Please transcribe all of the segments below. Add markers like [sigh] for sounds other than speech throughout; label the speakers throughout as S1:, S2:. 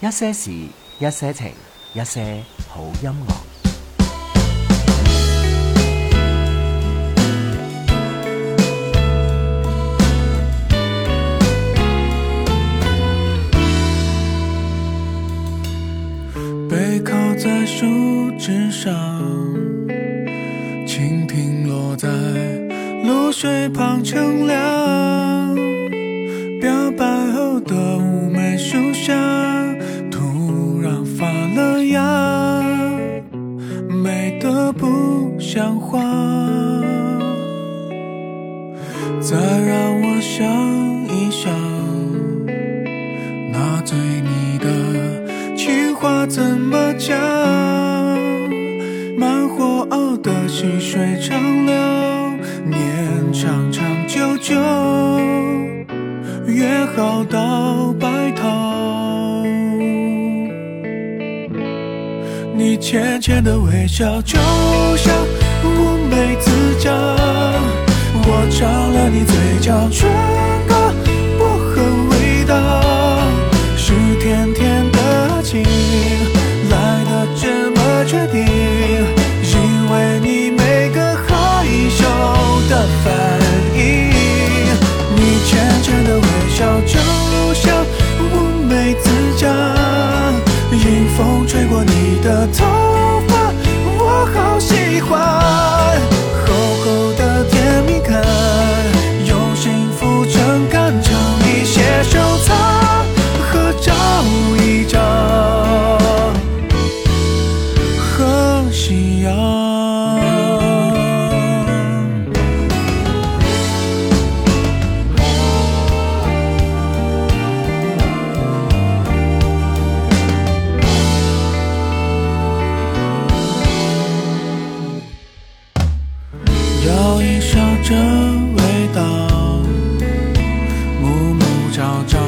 S1: 一些事，一些情，一些好音樂。
S2: 背靠在树枝上，蜻蜓落在露水旁乘凉。表白后的妩媚树下，突然发了芽，美得不像话。再让我想一想，那对你的情话怎么讲？慢火熬的细水长流，念长长久久，约好到白头。你浅浅的微笑，就像乌梅子酱，我尝了你嘴角唇膏薄荷味道，是甜甜的情来的这么确定，因为你每个害羞的反应，你浅浅的微笑，就像乌梅子酱。迎风吹过你的头发，我好喜欢。厚厚的甜蜜感，用幸福撑杆，将你写收藏，合照一张，和夕阳。摇一勺这味道，暮暮朝朝，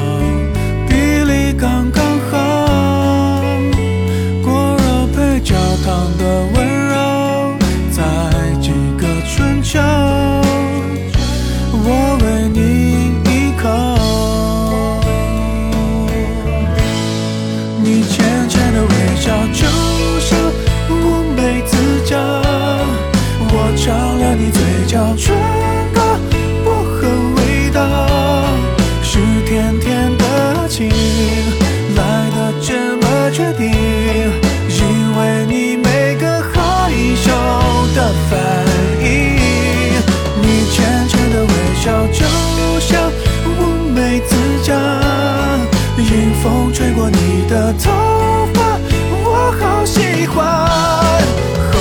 S2: 比例刚刚好，果肉配焦糖的温柔，在几个春秋，我为你一口。你浅浅的微笑，就像乌梅子酱。我尝了你嘴角唇膏薄荷味道，是甜甜的情来的这么确定，因为你每个害羞的反应，你浅浅的微笑，就像乌梅子酱。迎风吹过你的头发，我好喜欢。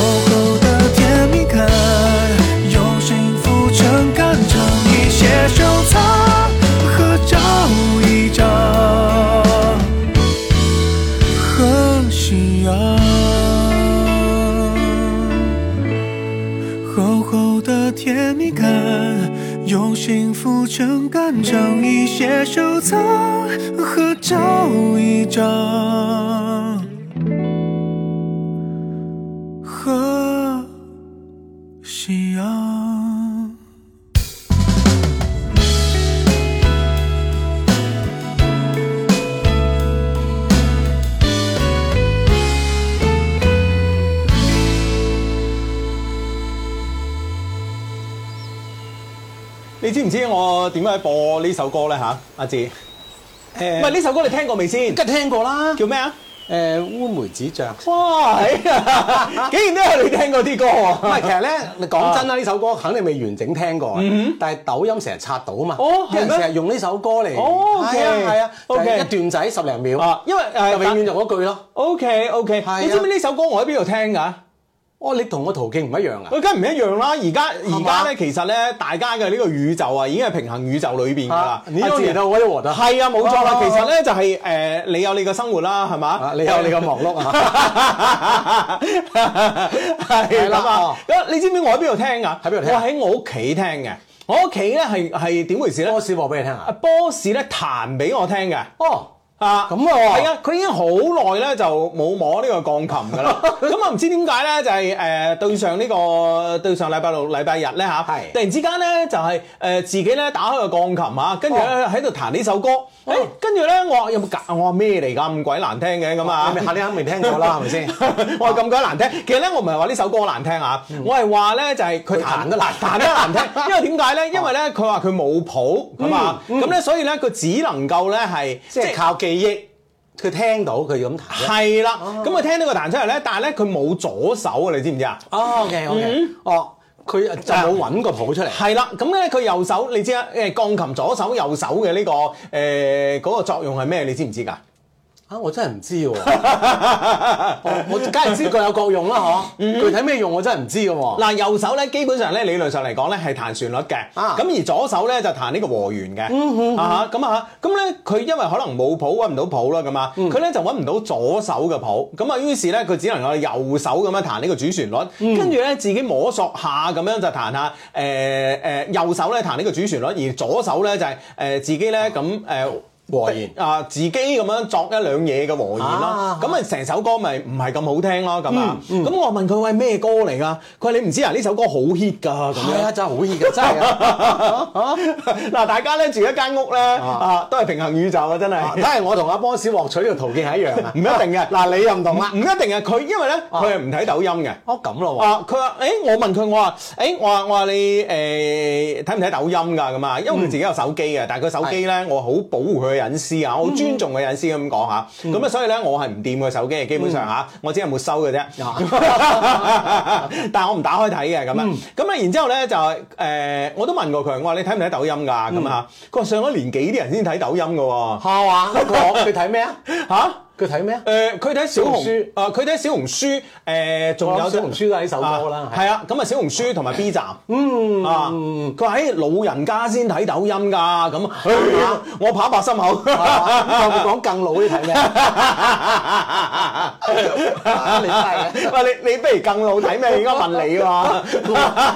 S2: 厚厚的甜蜜感，用幸福撑杆，将你写收藏，合照一张，和夕阳。厚厚的甜蜜感，用幸福撑杆，将一些收藏合照一张，和夕阳。
S3: 你知唔知我點解播呢首歌咧吓，阿志，唔
S4: 誒
S3: 係呢首歌你聽過未先？
S4: 梗係聽過啦。
S3: 叫咩啊？
S4: 誒烏梅子醬。
S3: 哇！係
S4: [laughs]
S3: 啊竟然都係你聽過啲歌
S4: 唔係，其
S3: 喎。
S4: 實咧，你講真啦，
S3: 啊
S4: 呢首歌肯定未完整聽過嘅，但係抖音成日刷到啊嘛，
S3: 嗯哦
S4: 啲人
S3: 係咩
S4: 成日用呢首歌嚟，
S3: 哦，OK
S4: 係啊係啊，就
S3: OK
S4: 係一段仔十零秒
S3: 啊，，因為誒
S4: 就永遠就嗰句咯。
S3: OK OK，
S4: 係啊
S3: 你知唔知呢首歌我喺邊度聽㗎？
S4: 哦，你同我途徑唔一樣啊！
S3: 佢梗係唔一樣啦！而家
S4: 係
S3: 而家
S4: 嘛
S3: 咧，其實咧，大家嘅呢個宇宙啊，已經係平衡宇宙裏邊㗎啦
S4: 啊。你
S3: 阿
S4: 又
S3: 志
S4: 嚟到我啲和得，
S3: 係啊，冇錯啦。
S4: 哦
S3: 其實咧就係誒，你有你嘅生活啦，係嘛
S4: 啊？你有你嘅忙
S3: [laughs]
S4: 碌啊！
S3: 係
S4: 係啦哦
S3: 咁啊！你知唔知我喺邊度聽啊？
S4: 喺邊度聽
S3: 我喺我屋企聽嘅。我屋企咧係係點回事咧
S4: 波？士話俾你聽
S3: 啊
S4: 啊！
S3: ，boss 咧彈俾我聽嘅。
S4: 哦，
S3: 啊，
S4: 咁啊
S3: 係啊，佢已經好耐咧就冇摸呢個鋼琴噶
S4: [laughs]
S3: 啦。咁啊，唔知點解咧，就係、誒、對上呢、個對上禮拜六、禮拜日咧嚇，
S4: 係
S3: 突然之間咧就係、誒自己咧打開個鋼琴啊，跟住咧
S4: 哦
S3: 喺度彈呢首歌。誒，跟住咧我話有冇搞？我話咩嚟㗎？咁鬼難聽嘅咁啊！
S4: 你肯定未聽過
S3: [laughs]
S4: 啦，係咪先？
S3: 我話咁鬼難聽，其實咧我唔係話呢首歌難聽啊，我係話咧就係佢
S4: 嗯佢彈得
S3: [laughs]
S4: 難哦
S3: 彈得難聽，
S4: [laughs]
S3: 因為點解咧？因為咧佢話佢冇譜咁啊，咁咧所以咧佢只能夠咧係
S4: 嗯即係靠記憶，哦佢聽到佢咁彈啫。
S3: 係啦，咁佢聽到佢彈出嚟咧，但係咧佢冇左手啊，你知唔知啊？
S4: 哦，OK OK，哦，佢就冇揾個譜出嚟。
S3: 係啦，咁咧佢右手，你知啊？誒鋼琴左手右手嘅呢、個誒嗰、個作用係咩？你知唔知㗎？
S4: 啊，我真係唔知喎。 [laughs] 哦我梗係知各有各用啦，嗬。具體咩用我真係唔知嘅喎。
S3: 嗱，右手咧基本上咧理論上嚟講咧係彈旋律嘅，咁、
S4: 啊嗯
S3: 而左手咧就彈呢個和弦嘅，啊咁啊咁咧佢因為可能冇譜揾唔到譜啦咁啊，
S4: 嗯
S3: 佢咧就揾唔到左手嘅譜，咁啊於是咧佢只能夠右手咁樣彈呢個主旋律，
S4: 嗯
S3: 跟住咧自己摸索下咁樣就彈下誒誒、呃右手咧彈呢個主旋律，而左手咧就係、呃自己咧咁誒。
S4: 哦
S3: 呃
S4: 和弦
S3: 啊，自己咁樣作一兩嘢嘅和弦啦
S4: 啊，
S3: 咁啊成首歌咪唔係咁好聽咯，咁啊，咁我問佢喂咩歌嚟㗎？佢話你唔知啊，呢首歌好 hit 㗎咁
S4: 係
S3: 樣。
S4: 啊，真係好熱嘅，真係啊。
S3: 嗱，大家咧住一間屋咧啊，都係平衡宇宙啊，真
S4: 啊
S3: 係
S4: 睇。嚟我同阿 boss 獲取呢個途徑係一樣啊，
S3: 唔一定嘅
S4: 嗱，你又唔同啦
S3: 唔。一定啊，佢因為咧佢係唔睇抖音嘅。
S4: 哦，咁咯喎。
S3: 啊！佢話：，誒、我問佢，我話：，誒、我話我話你誒睇唔睇抖音㗎？咁啊，因為佢自己有手機嘅，但係佢手機咧，我好保護佢嘅隱私啊，我好尊重佢隱私咁講嚇。咁啊，所以咧，我係唔掂佢手機嘅，基本上嚇，我只係沒收嘅啫。 [laughs] 但係我唔打開睇嘅咁啊。咁啊，然之後咧就係誒、我都問過佢，我話你睇唔睇抖音㗎？咁啊，佢話上咗年紀啲人先睇抖音㗎喎。
S4: 嚇話哦佢佢睇咩啊？
S3: 嚇、
S4: 佢睇咩啊？
S3: 誒呃佢睇小紅
S4: 小紅書
S3: 啊，佢睇小紅書誒，仲有
S4: 我諗小紅書都係呢首歌啦
S3: 啊
S4: 係
S3: 係啊，咁啊小紅書同埋 B 站，嗯啊，佢話誒老人家先睇抖音㗎，咁哎呀我拍一拍心口，
S4: 我會講更老啲睇咩啊？
S3: 啊
S4: 你真係嘅
S3: 喂你你不如更老睇咩？應該問你喎。
S4: [laughs]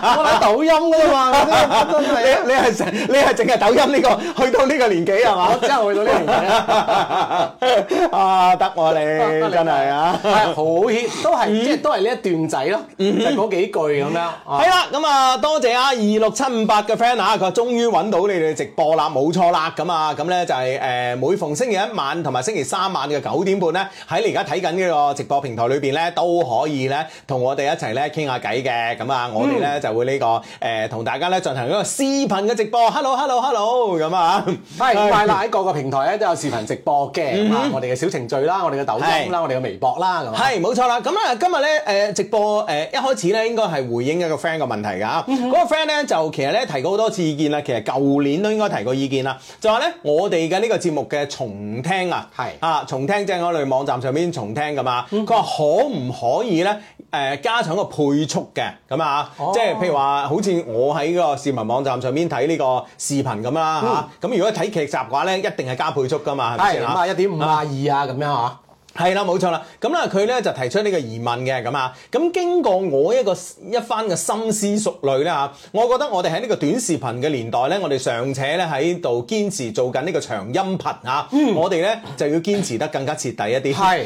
S4: 我睇抖音㗎嘛，真係啊
S3: 你你係成你係淨係抖音呢個去到呢個年紀係嘛
S4: 我？真係去到呢個年紀啊，
S3: [laughs] 啊得喎
S4: [laughs]
S3: 你真係啊！
S4: 係好 hit，都係即係都係呢一段仔咯，就係嗰幾句咁樣啊。
S3: 係啦，咁啊多謝啊二六七五八嘅 friend 啊，佢話終於揾到你哋直播啦，冇錯啦，咁啊咁咧就係、呃每逢星期一晚同埋星期三晚嘅九點半咧，喺你而家睇緊呢個直播平台裏邊咧都可以咧同我哋一齊咧傾下偈嘅，咁啊我哋咧
S4: 嗯
S3: 就會呢、個誒同、大家咧進行一個視頻嘅直播，hello hello hello 咁啊，
S4: 係快啦！喺各個平台咧都有視頻直播嘅，咁啊，我哋嘅小程序啦，我哋嘅抖音啦，我哋嘅微博啦，咁啊
S3: 係冇錯啦，咁啊今日咧誒直播誒、呃一開始咧應該係回應一個 friend 嘅問題㗎，啊嗰、
S4: 嗯
S3: 個 friend 咧就其實咧提過好多次意見啦，其實舊年都應該提過意見啦，就話咧我哋嘅呢個節目嘅重聽啊，
S4: 係嗯
S3: 啊重聽即係我哋網站上邊重聽㗎嘛，佢話、可唔可以咧誒、呃加上個配速嘅咁啊，
S4: 哦
S3: 即係譬如話好似我喺個視頻網站上邊睇呢個視頻咁啦
S4: 嗯
S3: 嚇，咁、如果睇劇集嘅話咧一定係加配速㗎嘛，係咪
S4: 係
S3: 先
S4: 咁
S3: 啊
S4: 啊，一點五啊二啊咁樣嚇。
S3: 係啦，冇錯啦。咁啦，佢咧就提出呢個疑問嘅咁啊。咁經過我一個一番嘅深思熟慮咧嚇，我覺得我哋喺呢個短視頻嘅年代咧，我哋尚且咧喺度堅持做緊呢個長音頻啊。我哋咧就要堅持得更加徹底一啲。
S4: 嗯係，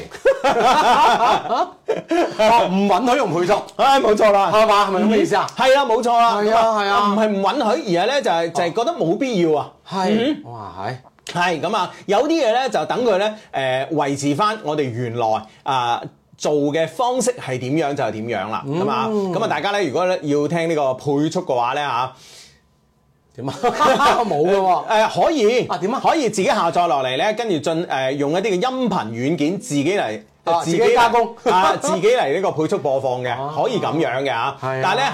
S4: [laughs] 哦唔允許用配速。
S3: [laughs] 唉，冇錯啦。
S4: 係嘛？係咪咁嘅意思啊？
S3: 係啦，冇錯啦。
S4: 係啊係啊
S3: 唔係唔允許，而係咧就係
S4: 哦
S3: 就係覺得冇必要啊。
S4: 係，哇係，
S3: 係咁啊，有啲嘢咧就等佢咧誒維持翻我哋原來啊。做嘅方式係點樣就係點樣啦，
S4: 嗯
S3: 咁啊、咁啊，大家咧如果咧要聽呢個配速嘅話咧嚇，
S4: 點啊？ [laughs] 冇嘅
S3: 誒、
S4: 喎，
S3: 可以
S4: 啊點啊
S3: 可以自己下載落嚟咧，跟住進誒用一啲嘅音頻軟件自己嚟。
S4: 啊
S3: 嚟
S4: 自己加工啊
S3: 啊，自己嚟呢個配速播
S4: [laughs]
S3: 放嘅，可以咁樣嘅嚇。
S4: 係啊
S3: 但係咧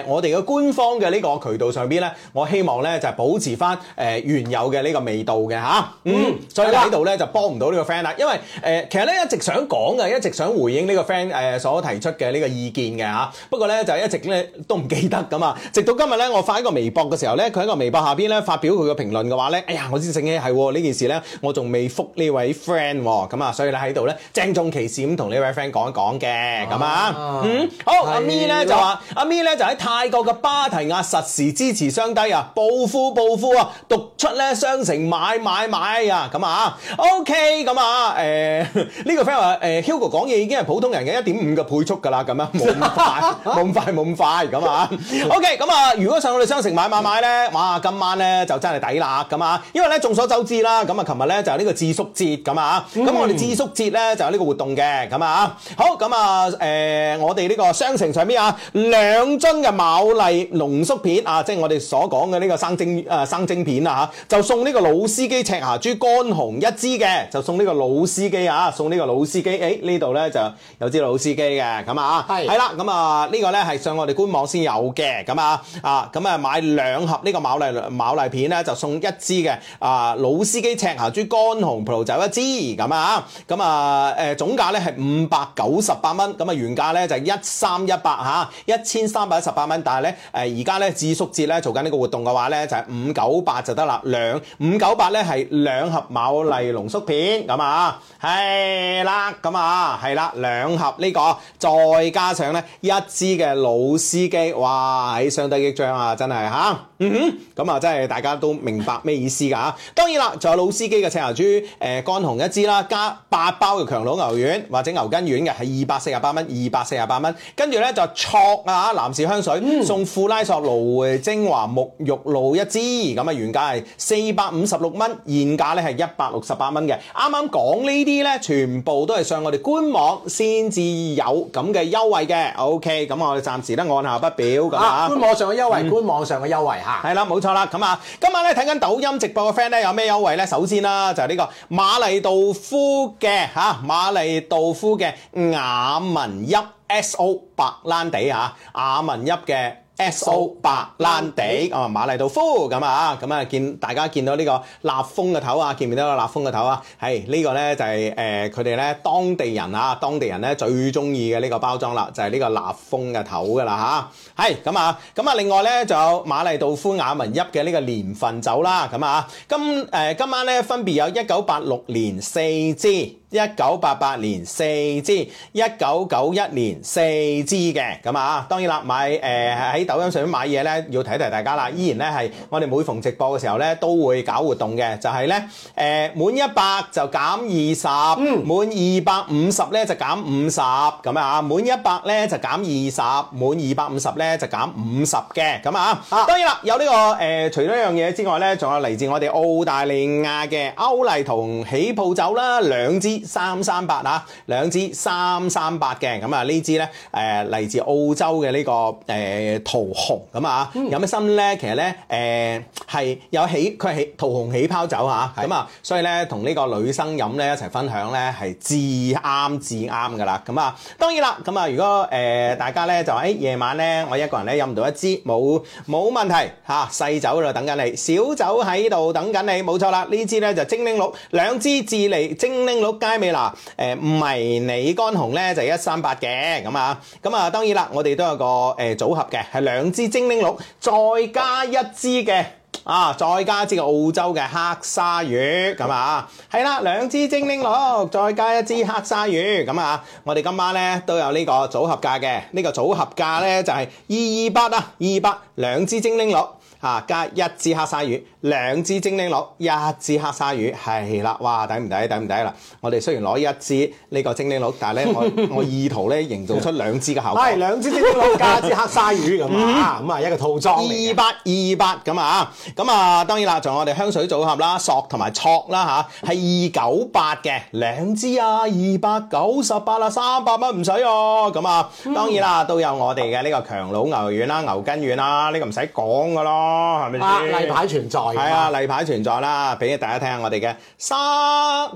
S3: 喺誒我哋嘅官方嘅呢個渠道上邊咧，我希望咧就係保持翻誒原有嘅呢個味道嘅嚇。嗯，所以
S4: 係啦
S3: 喺度咧就幫唔到呢個 friend 啦，因為誒、呃其實咧一直想講嘅，一直想回應呢個 friend 誒、呃所提出嘅呢個意見嘅嚇。不過咧就一直咧都唔記得咁啊，直到今日咧我發一個微博嘅時候咧，佢喺個微博下邊咧發表佢嘅評論嘅話咧，哎呀我先醒起係喎呢件事咧，我仲未覆呢位 friend 喎，咁啊所以咧喺度咧鄭鄭重其事咁同呢位 friend 講一講嘅咁啊
S4: 啊。
S3: 嗯，好，阿
S4: 係
S3: Mi 咧
S4: 啦
S3: 就話，阿 Mi 咧就喺泰國嘅芭提雅實時支持雙低啊，暴富暴富啊，讀出咧商城買買買啊，咁啊，OK，咁啊，誒、 [laughs] 呢個 friend 話誒 Hugo 講嘢已經係普通人嘅一點五嘅倍速㗎啦，咁樣冇咁快，冇咁快，冇咁快咁啊，OK，咁啊，如果上我哋商城買買買咧，哇，今晚咧就真係抵啦咁啊，因為咧眾所周知啦，咁啊，琴日咧就係呢個智叔節咁啊，咁我哋智叔節咧就有呢個活動嘅，咁啊，好咁啊，誒、我哋呢個商城上邊啊，兩樽嘅牡蠣濃縮片啊，即係我哋所講嘅呢個生蒸誒、呃生蒸片啊嚇，就送呢個老司機赤霞珠乾紅一支嘅，就送呢個老司機啊，送呢個老司機，誒、呢度咧就有支老司機嘅，咁啊，
S4: 係
S3: 係啦，咁啊呢個咧係上我哋官網先有嘅，咁啊啊咁啊買兩盒呢個牡蠣牡蠣片咧就送一支嘅啊老司機赤霞珠乾紅葡萄酒一支咁啊，咁啊誒總價咧係五百九十八蚊，咁啊原價咧就一三一八嚇一千三百一十八蚊，但係咧誒而家咧智叔節咧做緊呢個活動嘅話咧就係五九八就得啦，兩五九八咧係兩盒牡蠣濃縮片咁啊，係啦咁啊係啦兩盒呢、個，再加上咧一支嘅老司機，哇喺相得益彰啊，真係嚇、嗯哼，咁啊真係大家都明白咩意思㗎嚇、當然啦，仲有老司機嘅赤牙豬誒、呃、乾紅一支啦，加八包嘅強佬牛丸或者牛筋丸嘅係二百四十八蚊，二百四十八蚊，跟住咧就錯啊男士香水、
S4: 嗯
S3: 送庫拉索蘆薈精華沐浴露一支，咁啊原價係四百五十六蚊，現價咧係一百六十八蚊嘅。啱啱講呢啲咧，全部都係上我哋官網先至有咁嘅優惠嘅。OK，咁我哋暫時咧按下不表咁
S4: 啊，
S3: 啊
S4: 官。網上嘅優惠，官網上嘅優惠嚇。
S3: 係啦，冇錯啦。咁啊，今晚咧睇緊抖音直播嘅 friend 咧有咩優惠咧？首先啦，就係、呢個馬麗道夫嘅嚇、馬麗道夫嘅雅文邑 S.O. 白蘭地嚇、雅文邑嘅。S.O. 白蘭地啊，馬麗道夫咁啊，咁啊見大家見到呢個立峰嘅頭啊，見唔見到個立峰嘅頭啊？係呢個呢，就係誒佢哋呢當地人啊，當地人呢最中意嘅呢個包裝啦，就係、呢個立峰嘅頭噶啦吓，係咁啊，咁啊另外呢，仲有馬麗道夫雅文邑嘅呢個年份酒啦，咁啊今誒、呃今晚呢，分別有一九八六年四支。一九八八年四支，一九九一年四支嘅咁啊，當然啦，買誒喺、抖音上面買嘢咧，要提提大家啦。依然咧係我哋每逢直播嘅時候咧，都會搞活動嘅，就係咧誒滿一百就減二十、滿二百五十咧就減五十咁啊，滿一百咧就減二十，滿二百五十咧就減五十嘅咁啊。當然啦，有呢、個誒、呃除咗一樣嘢之外咧，仲有嚟自我哋澳大利亞嘅歐麗同起泡酒啦，兩支三三八啊，兩支三三八嘅，咁啊呢支咧誒嚟自澳洲嘅呢、個誒桃紅咁啊，有咩心咧？其實咧誒係有起佢係起桃紅起泡酒嚇，咁啊，所以咧同呢個女生飲咧一齊分享咧係至啱至啱噶啦，咁啊當然啦，咁啊如果誒、呃大家咧就誒夜、晚咧我一個人咧飲唔到一支冇冇問題嚇、細酒喺度等緊你，小酒喺度等緊你，冇錯啦，呢支咧就精靈鹿兩支智利精靈鹿佳美娜誒迷你乾紅咧就一三八嘅咁啊，咁啊當然啦，我哋都有個誒、呃、組合嘅係兩支精靈鹿再加一支嘅。啊，再加一支嘅澳洲嘅黑鯊魚咁啊，係啦，兩支精靈鹿，再加一支黑鯊魚咁啊，我哋今晚咧都有呢個組合價嘅，呢、個組合價咧就係二二八啊，二八兩支精靈鹿。啊！加一支黑鯊魚，兩支精靈鹿，一支黑鯊魚，係啦，哇！抵唔抵？抵唔抵啦？我哋雖然攞一支呢個精靈鹿，但係咧我我意圖咧營造出兩支嘅
S4: [laughs]
S3: 效果。
S4: 係兩支蒸鹿 [laughs] 加支黑鯊魚咁啊，咁啊一個套裝嚟
S3: 二
S4: 嘅。
S3: 八二八咁啊，咁啊當然啦，仲有我哋香水組合啦，索同埋錯啦吓，係二九八嘅兩支啊，二百九十八啊，三百蚊唔使哦，咁啊當然
S4: 嗯
S3: 啦，都有我哋嘅呢個強佬牛丸啦、牛筋丸啦，呢個唔使講噶咯，係
S4: 啊，
S3: 咪先？
S4: 例牌存在㗎嘛。
S3: 係啊，例牌存在啦，俾大家聽下我哋嘅索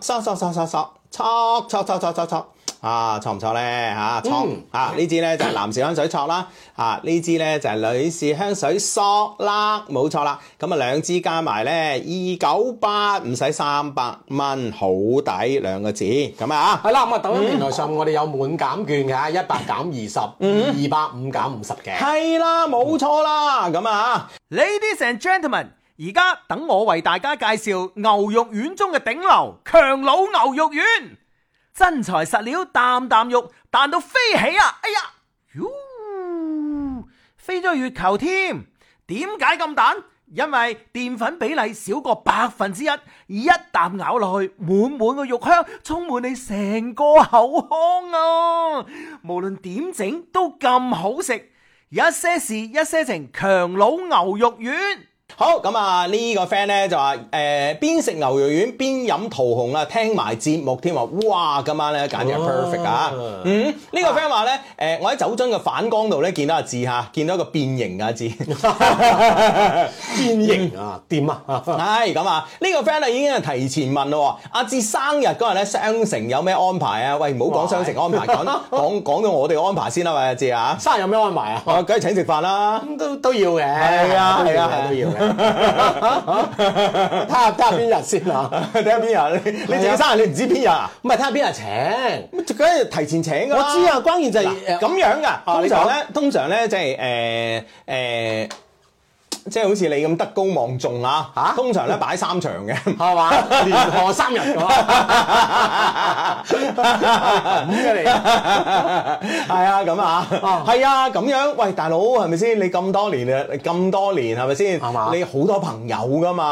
S3: 索索索索索錯錯錯錯錯錯啊，錯唔錯咧嚇？錯、
S4: 嗯
S3: 啊！呢支咧就係男士香水錯啦，啊呢支咧就係女士香水索啦，冇錯啦。咁啊兩支加埋咧二九八，唔使三百蚊，好抵兩個字咁啊！
S4: 係啦，咁啊，抖音平台上我哋有滿減券嘅，一百減二十，二百五減五十嘅。
S3: 係啦，冇錯啦，咁啊。
S5: Ladies and gentlemen，而家等我為大家介紹牛肉丸中嘅頂流強佬牛肉丸。真材實料，啖啖肉，彈到飛起啊！哎呀，喲，飛咗去月球添。點解咁彈？因為澱粉比例少過百分之一，一啖咬落去，滿滿個肉香，充滿你成個口腔啊！無論點整都咁好食，一些事一些情，強佬牛肉丸。
S3: 好咁啊！呢個 friend 咧就話誒邊食牛肉丸邊飲桃紅啊，聽埋節目添啊！哇，今晚咧簡直係 perfect 啊！嗯，呢個 friend 話咧誒，我喺酒樽嘅反光度咧見到阿志嚇，見到一個變形嘅阿志。
S4: 變形啊，掂啊，
S3: 係咁啊！呢、個 friend 啊已經係提前問咯喎，阿志生日嗰日咧，商城有咩安排啊？喂，唔好講商城安排，講講講到我哋嘅安排先啦，喂，阿志啊！
S4: 生日有咩安排啊？
S3: 我梗係請食飯啦。 [laughs]
S4: 咁都都要嘅，
S3: 係啊
S4: 都要
S3: 係啊
S4: 嘅都要嘅。睇下睇下邊日先啊，
S3: 睇下邊日，你你自己生日你唔知邊日啊？
S4: 唔係睇下邊日請。
S3: 咁梗係提前請㗎
S4: 我
S3: 啦。
S4: 知啊，關鍵就係啊
S3: 嗱咁樣噶，通常
S4: 你
S3: 咧，通常咧，即係誒誒，即係好似你咁德高望重啊，
S4: 嚇
S3: 通常咧擺三場嘅。
S4: 係嘛？連河三日咁啊，咁
S3: [laughs]
S4: 嘅你。
S3: 係啊，咁啊
S4: 啊，
S3: 係啊，咁樣，喂，大佬係咪先？你咁多年啊，你咁多年係咪先？
S4: 係嘛
S3: 你好多朋友噶嘛，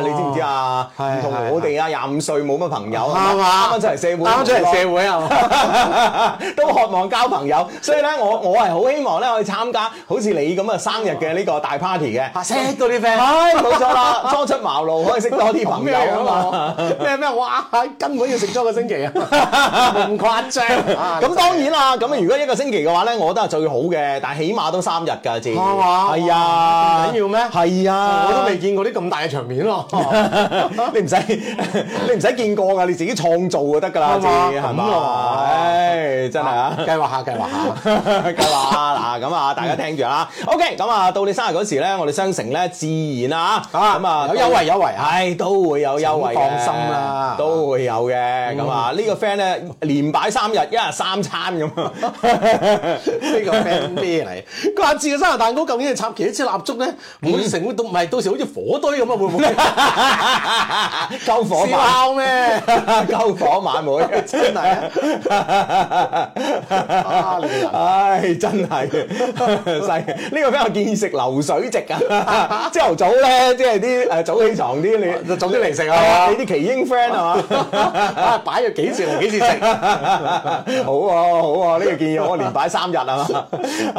S4: 哦
S3: 你知唔知啊？
S4: 係
S3: 唔同
S4: 係
S3: 我哋啊，廿五歲冇乜朋友，
S4: 係嘛
S3: 啱啱出嚟社會，
S4: 啱啱出嚟社會啊，
S3: [laughs] 都渴望交朋友，所以咧，我我係好希望咧可以參加好似你咁嘅啊生日嘅呢個大 party 嘅。
S4: 啊識到啲 friend，
S3: 唉，冇錯啦，初出茅廬可以識多啲朋
S4: 咁
S3: 友
S4: 樣
S3: 啊嘛。
S4: 啊 [laughs] 嘛，咩咩哇，根本要食咗個星 [laughs] 期啊，唔誇張啊
S3: 咁當然啦，咁如果一個星期嘅話咧，我覺得係最好嘅，但係起碼都三日㗎，至
S4: 係嘛
S3: 係啊，
S4: 咁緊要咩
S3: 係啊，
S4: 我都未見過啲咁大嘅場面 [laughs] 咯，
S3: [laughs] 你唔使 [laughs] 你唔使見過㗎，你自己創造就得㗎啦，
S4: 係嘛
S3: 知係
S4: 咁啊
S3: 嘛
S4: 咯？
S3: 唉，真係啊！
S4: 計劃下計劃下。
S3: 計劃啊嗱，咁啊，大家聽住啦。OK，咁啊，到你生日嗰時咧，我哋商城咧自然啊，
S4: 啊
S3: 咁啊
S4: 有優惠有優惠啊
S3: 唉，都會有優惠嘅，
S4: 請放心啦嗯
S3: 都會有嘅。咁啊，呢個 friend 咧連擺三日，一日三餐咁啊。
S4: 呢
S3: [laughs]
S4: 個 friend 咩嚟？佢話自嘅生日蛋糕究竟係插幾多支蠟燭咧？唔會成會到唔係到時好似火堆咁啊？
S3: [laughs]
S4: 會唔會
S3: 篝火
S4: 燒
S3: 晚，
S4: 烤咩？
S3: [laughs] 篝火晚會，
S4: 真係啊你個人
S3: 唉，真係 [laughs] 犀利！呢個 friend 話建議食流水席
S4: [laughs]
S3: 啊，朝頭早咧，即係啲誒早起床啲你
S4: 就早啲嚟食啊
S3: 係啊你啲奇英 friend 係嘛？
S4: 啊！擺
S3: [laughs]
S4: 咗幾時同幾時食？
S3: 好啊好啊，呢個建議我連擺三日
S4: [laughs]
S3: 啊嘛，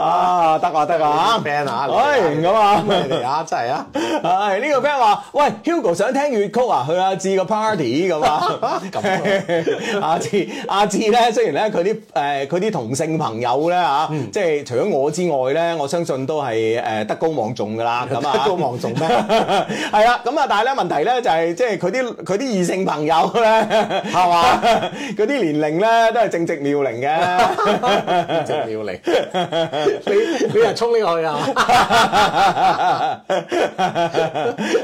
S3: 啊得啊得啊
S4: friend 啊你
S3: 唉咁啊，
S4: 你哋啊，真係啊！
S3: 唉呢個 friend 話，喂 Hugo 想聽粵曲啊，去阿志個 party 咁
S4: [laughs]
S3: 啊，咁 [laughs] 阿志阿志咧，雖然咧佢啲誒佢啲同性朋友咧嚇，
S4: 嗯
S3: 即係除咗我之外咧，我相信都係誒德高望重噶
S4: [laughs]
S3: 啦，咁啊
S4: 德高望重咩？
S3: [laughs] 係啦，咁啊，但係咧問題咧就係即係佢啲佢啲異性朋友咧係 [laughs] 嘛，嗰啲年齡咧都係正值妙齡嘅。
S4: 正要嚟，你你又衝呢個去啊？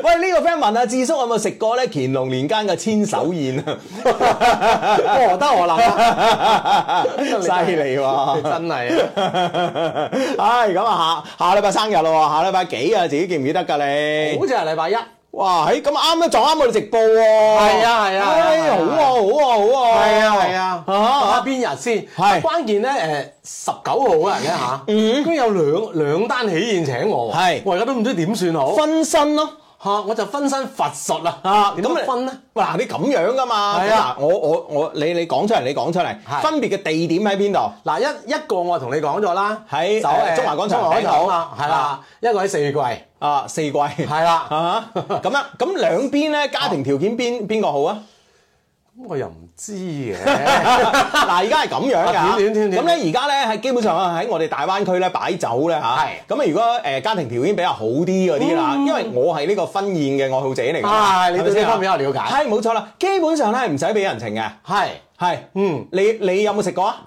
S3: 喂，呢、個 friend 問阿智叔有冇食過咧乾隆年間嘅千手宴啊？
S4: 我哦得我
S3: [laughs]
S4: 啦，
S3: [laughs] 犀利喎！
S4: 真係啊！
S3: 唉，咁啊，下下禮拜生日咯，下禮拜幾啊？自己記唔記得㗎你
S4: 好？似係禮拜一，
S3: 哇，喺咁啱啊咧撞啱我哋直播喎！
S4: 係啊係啊係啊
S3: 唉，好啊好啊啊好啊！
S4: 睇下邊日先。
S3: 係嗯
S4: 關鍵咧誒，十九號啊，人咧嚇，居然有兩兩單喜宴請我喎，
S3: 係
S4: 我而家都唔知點算好。
S3: 分身咯。
S4: 嚇，我就分身乏術啦，
S3: 啊，
S4: 點
S3: 咁
S4: 樣
S3: 你
S4: 分咧？？
S3: 嗱，你咁樣噶嘛？
S4: 係啊
S3: 咁嗱，我我我，你你講出嚟，你講出嚟，
S4: 係
S3: 分別嘅地點喺邊度？
S4: 嗱，一一個我同你講咗啦，
S3: 喺
S4: 走
S3: 誒
S4: 誒
S3: 中環廣場
S4: 中環廣
S3: 頂
S4: 場
S3: 樓
S4: 啊，係啦，一個喺四季，係
S3: 啊，四季係
S4: 啦，
S3: [laughs] 啊，咁樣咁兩邊咧，家庭條件邊邊個好啊？ [laughs]
S4: 咁我又唔知
S3: 嗱 [laughs]
S4: 嘅，，
S3: 而家係咁樣
S4: 啊
S3: 㗎，
S4: 點點點點
S3: 咁咧而家咧係基本上喺我哋大灣區咧擺酒咧嚇，
S4: 係嗯
S3: 咁啊如果誒家庭條件比較好啲嗰啲啦，因為我係呢個婚宴嘅愛好者嚟㗎，
S4: 啊你對
S3: 係咪先
S4: 呢方面有了解
S3: 係冇錯啦，基本上咧係唔使俾人情嘅，
S4: 係，
S3: 係，
S4: 嗯，
S3: 你你有冇食過啊？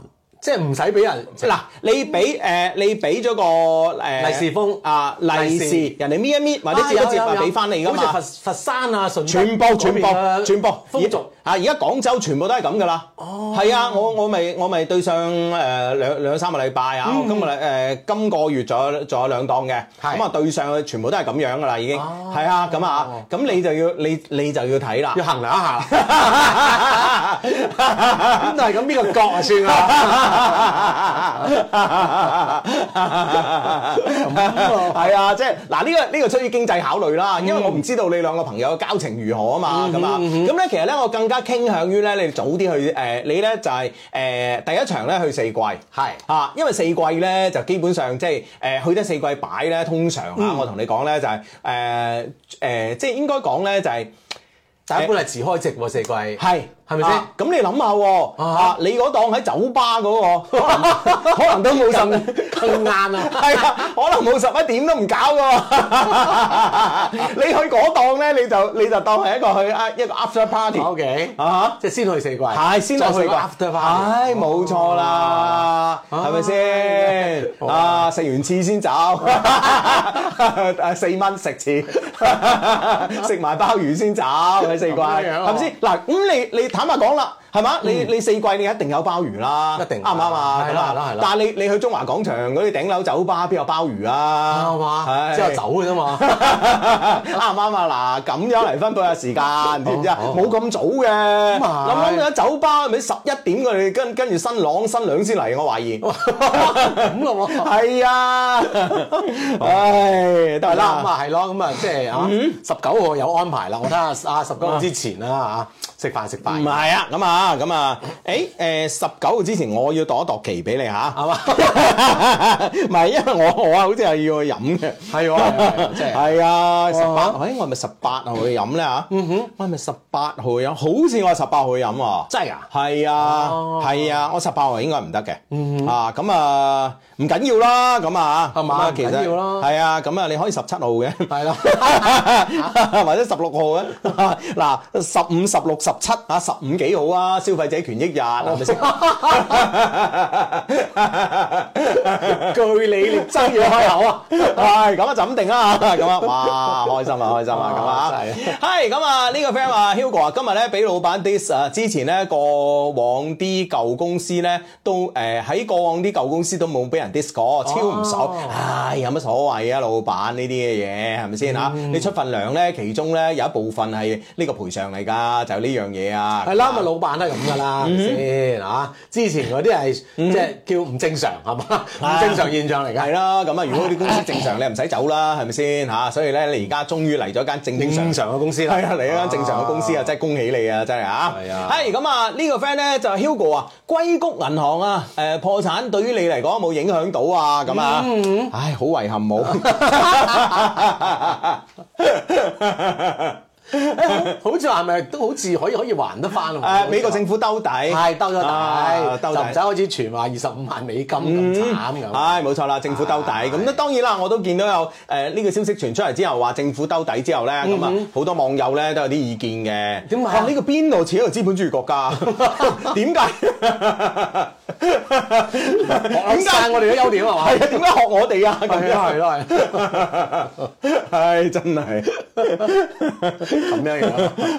S4: 即係唔使俾人
S3: 嗱，你俾誒你俾咗個誒
S4: 嗯利是封
S3: 啊利
S4: 利
S3: 是
S4: 是，啊
S3: 人哋搣一搣或者接一接啊咪俾翻你噶
S4: 好
S3: 嘛？
S4: 似佛佛山啊、順德
S3: 全部全部
S4: 嗰邊嘅
S3: 全部
S4: 風俗
S3: 而啊！而家廣州全部都係咁噶啦。哦，係啊！我我咪我咪對上誒兩兩三個禮拜啊，我今個禮誒今個月仲有仲有兩檔嘅，
S4: 嗯係哦
S3: 咁啊對上去全部都係咁樣噶啦已經。係啊，咁啊，咁你就要你你就要睇啦
S4: 要。衡量一下啦。 [laughs] 咁但係咁邊個角啊算
S3: [laughs]
S4: 啦。
S3: 係啊，即係嗱呢個呢個出於經濟考慮啦，因為我唔知道你兩個朋友嘅交情如何啊嘛，咁啊，咁咧其實咧我更加傾向於咧你早啲去誒，你咧就係誒第一場咧去四季。
S4: 係
S3: 啊，因為四季咧就基本上即係誒去得四季擺咧，通常啊，我同你講咧就係誒誒，即係應該講咧就係、
S4: 但一般係遲開席喎，四季。係
S3: 係
S4: 係咪先
S3: 啊咁、你諗下喎，
S4: 啊
S3: 啊，你嗰檔喺酒吧嗰、個，可能可能都冇甚。
S4: 更晏啊！
S3: [laughs] 係啊，可能冇十一點都唔搞
S4: [laughs]
S3: 㗎喎。你去嗰檔咧，你就你就當係一個去啊一個 after party。
S4: O K，
S3: 啊
S4: 即係先去四季，
S3: 係先落
S4: 再去
S3: 四季
S4: after party，
S3: 係冇錯啦，係咪先？啊，食完翅先走， [laughs] 誒四蚊食
S4: [laughs]
S3: 翅，食埋鮑魚先走，喺四季，
S4: 咁樣啊
S3: 係咪先？嗱，咁你你坦白講啦，係嘛？你你四季你一定有鮑魚啦，
S4: 嗯一定
S3: 啱唔啱啊？
S4: 係
S3: 咁
S4: 啦
S3: 啊
S4: 係啦係啦
S3: 但係你你去中華廣場嗰啲頂樓酒吧邊有鮑魚啊？
S4: 啱嘛？
S3: 係
S4: 之後走嘅啫嘛。
S3: 啱唔啱 [laughs] 啊？嗱，咁樣嚟分配下時間，知唔知啊？
S4: 好
S3: 冇咁早嘅，
S4: 哦啊
S3: 諗諗咗酒吧咪十一點佢哋跟跟住新郎新娘先嚟，我懷疑。
S4: [laughs] 咁咯喎。
S3: 係啊，唉，都係
S4: 係啦，
S3: 啦
S4: 哦
S3: 嗯
S4: 咁。啊係咯，咁啊即係啊十九號有安排啦，我睇下啊十九號之前啦嚇，食飯食
S3: 唔
S4: 飯，
S3: 係啊，咁啊，咁啊，誒誒，十九號之前我要度一度期俾你嚇，係嘛？ [laughs] 唔係，因為我我啊，好似係要去飲嘅，
S4: 係喎係喎係
S3: [laughs]
S4: 喎真係哦
S3: 係啊，十八，喂，我係咪十八號去飲咧嚇？嗯哼，我係咪十八號去飲？好似我係十八號去飲喎，
S4: 真係哦㗎
S3: 係啊，係啊，我十八號應該唔得嘅，啊，咁啊，唔緊要啦，咁啊，
S4: 嗯係嘛
S3: 咁啊
S4: 唔
S3: 其實
S4: 緊要啦
S3: 係啊，咁啊，你可以十七號嘅。
S4: 係
S3: [laughs]
S4: 啦，
S3: 或者十六號啊， [laughs] 嗱十五、十六、十七啊，十五幾好啊，消費者權益日係咪先？
S4: 據理力爭要開口 [laughs] 啊！
S3: 係咁啊，就咁定啦咁啊，哇，開心啊，開心啊，咁啊
S4: 哇，真係
S3: 係咁啊，呢個 friend 話 Hugo 啊，今日咧俾老闆 dis 啊，之前咧過往啲舊公司咧都誒喺過往啲舊公司都冇俾人 dis
S4: 哦
S3: 過，超唔爽，唉，有乜所謂啊，老闆呢啲嘅嘢係咪先啊？你出份糧咧，其中咧有一部分係呢個賠償嚟㗎，就呢樣嘢啊，
S4: 係啦，咪老闆都係咁噶啦，係
S3: 嗯
S4: 咪先嚇？之前嗰啲係即係叫唔正常係嘛，唔正常現象嚟
S3: 係
S4: 㗎。
S3: 啦，咁啊，如果啲公司正常，你唔使走啦，係咪先嚇？所以咧，你而家終於嚟咗間正正常
S4: 正常嘅公司啦
S3: 係啊，嚟咗間正常嘅公司啊，真係恭喜你啊，真係啊！
S4: 係啊
S3: 係
S4: 嗯
S3: 咁啊，呢個 friend 咧就係 Hugo 啊，硅谷銀行啊，誒破產對於你嚟講有冇影響到啊？咁啊，
S4: 嗯
S3: 唉，好遺憾
S4: [laughs]
S3: 冇。 [laughs]
S4: 好似話係咪都好似可以可以還得翻喎？
S3: 嗯誒，美國政府兜底，
S4: 係兜咗
S3: 啊
S4: 底，
S3: 兜嗯啊
S4: 就
S3: 底
S4: 唔使開始傳話二十五萬美金咁慘咁。
S3: 唉，冇錯啦，政府兜底咁咧，當然啦，我都見到有誒呢個消息傳出嚟之後，話政府兜底之後咧，咁啊好多網友咧都有啲意見嘅。
S4: 嗯點啊
S3: 哇呢個邊度似一個資本主義國
S4: [laughs]
S3: 家？點解？
S4: 學
S3: 點
S4: 晒
S3: 解？
S4: 我哋嘅優點係嘛？
S3: 係啊，點解學我哋啊？咁
S4: [laughs] 係啊，
S3: 樣
S4: 係咯，係咯。
S3: 唉，真係咁樣樣，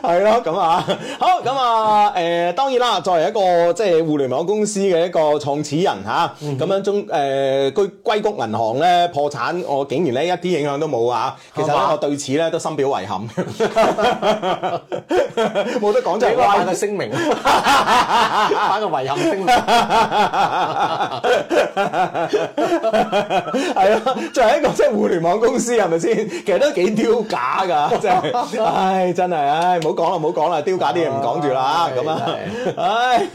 S3: 係咯，咁啊，好咁啊，誒、當然啦，作為一個即係互聯網公司嘅一個創始人嚇，咁、
S4: 嗯
S3: 樣中誒，佢、硅谷銀行咧破產，我竟然咧一啲影響都冇啊！其實咧
S4: 係，嘛
S3: 我對此咧都深表遺憾，
S4: [laughs]
S3: 冇得講就
S4: 你
S3: 係
S4: 個
S3: 歪 [laughs]
S4: 發個聲 [laughs] 明，發個遺憾聲明，
S3: 係啊，作為一個即係互聯網公司係咪先？其實都幾丟架㗎，真係，唉，真係，唉，唔好講啦，唔好講啦，丟架啲嘢唔講住啦，
S4: 唉
S3: 咁啊，唉，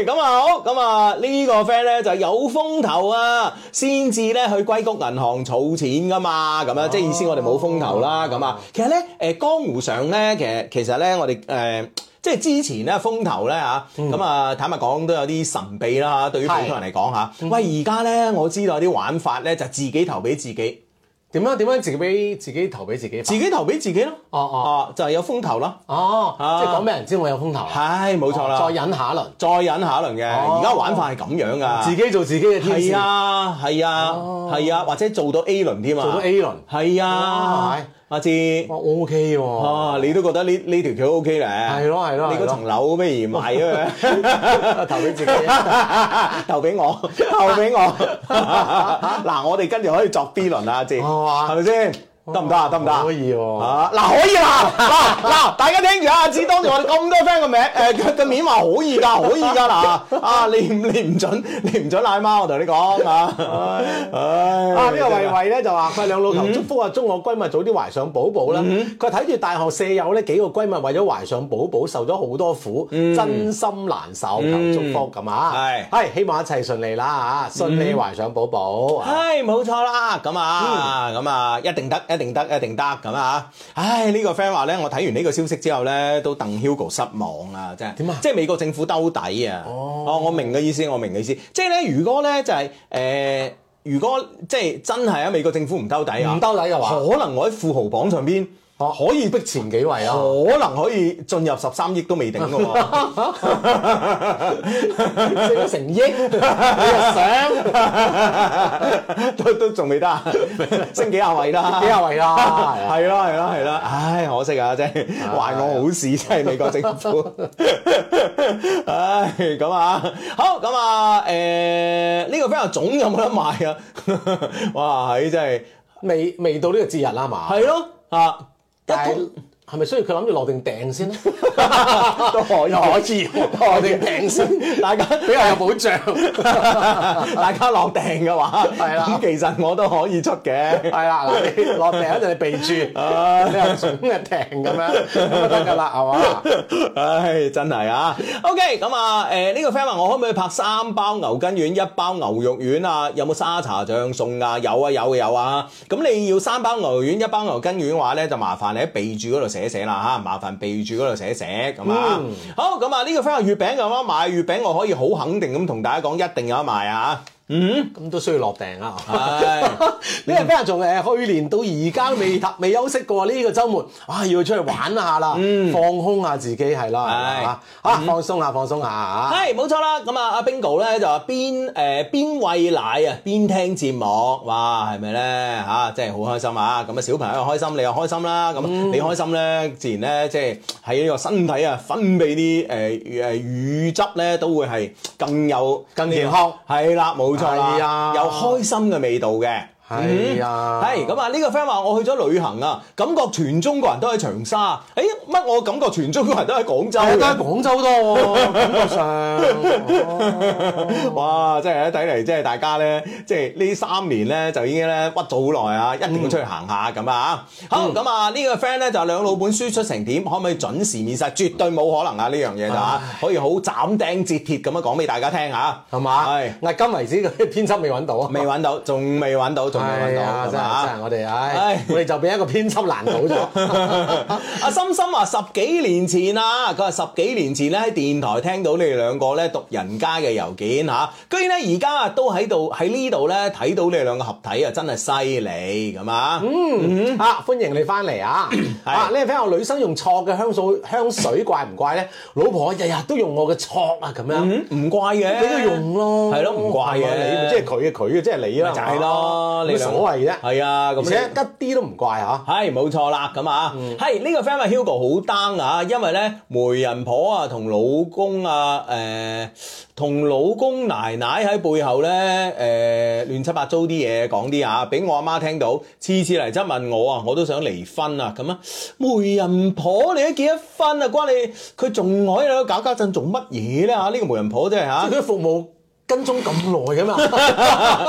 S3: [laughs] 係咁啊，好，咁啊，呢個 friend 咧就有風頭啊，先至咧去硅谷銀行儲錢㗎嘛，
S4: 哦
S3: 咁啊，即係意思我哋冇風頭啦，咁啊，其實咧，誒，江湖上咧，其實其實咧，我哋誒。即係之前咧風頭咧嚇，
S4: 嗯
S3: 咁啊坦白講都有啲神秘啦嚇，對於普通人嚟講嚇。
S4: 嗯
S3: 喂，而家咧我知道有啲玩法咧就自己投俾自己，
S4: 點啊樣點樣自己俾自己投俾自己發？
S3: 自己投俾自己咯。
S4: 哦哦
S3: 啊，就係有風頭咯。
S4: 哦，
S3: 啊
S4: 即係講俾人知我有風頭啦，
S3: 係冇錯啦。
S4: 再忍下一輪，
S3: 再忍下一輪嘅，
S4: 哦
S3: 而家玩法係咁樣噶。
S4: 自己做自己嘅天使
S3: 係，啊係啊係啊，或者做到 A 輪添啊。
S4: 做到 A 輪
S3: 係
S4: 哇
S3: 啊
S4: 係，
S3: 阿志。
S4: 哇哦 OK 喎，
S3: 啊！你都覺得呢呢條橋 O K 咧？
S4: 係咯係咯
S3: 你嗰
S4: 係咯
S3: 層樓不如賣咗佢，
S4: [laughs] 投俾自己
S3: [laughs] 投俾我， [laughs] 投俾我。嗱，我哋跟住可以作 B 輪啦，阿志，
S4: 係嘛
S3: 係咪先？得唔得啊？得唔得啊？
S4: 可以喎
S3: 啊嗱，可以啦，嗱嗱，大家聽住啊，阿志當住我哋咁多 friend 個名， [laughs] 誒佢個面話可以㗎，可以㗎嗱，啊你唔你唔準你唔準奶媽，我同你講啊，唉
S4: 啊！呢個慧慧咧就話：佢兩老
S3: 嗯
S4: 求祝福啊，祝我閨蜜早啲懷上寶寶啦。佢睇住大學舍友呢幾個閨蜜為咗懷上寶寶受咗好多苦，真心難受，求祝福咁啊！
S3: 嗯係嗯
S4: 係希望一切順利啦啊嚇，順利懷上寶寶。啊
S3: 唉，冇錯啦，咁啊，咁啊，一定得，一定得，一定得，咁啊，唉，呢、個 friend 話咧，我睇完呢個消息之後咧，都戥 Hugo 失望啊，真係
S4: 點啊
S3: 即係美國政府兜底啊！哦我明嘅意思，我明嘅意思，即係咧，如果咧就係、呃如果即係真係啊，美國政府唔兜底啊，
S4: 唔兜底嘅話
S3: 可能我喺富豪榜上邊。
S4: 哦
S3: 可以
S4: 逼前幾位啊！
S3: 可能可以進入十三億都未定嘅喎，
S4: 升咗成億，
S3: [laughs]
S4: 你
S3: 啊
S4: 又想
S3: 都 [laughs] 都仲未
S4: [laughs]
S3: 得啊，升幾廿位啦，
S4: 幾廿位啦係啊
S3: [laughs] 係啦係啦係啦，唉，可惜啊，真係壞我好事，真係美國政
S4: [laughs]
S3: 府，唉，咁啊，好咁啊，誒呢個 friend 話總有冇得賣啊？ [laughs] 哇，係真係
S4: 未未到呢個節日啦嘛？
S3: 係咯啊！
S4: 但係係咪需要佢諗住落定訂先咧？
S3: 都可以，可以，
S4: 落定訂先，
S3: 大家 [laughs]
S4: 比較有保障。
S3: 大家落訂嘅話，
S4: 係啦
S3: 咁其實我都可以出嘅。
S4: 係啦，嗱，你落訂嗰陣你備注，
S3: 啊
S4: 你又總嘅訂咁樣，咁就得㗎啦，係嘛？
S3: 唉，真係啊。OK，咁啊，誒、呢、個 friend 話我可唔可以拍三包牛筋丸、一包牛肉丸啊？有冇沙茶醬送啊？有啊，有啊，有啊。咁你要三包牛肉丸、一包牛筋丸嘅話咧，就麻煩你喺備註嗰度寫一寫啦嚇，麻煩備註嗰度寫一寫咁啊。好，咁啊，呢、個 friend 話月餅有得買，月餅我可以好肯定咁同大家講，一定有得賣啊。
S4: 咁都需要落訂啊！
S3: 唉。
S4: [laughs] 呢個 friend 仲誒呃去年到而家都未唞未休息過，呢、個週末啊要出去玩下啦，
S3: 嗯
S4: 放空下自己係啦，係嘛啊放鬆下放鬆下啊！
S3: 係冇錯啦，咁啊阿 Bingo 咧就話邊誒邊喂奶啊，邊聽節目，哇係咪咧嚇？真係好開心啊！咁啊小朋友又開心，你又開心啦，咁你開心咧，自然咧即係喺呢個身體啊分泌啲誒誒乳汁咧，都會係更有
S4: 更健康。
S3: 係啦，冇錯
S4: 係
S3: 啦
S4: 啊，
S3: 有開心嘅味道嘅。
S4: 係啊，
S3: 係咁啊！呢個 friend 話我去咗旅行啊，感覺全中國人都喺長沙。誒乜？我感覺全中國人都喺廣州
S4: 係啊，
S3: 嘅
S4: 都喺廣州多喎，感覺
S3: [laughs]
S4: 上。
S3: 哇！真係睇嚟，即係大家咧，即係呢三年咧就已經咧屈咗好耐啊，一定要出去行下咁啊！好
S4: 嗯
S3: 咁啊，呢個 friend 咧就兩老本書出成點，可唔可以準時面世？絕對冇可能啊！呢樣嘢就啊，可以好斬釘截鐵咁樣講俾大家聽嚇，
S4: 係
S3: [laughs]
S4: 嘛？
S3: 係
S4: 嗱，今為止佢編輯未揾到啊，
S3: 未揾到，仲未揾到，仲未揾
S4: 係啊，
S3: 到，
S4: 真
S3: 係嘛
S4: 係真係我哋
S3: 唉
S4: 唉，我哋就俾一個編輯難倒咗。
S3: [laughs] 阿心心話十幾年前啊，佢話十幾年前咧喺電台聽到你哋兩個咧讀人家嘅郵件嚇，居然咧而家都喺度喺呢度咧睇到你哋兩個合體啊，真係犀利咁啊！
S4: 啊，歡迎你翻嚟啊！啊，呢個 friend 話女生用錯嘅香水香水怪唔怪咧？老婆日日都用我嘅錯啊，咁樣
S3: 唔怪嘅，
S4: 俾佢用咯，
S3: 嗯係咯，唔怪
S4: 係咪
S3: 嘅，
S4: 你即係佢嘅佢嘅，即係你啦，
S3: 咪就係咯，
S4: 你
S3: 你
S4: 所謂啫，
S3: 係啊，
S4: 而
S3: 咁
S4: 且
S3: 你
S4: 一啲都唔怪啊嚇。
S3: 係冇錯啦，咁啊，
S4: 嗯
S3: 係呢、個 friend 話 Hugo 好 down 啊，因為咧媒人婆啊同老公啊誒同、老公奶奶喺背後咧誒、亂七八糟啲嘢講啲啊，俾我阿媽聽到，次次嚟質問我啊，我都想離婚啊，咁啊媒人婆你都結咗婚啊，關你佢仲可以喺度搞搞震做乜嘢咧嚇？呢、個媒人婆真係嚇
S4: 即，係佢服務跟蹤咁啊耐
S3: [laughs]
S4: 㗎 [laughs] 嘛，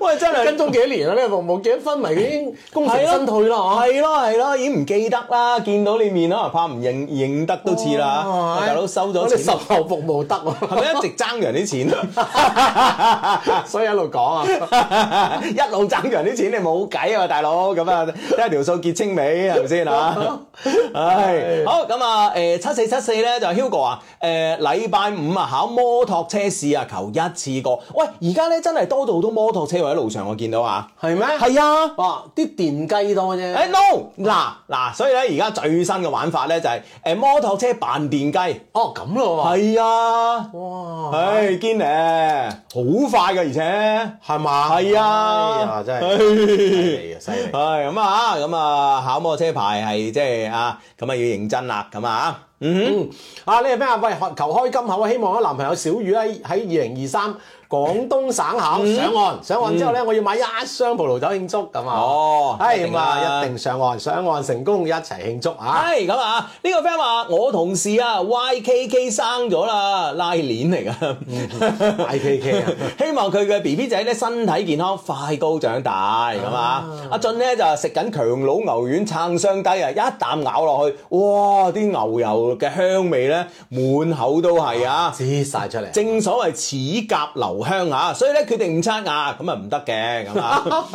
S3: 喂真係
S4: 跟蹤幾年啦？啊呢個服務結咗婚咪已經功成身退啦啊嚇。
S3: 係咯係咯，已經唔記得啦，見到你面可能怕唔認認得都似啦。
S4: 哇
S3: 喂啊大佬收咗
S4: 啊哦哎我哋
S3: 錢，
S4: 售後服務得喎，
S3: 係咪一直爭人啲錢？
S4: [laughs] 所以一路講啊。
S3: [laughs] 一路爭人啲錢，你冇計啊，大佬咁啊，睇下條數結清未係咪先 [laughs] 啊？唉，好咁啊，誒七四七四咧就 Hugo 啊，誒禮拜五啊考摩托車試啊，求一次過。喂，而家咧真係多到好多摩托車位喺路上，我見到啊。
S4: 係咩？
S3: 係啊。
S4: 哇！啲電雞多啫。
S3: [laughs] 誒 no 嗱嗱，所以咧而家最新嘅玩法咧就係誒摩托車扮電雞，
S4: 哦，咁咯喎。
S3: 係啊，
S4: 哇！
S3: 唉堅咧，好快嘅而且。
S4: 係嘛？
S3: 係啊
S4: 哎呀，真係犀利啊，犀利！
S3: [laughs] 唉，咁啊，咁啊，考摩托車牌係即係啊，咁啊要認真啦，咁啊，嗯，
S4: 啊嗯，啊，你係咩啊？喂，求開金口啊！希望我男朋友小雨喺喺二零二三廣東省考
S3: 嗯
S4: 上岸，上岸之後咧，我要買一箱葡萄酒慶祝咁啊！
S3: 哦
S4: 係
S3: 一定
S4: 咁啊，
S3: 啦
S4: 一定上岸，上岸成功一齊慶祝啊！
S3: 系咁啊！呢、個 friend 話我同事啊 YKK 生咗啦，拉鏈嚟噶。
S4: 嗯 IKK 啊！
S3: [laughs] 希望佢嘅 B B 仔咧身體健康，快高長大咁啊！阿俊咧就食緊強佬牛丸撐雙低啊，一啖咬落去，哇！啲牛油嘅香味咧滿口都係啊！
S4: 擠晒出嚟，
S3: 正所謂齒甲留香啊，所以咧決定唔刷牙咁啊唔得嘅咁啊。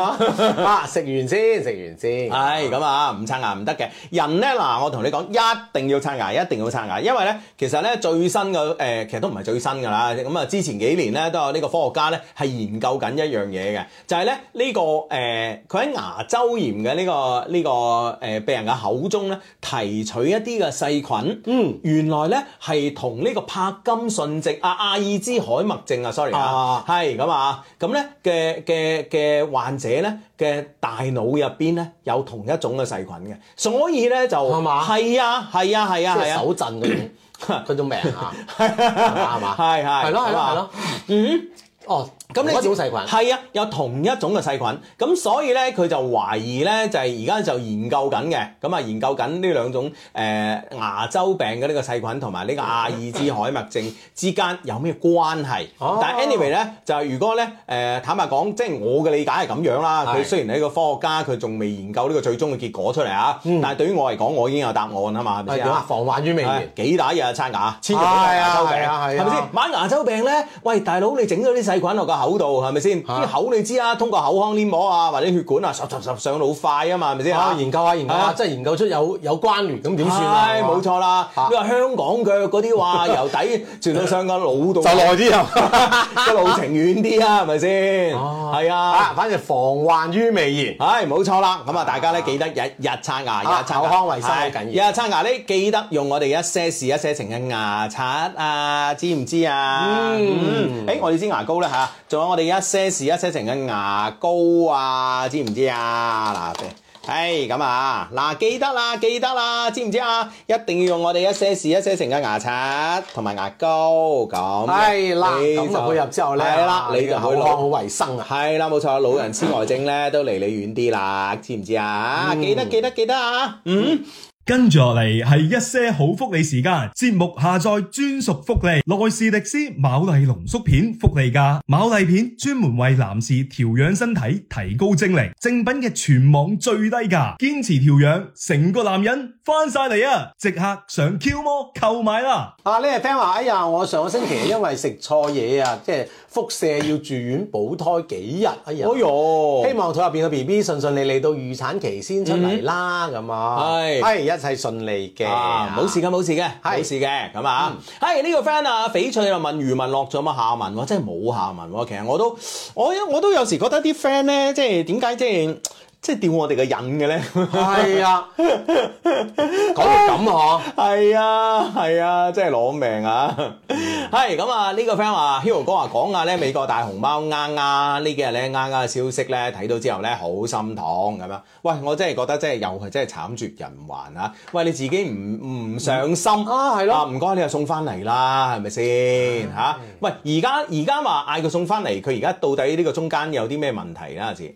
S4: [laughs] 啊食完先，食完先，
S3: 係咁啊，唔刷牙唔得嘅。人咧嗱，我同你講，一定要刷牙，一定要刷牙，因為咧，其實咧最新嘅誒、呃其實都唔係最新㗎啦。咁啊，之前幾年咧都有呢個科學家咧係研究緊一樣嘢嘅，就係咧呢個誒，呃佢、喺牙周炎嘅呢、個呢、個誒、呃病人嘅口中咧提取一啲嘅細菌，嗯，原來咧係同呢個帕金遜症啊、阿爾茲海默症啊，sorry 啊
S4: 啊。
S3: 係咁啊，咁咧嘅嘅嘅患者咧嘅大腦入邊咧有同一種嘅細菌嘅，所以咧就
S4: 係嘛
S3: 係啊係啊係
S4: 即
S3: 啊係
S4: 係
S3: 啊，
S4: 手震嗰種
S3: [coughs]
S4: 嗰種病啊，係嘛？
S3: 係係
S4: 係咯係
S3: 咁
S4: 咯
S3: 啊
S4: 係咯，嗯，哦，
S3: 咁你
S4: 嗰種
S3: 知
S4: 細菌。
S3: 係啊，有同一種嘅細菌，咁所以咧佢就懷疑咧就係而家就研究緊嘅，咁啊研究緊呢兩種誒、呃牙周病嘅呢個細菌同埋呢個阿爾茲海默症之間有咩關係？
S4: 哦
S3: 但係 anyway 咧，就係如果咧誒、呃坦白講，即係我嘅理解係咁樣啦。佢
S4: 係
S3: 雖然係一個科學家，佢仲未研究呢個最終嘅結果出嚟啊，但係對於我嚟講，我已經有答案啊嘛，係咪
S4: 嗯係
S3: 先
S4: 點啊
S3: 啊？？
S4: 防患於未然
S3: 係。幾打嘢啊，刷牙，千祈唔好有
S4: 係啊
S3: 牙周病，
S4: 係啊係啊
S3: 咪先？買牙周病咧，喂，大佬你整咗啲細菌落個口度，係咪先？
S4: 啊
S3: 啲口你知啊，通過口腔黏膜啊，或者血管啊，十十十上到好快啊嘛，係咪先？
S4: 啊，研究下研究
S3: 係
S4: 下，
S3: 啊
S4: 即係研究出有有關聯，咁點算啊？
S3: 唉冇錯啦。
S4: 啊
S3: 你話香港腳嗰啲話由底 [laughs] 傳到上個腦度，
S4: 啲啊！
S3: [laughs] 個路程遠啲啊，係咪先？
S4: 哦
S3: 係啊
S4: 啊，。反正防患於未然。
S3: 唉，冇錯啦，咁啊，大家咧記得日日刷牙，日
S4: 啊
S3: 刷牙
S4: 口腔衞生好緊要
S3: 係日刷牙咧記得用我哋一些事一些情嘅牙刷啊，知唔知啊？嗯，誒，我哋支牙膏咧嚇，仲有我哋一些事一些情嘅牙膏啊，知唔知啊？嗱。唉，咁啊，嗱，記得啦，記得啦，知唔知啊？一定要用我哋一些事一些情嘅牙刷同埋牙膏咁。
S4: 係啦，
S3: 你就
S4: 咁啊配合之後咧，
S3: 係啦，你就
S4: 口
S3: 會
S4: 腔
S3: 老
S4: 好衞生啊！
S3: 係啦，冇錯，老人痴呆症咧都離你遠啲啦，知唔知啊？記得記得記得啊！嗯，
S6: 跟住落嚟係一些好福利時間，節目下載專屬福利，內士迪斯牡蛎濃縮片福利價，牡蛎片專門為男士調養身體，提高精力，正品嘅全網最低價，堅持調養，成個男人翻晒嚟啊！即刻上 Q 魔購買啦！
S4: 啊，呢個 friend 話：哎呀，我上個星期因為食錯嘢啊，即係輻射要住院補胎幾日，哎呀！
S3: 喲
S4: 希望肚入邊嘅 B B 順順利利到預產期先出嚟啦，咁啊，
S3: 係
S4: 係一切順利嘅，
S3: 啊，冇事嘅，冇事嘅，
S4: 係
S3: 冇事嘅，咁啊，係呢個 friend 啊，翡翠又問余文樂仲有冇下文喎，真係冇下文喎。其實我都我我都有時覺得啲 friend 咧，即係點解即係即係吊我哋嘅癮嘅咧？
S4: 係啊， [laughs] 講到咁啊，
S3: 係啊，係啊，真係攞命啊！
S4: 嗯
S3: 係咁啊，呢個 friend 話，Hero 哥話講啊下咧，美國大熊貓啱啱呢幾日咧啱啱嘅消息咧，睇到之後咧好心痛咁樣。喂，我真係覺得真係又係真係慘絕人寰啊！喂，你自己唔唔上心
S4: 啊係咯嗯
S3: 唔該你又送翻嚟啦，係咪先嚇？喂，而家而家話嗌佢送翻嚟，佢而家到底呢個中間有啲咩問題啊啦？阿志？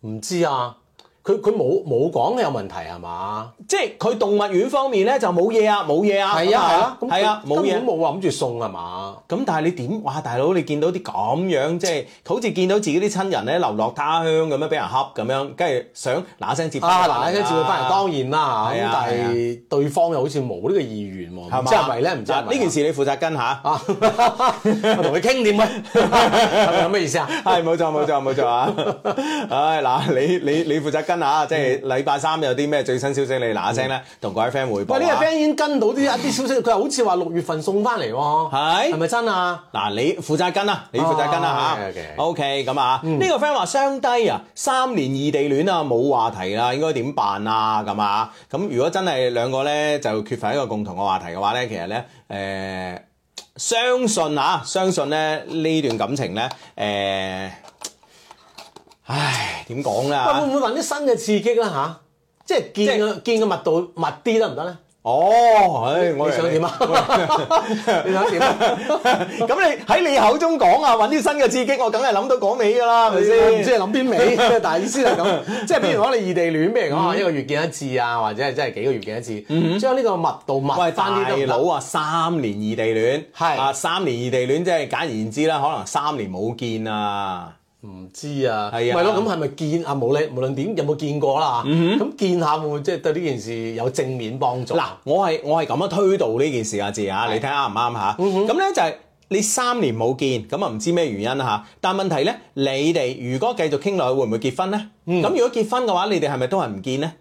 S4: 唔知啊，佢佢冇冇講有問題係嘛？
S3: 即係佢動物園方面咧就冇嘢啊，冇嘢啊，
S4: 係啊係啊，咁
S3: 係啊，
S4: 佢
S3: 冇嘢
S4: 根。本冇話諗住送係嘛？
S3: 咁但係你點哇，大佬你見到啲咁樣，即係好似見到自己啲親人咧流落他鄉咁樣，俾人恰咁樣，跟住想嗱聲接
S4: 啊
S3: 返
S4: 嗱，你一接佢翻嚟當然啦，
S3: 係
S4: 咁
S3: 啊
S4: 但
S3: 係
S4: 係對方又好似冇呢個意願喎，
S3: 係
S4: 唔
S3: 嘛
S4: 知係咪咧？唔知係
S3: 嗱
S4: 咪
S3: 呢件事你負責跟下。
S4: 啊，我同佢傾點啊？係咪有咩意思啊？
S3: [laughs] 係冇錯冇錯冇錯啊！唉嗱，你你你負責跟下，即係
S4: 嗯
S3: 禮拜三有啲咩最新消息，你嗱聲咧同各位 friend 匯報
S4: 喂，
S3: 啊。
S4: 呢個 friend 已經跟到啲一啲消息，佢好似話六月份送翻嚟喎，
S3: 係
S4: 係咪真啊？
S3: 嗱，你負責跟啦，你負責跟啦
S4: 啊
S3: 嚇
S4: ，OK，OK。嗯
S3: OK，咁啊，呢個 friend 話雙低啊，三年異地戀啊，冇話題啦，應該點辦啊？咁啊，咁如果真係兩個咧就缺乏一個共同嘅話題嘅話咧，其實咧誒。相信啊，相信咧呢段感情咧，誒、唉，點講咧
S4: 喂，會唔會揾啲新嘅刺激啦吓，即係見嘅見嘅密度密啲得唔得咧？
S3: 哦，唉，我
S4: 你想 [laughs] 點啊？你想點啊？
S3: [laughs] 咁你喺你口中講啊，揾啲新嘅刺激，我梗係諗到講尾㗎啦，係咪
S4: 我唔
S3: 先
S4: 知？啊係諗邊尾，即係但係意思係咁，即係譬如講你異地戀，譬如講一個月見一次啊，或者係真係幾個月見一次，將呢個密度密
S3: 喂，
S4: 翻
S3: 大
S4: 啲得唔得
S3: 佬啊，三年異地戀，
S4: 係
S3: 啊，三年異地戀，即係簡而言之啦，可能三年冇見啊。
S4: 唔知啊，
S3: 係啊
S4: 咪咯，咁係咪見啊？無論無論點有冇見過啦嚇，咁見下會唔會即係對呢件事有正面幫助？
S3: 嗯嗱，我係我係咁樣推導呢件事啊，字啊，你睇下啱唔啱嚇？
S4: 嗯
S3: 咁咧就係你三年冇見，咁啊唔知咩原因啦嚇。但問題咧，你哋如果繼續傾落去，會唔會結婚咧？
S4: 嗯
S3: 咁如果結婚嘅話，你哋係咪都係唔見咧？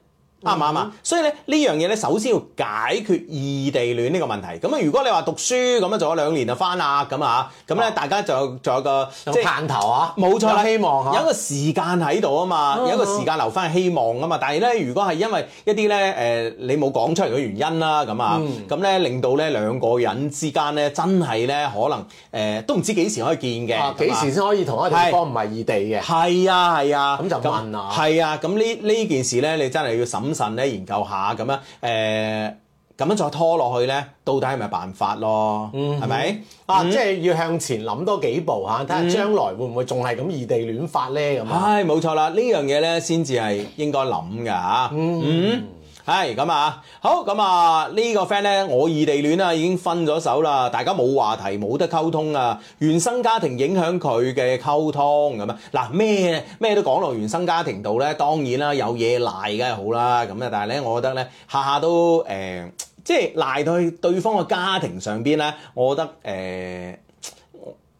S3: 啱唔啱啊？所以咧呢樣嘢咧，首先要解決異地戀呢個問題。咁啊，如果你話讀書咁啊，仲有兩年就翻啦，咁啊，咁咧大家就有仲有個
S4: 哦有
S3: 即係
S4: 盼頭啊，
S3: 冇錯啦，
S4: 有希望
S3: 有一
S4: 嚇，嗯
S3: 個時間喺度啊嘛，有一個時間留翻係希望啊嘛。但係咧，如果係因為一啲咧誒你冇講出嚟嘅原因啦，咁啊，
S4: 嗯
S3: 咁咧令到咧兩個人之間咧真係咧可能誒、呃都唔知幾時可以見嘅，
S4: 啊幾
S3: 咁啊
S4: 時先可以同一個地方唔係異地嘅？
S3: 係啊係啊，
S4: 咁就問啦
S3: 係啊，咁呢呢件事咧，你真係要審慎咧研究下咁樣誒。呃咁樣再拖落去咧，到底係咪辦法咯？係咪、
S4: 啊，即係要向前諗多幾步嚇，睇
S3: 嗯
S4: 下將來會唔會仲係咁異地戀法咧咁啊？
S3: 唉，冇錯啦，呢樣嘢咧先至係應該諗㗎嚇。嗯。係咁啊，好咁啊，呢個 friend 咧，我異地戀啊，已經分咗手啦，大家冇話題，冇得溝通啊，原生家庭影響佢嘅溝通咁啊，嗱咩咩都講落原生家庭度咧，當然啦，有嘢賴梗係好啦，咁啊，但係咧，我覺得咧，下下都誒、呃即係賴到去對方嘅家庭上邊咧，我覺得誒。呃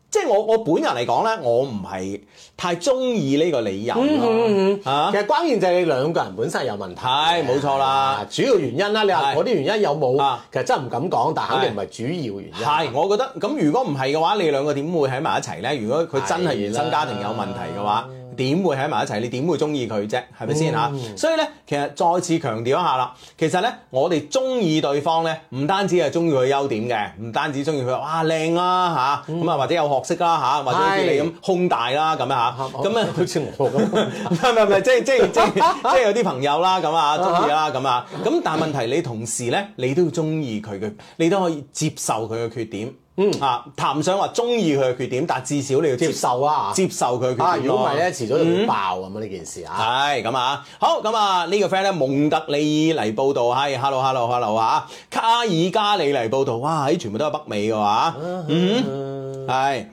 S3: 即係我我本人嚟講咧，我唔係太中意呢個理由
S4: 嗯
S3: 咯嗯嚇
S4: 其。實關鍵就係你兩個人本身係有問題，
S3: 係冇錯啦
S4: 啊。主要原因啦，你話
S3: 係
S4: 嗰啲原因有冇
S3: 啊？
S4: 其實真係唔敢講，但肯定唔係主要原因。
S3: 係，我覺得咁如果唔係嘅話，你兩個點會喺埋一齊呢？如果佢真係原生家庭有問題嘅話，點會喺埋一齊？你點會中意佢啫？係咪先嚇？
S4: 嗯
S3: 所以呢，其實再次強調一下啦，其實呢，我哋中意對方呢，唔單止係中意佢優點嘅，唔單止中意佢哇靚啦嚇，
S4: 嗯
S3: 咁啊或者有學識啦嚇，或者好似你咁胸大啦咁啊
S4: 啊
S3: 嚇，咁啊。
S4: 好似我
S3: [laughs]
S4: 咁。
S3: 唔係唔係唔係，即係即係即係 [laughs] 即係有啲朋友啦咁啊，中意啦咁啊，咁但係問題你同時咧，你都要中意佢嘅，你都可以接受佢嘅缺點。嗯啊，談唔上話中意佢嘅缺點，但至少你要
S4: 接
S3: 接
S4: 受啊！
S3: 接受佢嘅缺點咯嗯
S4: 啊，如果唔係咧，遲早就會爆咁啊！呢件事啊，
S3: 係咁啊，好咁啊，呢、個 friend 咧蒙特利爾嚟報道，係 hello hello hello 啊，卡爾加里嚟報道，哇，咦全部都係北美嘅話，嗯，係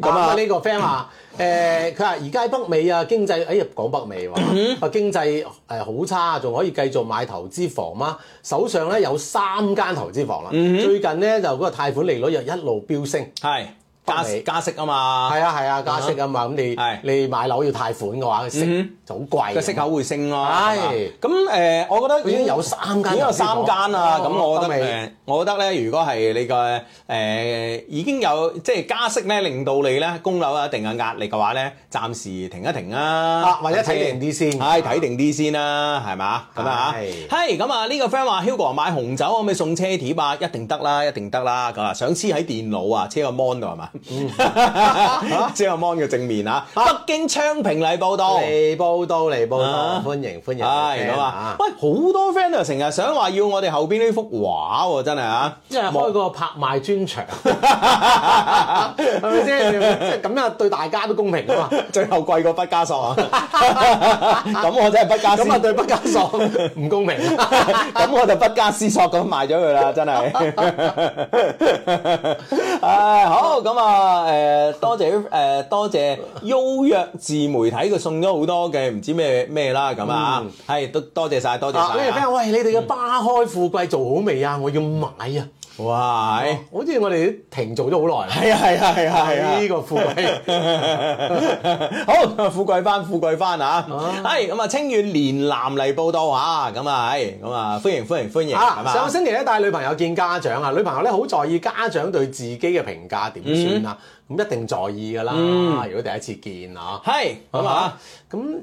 S3: 咁
S4: 啊咁啊
S3: 啊，
S4: 呢個 friend 話誒，佢話而家喺北美啊，經濟哎呀講北美喎，話經濟誒好差，仲可以繼續買投資房嗎？手上咧有三間投資房啦，最近咧就嗰個貸款利率又一路飆升，
S3: 係加
S4: 北美
S3: 加息啊嘛，
S4: 係啊係啊，加息啊嘛，
S3: 係
S4: 咁你你買樓要貸款嘅話，嗯息就好貴，
S3: 個息口會升咯。
S4: 係
S3: 係嘛咁誒，我覺得
S4: 佢已經有三間
S3: 已經有三間啦。
S4: 哦
S3: 咁我覺
S4: 北
S3: 得
S4: 美
S3: 誒，我覺得咧，如果係你個誒已經有即係加息咧，令到你咧供樓啊有一定嘅壓力嘅話咧，暫時停一停啊，
S4: 啊或者睇定啲先
S3: 係睇定啲先啦，係嘛？咁啊
S4: 係
S3: 嚇，係咁啊！呢個 friend 話 Hugo 買紅酒可唔可以送車貼啊？一定得啦，一定得啦。咁啊，想黐喺電腦啊，黐個 mon 度係嘛？
S4: 嗯
S3: [laughs] 黐個 mon 嘅正面啊！北京昌平嚟報道。
S4: 嚟報道嚟報道
S3: 啊，
S4: 歡迎歡迎，
S3: 係咁啊！喂，好多 friend 啊，成日想話要我哋後邊呢幅畫喎，真係
S4: [laughs]
S3: 啊！
S4: 即係開個拍賣專 [laughs] 場，
S3: 係
S4: 係咪先？即係咁樣對大家都公平啊嘛。
S3: 最後貴過畢加索
S4: [laughs]
S3: 啊！咁我真係畢加斯
S4: 咁啊對畢加索唔公平，
S3: [laughs]
S4: 啊
S3: 咁我就不加思索咁賣咗佢啦，真係。 [laughs] 唉，好咁啊，誒、多謝誒、多謝優約自媒體佢送咗好多嘅唔知咩咩啦，咁啊，係都多謝晒，多謝
S4: 嗯啊！呢個
S3: 晒
S4: friend
S3: 啊。
S4: 喂，你哋嘅巴開富貴做好未啊？我要買啊！
S3: 哇，係
S4: 好似我哋停做咗好耐啦。
S3: 係啊係啊係啊係啊！
S4: 呢個
S3: [laughs]
S4: 富貴
S3: 好，富貴翻，富貴翻啊！係咁啊，清遠連南嚟報道啊，咁啊，係咁啊，歡迎歡迎歡迎，
S4: 啊！
S3: 咁啊
S4: 上個星期咧帶女朋友見家長啊，女朋友咧好在意家長對自己嘅評價點算啊，
S3: 嗯
S4: 咁一定在意㗎啦。如果第一次見啊，
S3: 係咁
S4: 咁
S3: 啊
S4: 啊，，咁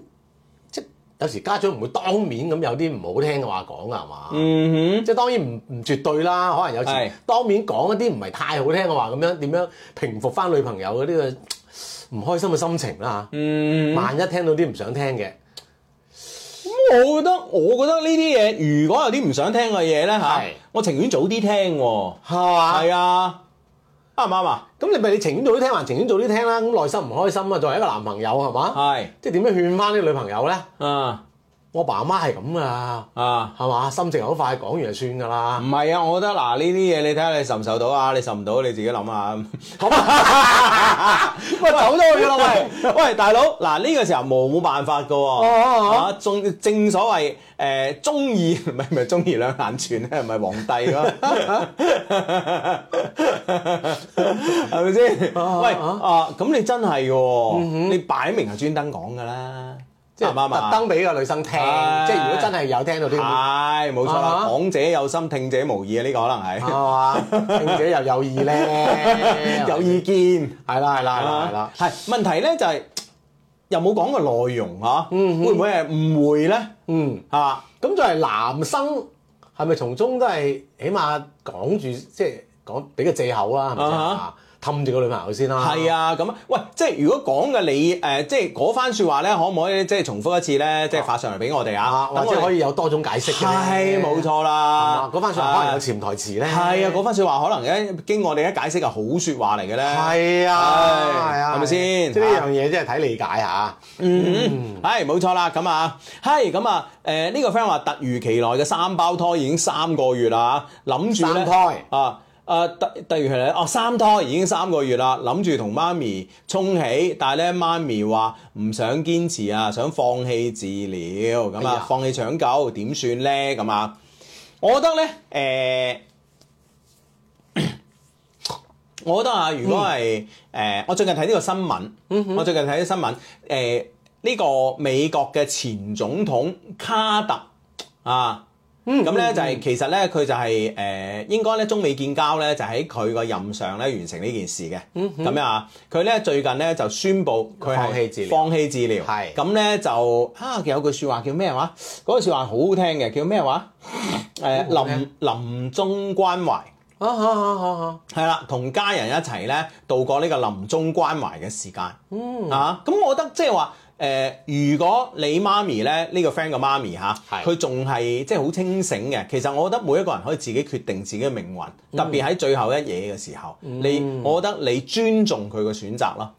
S4: 即係有時家長唔會當面咁有啲唔好聽嘅話講㗎啊係嘛？
S3: 嗯
S4: 即係當然唔唔絕對啦，可能有
S3: 係
S4: 時當面講一啲唔係太好聽嘅話，咁樣點樣平復翻女朋友嘅呢個唔開心嘅心情啦嚇。
S3: 哼，嗯，
S4: 萬一聽到啲唔想聽嘅，
S3: 我覺得我覺得呢啲嘢，如果有啲唔想聽嘅嘢咧嚇
S4: 係，
S3: 我情願早啲聽喎。
S4: 係嘛？
S3: 係啊，啱唔啱啊？
S4: 咁你咪你情願早啲聽，還情願早啲聽啦。咁內心唔開心啊，作為一個男朋友係嘛？
S3: 係
S4: 即係點樣勸翻啲女朋友咧？
S3: 啊
S4: 我爸媽係咁噶，
S3: 啊！
S4: 係嘛？心情好快，講完就算㗎啦
S3: 唔。係啊，我覺得嗱呢啲嘢，你睇下你受唔受到啊？你受唔到你自己諗下。
S4: [laughs]
S3: [laughs]
S4: 好啊喂，走咗去啦喂！
S3: 喂喂，大佬，嗱呢個時候冇冇辦法噶喎，
S4: 哦
S3: 啊正正所謂誒中意，唔係唔係中意兩眼全咧，唔係皇帝
S4: [laughs]
S3: 咯，係咪先？喂啊，咁你真係嘅喎，你擺明係專登講㗎啦，
S4: 嗯即係
S3: 啱唔啱啊
S4: 特登俾個女生聽，即
S3: 係
S4: 係如果真係有聽到啲咁
S3: 係冇錯啦
S4: 啊，
S3: 講者有心，聽者無意啊！呢個可能係，
S4: 係嘛， [laughs] 聽者又 [laughs] 有意
S3: [laughs]
S4: 咧
S3: 有意見。
S4: 係啦係啦係啦係
S3: 啦
S4: 啦，，
S3: 係問題咧就係又冇講個內容嚇，會唔會係誤會啊咧？
S4: 嗯，
S3: 嚇，
S4: 咁作為男生係咪從中都係起碼講住即係講俾個藉口啦，係咪先
S3: 啊
S4: 啊？氹住個女朋友先啦，
S3: 係啊，咁啊喂，即係如果講嘅你誒，即係嗰番説話咧，可唔可以即係重複一次咧？即係發上嚟俾我哋
S4: 啊，
S3: 啊，
S4: 或者可
S3: 以
S4: 以有多種解釋嘅
S3: 係
S4: 咧，
S3: 冇錯
S4: 係
S3: 啦啊
S4: 嘛，，嗰番説話可能有潛台詞咧，
S3: 係啊，嗰番説話可能咧經我哋一解釋係好説話嚟嘅咧，
S4: 係啊，
S3: 係
S4: 係啊，
S3: 係咪先
S4: 即係呢樣嘢真係睇理解啊嚇，
S3: 嗯，係冇錯啦，咁啊，係咁啊，誒呢個 friend 話突如其來嘅三胞胎已經三個月啦，諗住咧
S4: 三胎
S3: 啊。啊！突突如其來哦，三胎已經三個月啦，諗住同媽咪沖起，但係咧媽咪話唔想堅持啊，想放棄治療咁
S4: 哎
S3: 啊
S4: 呀，
S3: 放棄搶救點算咧咁啊？我覺得咧，誒、我覺得啊，如果係誒、
S4: 嗯
S3: 我最近睇呢個新聞，我最近睇啲新聞，誒、呢、個美國嘅前總統卡特啊。
S4: 嗯
S3: 咁咧就係、其實咧，佢就係、呃應該咧中美建交咧，就喺佢個任上咧完成呢件事嘅。咁、樣啊，佢咧最近咧就宣布佢係
S4: 嗯放棄治療
S3: 放棄治療。
S4: 係
S3: 咁咧就啊，有句説話叫咩話？嗰句説話好好聽嘅，叫咩話？誒、臨臨終關懷。
S4: 啊啊啊啊啊！
S3: 係啦，同家人一齊咧度過呢個臨終關懷嘅時間。嗯啊，咁我覺得即係話誒，如果你媽咪咧呢、個 friend 嘅媽咪嚇，
S4: 係
S3: 佢仲係即係好清醒嘅。其實我覺得每一個人可以自己決定自己嘅命運，
S4: 嗯
S3: 特別喺最後一嘢嘅時候，你我覺得你尊重佢嘅選擇咯。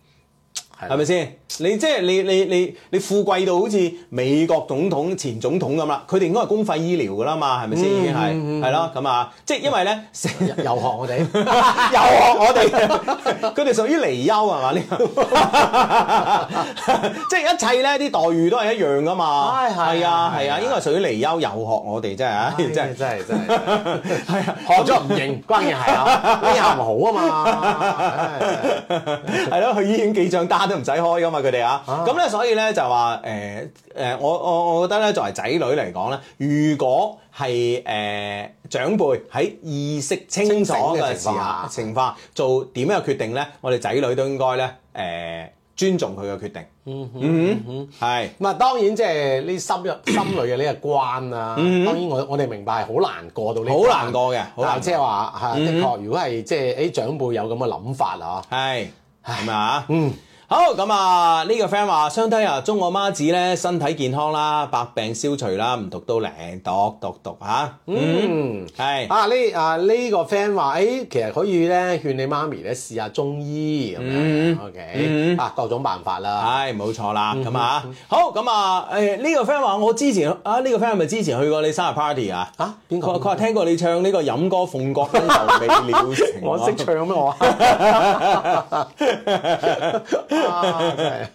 S4: 係
S3: 係咪先？你即係你你你你富貴到好似美國總統前總統咁啦，佢哋應該係公費醫療噶啦嘛，係咪先？已經
S4: 嗯
S3: 係係咯咁啊！即係因為咧，成
S4: 又學我哋，
S3: 又學我哋，佢哋屬 [laughs] 於離休係嘛？呢個 [laughs] 即係一切咧，啲待遇都係一樣噶嘛。
S4: 係係
S3: 係啊係
S4: 係
S3: 啊，
S4: 啊
S3: 應該係屬於離休又學我哋真 [laughs] 係啊，
S4: [laughs]
S3: 真係
S4: 真係真係
S3: 係啊，
S4: 學咗唔認，關鍵係啊，呢下唔好
S3: [laughs]
S4: 啊嘛，
S3: 係咯，去醫院記帳單都唔使開噶嘛，佢哋啊，咁咧所以咧就話誒誒，我我我覺得咧作為仔女嚟講咧，如果係誒、呃、長輩喺意識清楚嘅
S4: 清
S3: 時
S4: 醒嘅情
S3: 候
S4: 況下
S3: 情況下做點樣嘅決定咧，我哋仔女都應該咧誒、呃尊重佢嘅決定。嗯嗯，係
S4: 咁啊當然即係
S3: [coughs]
S4: 呢心入心裏嘅呢個關啦，當然我我哋明白係好難過到呢，
S3: 嗯好難，過嘅，好
S4: 好難
S3: 難
S4: 即
S3: 過嗯
S4: 係話係的確，如果係即係誒長輩有咁嘅諗法啊，
S3: 係咁啊，嗯。好咁啊！呢、個 friend 話：相低啊，祝我媽子咧身體健康啦，百病消除啦，唔讀到零，讀讀讀嚇。
S4: 嗯。
S3: 係
S4: 啊呢啊呢個 friend 話，誒其實可以咧勸你媽咪咧試下中醫咁
S3: 嗯
S4: 樣，OK 啊各種辦法啦，
S3: 係冇錯啦，
S4: 嗯
S3: 咁啊好咁啊誒呢個 friend 話我之前啊呢個 friend 係咪之前去過你生日 party 啊？
S4: 啊邊個，
S3: 佢佢話聽過你唱呢個飲歌鳳閣恩仇未了情
S4: [laughs]
S3: 啊
S4: 唱咩我？啊真係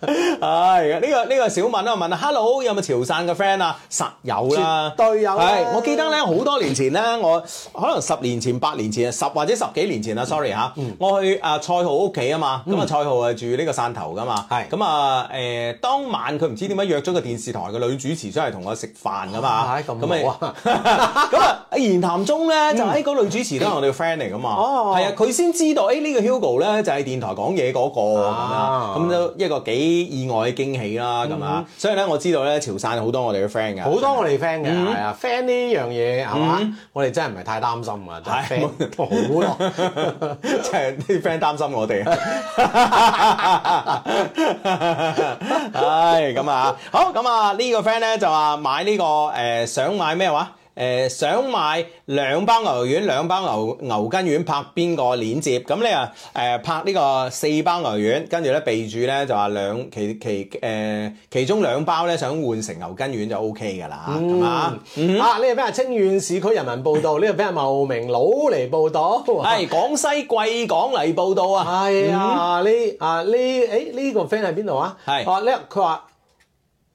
S3: 唉，呢、個呢、個小敏啊問啊，hello 有冇潮汕嘅 friend 啊？實有啦，
S4: 絕對有啦啊
S3: 係，我記得咧好多年前咧，我可能十年前、八年前、十或者十幾年前啊，sorry 嚇，
S4: 嗯
S3: 我去啊蔡浩屋企啊嘛，咁啊蔡浩係住呢個汕頭噶嘛，
S4: 係
S3: 咁啊誒，當晚佢唔知點解約咗個電視台嘅女主持出嚟同我食飯噶嘛，
S4: 唉咁好啊
S3: 咁啊，言談中咧就誒嗰女主持都係我哋嘅 friend 嚟噶嘛，
S4: 嗯哦
S3: 哎係啊，佢先知道誒呢個 Hugo 咧就係電台講嘢嗰個咁樣
S4: 啊嗯
S3: 咁都一個幾意外嘅驚喜啦，咁啊，所以咧我知道咧潮汕好多我哋嘅 friend 㗎，
S4: [laughs] 好多我哋 friend 嘅，
S3: 嗯
S4: 係啊，friend 呢樣嘢係嘛，我哋真係唔係太擔心㗎，真係
S3: 係 [laughs]
S4: friend 好咯。
S3: 即係啲 friend 擔心我哋，唉咁啊，好咁啊，呢個 friend 咧就話買呢、個誒、呃想買咩話？誒、想買兩包牛肉丸、兩包牛牛筋丸，拍邊個鏈接？咁你啊誒拍呢個四包牛肉丸，跟住咧備註咧就話兩其其誒、呃其中兩包咧想換成牛筋丸就 O K 㗎啦，
S4: 嗯
S3: 咁啊、
S4: 啊，呢個俾人清遠市區人民報道，呢個俾人茂名佬嚟報道。
S3: 係廣西貴港嚟報道啊！
S4: 係啊，呢啊呢誒呢個 friend 喺邊度啊？
S3: 係
S4: 啊呢佢話。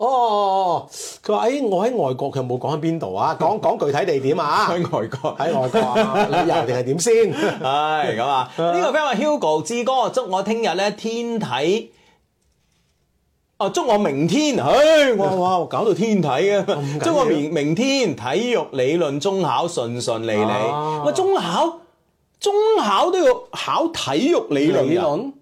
S4: 哦，佢話：，誒，我喺外國，佢冇講喺邊度 [laughs] 啊？講講具體地點 [laughs] 啊？
S3: 喺外國
S4: 喺外國啊，旅遊定係點先？
S3: 唉，咁
S4: [laughs]
S3: 啊，呢個 friend 話 Hugo 志哥，祝我聽日咧天體。哦，祝我明天，唉，哇哇，搞到天體
S4: [laughs]
S3: 啊！祝我明明天體育理論中考順順利利。
S4: 啊
S3: 喂，中考中考都要考體育理論
S4: [laughs] 理
S3: 㗎。
S4: 論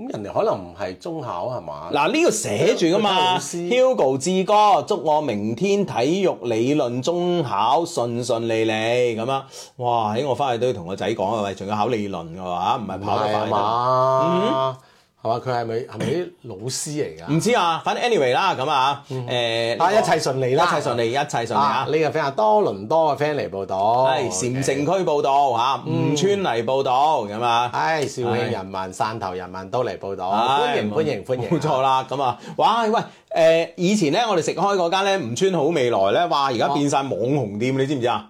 S4: 咁人哋可能唔係中考係嘛？
S3: 嗱呢個寫住噶嘛
S4: 老師
S3: ，Hugo 志哥，祝我明天體育理論中考順順利利咁啊！哇，喺我翻去都要同個仔講啊，喂，仲要考理論嘅話，唔係
S4: 唔
S3: 跑得
S4: 係啊
S3: 快啫。
S4: 嘛？係嘛？佢係咪係咪啲老師嚟㗎？
S3: 唔知啊，反正 anyway 啦，咁啊，誒，
S4: 啊，一切順利
S3: 一
S4: 啦！
S3: 切順利，一切順利
S4: 啊
S3: 啊！！
S4: 呢個 friend 啊，多倫多嘅 friend 嚟報道，
S3: 係禪城區報道嚇，吳川嚟報道咁啊。
S4: 嗯唉，肇慶人民、汕頭人民都嚟報道，
S3: 唉
S4: 歡迎歡迎歡迎，
S3: 冇錯啦，咁啊，哇喂，誒、以前咧我哋食開嗰間咧吳川好未來咧，哇而家變晒網紅店，你知唔知啊？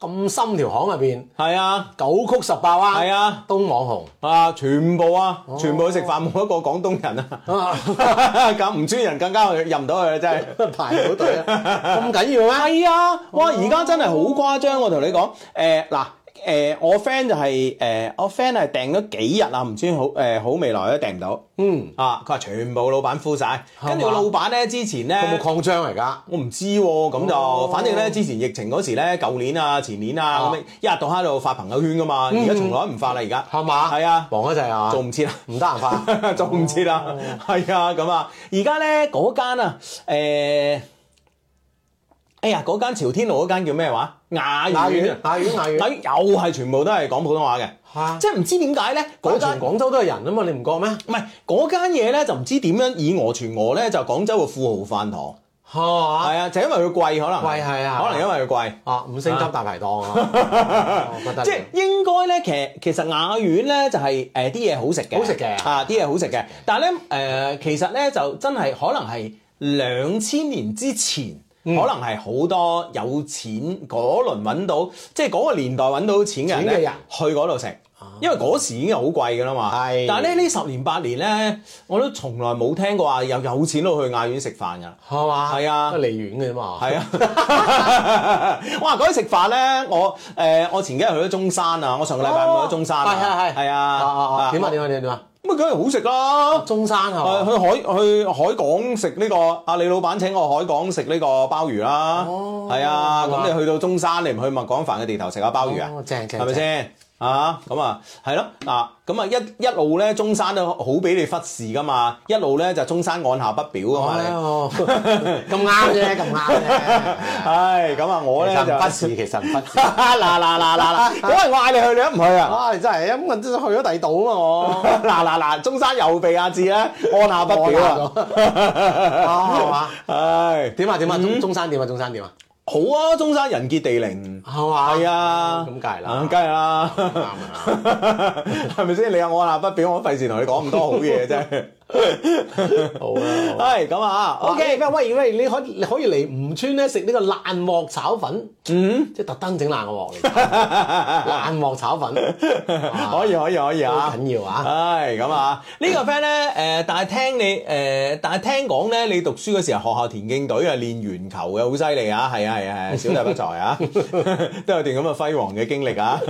S4: 咁深條巷入邊，
S3: 係啊，
S4: 九曲十八彎，
S3: 係啊，
S4: 東網
S3: 啊全部啊，
S4: 哦
S3: 全部去食飯冇一個廣東人啊， [laughs] 咁吳川人更加去入唔到去啦，啊真係。
S4: 紅 [laughs] 排唔到隊
S3: [laughs]
S4: 啊，咁緊要咩？
S3: 係啊，哇！而家真係好誇張，我同你講，誒、嗱。誒、我 friend 就係、誒、我 friend 係訂咗幾日啊，唔知好誒、好未來都訂唔到
S4: 嗯，
S3: 啊！佢話全部老闆 full 晒，
S4: 嘛
S3: 跟住個老闆咧之前咧，
S4: 有冇擴張嚟㗎？
S3: 我唔知喎、咁就、反正咧之前疫情嗰時咧，舊年啊、前年啊咁、
S4: 啊
S3: 一日到黑喺度發朋友圈噶嘛，而家、從來都唔發啦，而家
S4: 係嘛？
S3: 係啊，
S4: 忙一陣啊，
S3: 做唔切啦。
S4: 唔
S3: [laughs]
S4: 得閒化。
S3: 做唔切
S4: 哦
S3: 啦，係啊咁啊，而家咧嗰間啊，誒、哎呀嗰間朝天路嗰間叫咩話？雅苑
S4: 雅
S3: 啊
S4: 苑，雅苑，雅苑
S3: 雅，苑又係全部都係講普通話嘅，
S4: 嚇
S3: 即係唔知點解咧嗰
S4: 嗰
S3: 間
S4: 全。廣州都係人啊嘛，你唔覺咩？
S3: 唔係嗰間嘢咧，就唔知點樣以訛傳訛咧，就廣州嘅富豪飯堂，
S4: 係
S3: 係啊，就因為佢貴可能，
S4: 貴係啊
S3: 可能因為佢貴，
S4: 啊，五星級大
S3: [laughs]
S4: 排檔啊，我覺得
S3: 即係應該咧，其實其實雅苑咧就係誒啲嘢好食嘅，
S4: 好食嘅
S3: 啊啲嘢好食嘅，但係咧誒其實咧就真係可能係兩千年之前。
S4: 嗯
S3: 可能係好多有錢嗰輪揾到，即係嗰個年代揾到錢嘅人
S4: 錢嘅
S3: 咧
S4: 人，啊
S3: 去嗰度食，因為嗰時已經好貴㗎啦嘛。
S4: 係
S3: 但係咧呢十年八年咧，我都從來冇聽過話有有錢佬去雅苑食飯㗎。
S4: 係嘛？
S3: 係啊
S4: 都離遠嘅啫嘛。
S3: 係啊！ [laughs] 哇，嗰啲食飯咧，我誒、我前幾日去咗中山啊，我上個禮拜去咗中山啊，
S4: 哦係係係
S3: 係
S4: 啊啊
S3: 啊，
S4: 啊！點啊點啊點啊點啊！
S3: 咁啊，梗係好食啦！
S4: 中山係
S3: 誒
S4: 嘛？
S3: 去海去海港食呢、個阿李老闆請我海港食呢個鮑魚啦，
S4: 哦
S3: 係啊，咁你去到中山，你唔去麥港飯嘅地頭食下鮑魚啊？
S4: 哦正正
S3: 係咪先？啊，咁啊，係咯，嗱，咁啊一一路咧，中山都好俾你忽視噶嘛，一路咧就中山按下不表噶嘛，
S4: 哎
S3: 你
S4: 呦 [laughs] 咁啱啫，咁啱啫。
S3: 唉，咁啊，我咧
S4: 其實
S3: 就
S4: 唔不是，其實唔不是。
S3: 嗱嗱嗱嗱嗱，嗰日我嗌你去，你都唔去啊！
S4: [laughs] 啊，你真係咁我真係去咗第二度啊嘛我。
S3: 嗱嗱嗱，中山啊又被阿志咧按下不表啊！
S4: [laughs] 啊係嘛？
S3: 唉，
S4: 點啊點啊？中中山點啊？中山點啊？
S3: 好啊，中山人傑地靈，
S4: 係嘛？
S3: 係啊，
S4: 咁梗係
S3: 啊
S4: 啦。
S3: 梗係啦，
S4: 啱啊
S3: 係咪先？你又按下不表，我費事同你講咁多好嘢啫。
S4: [laughs] 好啊。
S3: 係咁啊
S4: 好啊
S3: ，OK，
S4: 喂喂喂，你可以你可以嚟吳村咧食呢個爛鑊炒粉，嗯，即係特登整爛個鑊嚟 [laughs] 炒，爛鑊炒 [laughs] 粉，
S3: 可以可以可以啊，
S4: 好緊要啊
S3: 唉，咁啊，呢個 friend 咧，誒，但係聽你誒，但係聽講咧，你讀書嗰時候學校田徑隊啊，練鉛球嘅，好犀利啊，係 [laughs] 啊係啊係啊，小弟不才啊，都有段咁嘅輝煌嘅經歷啊。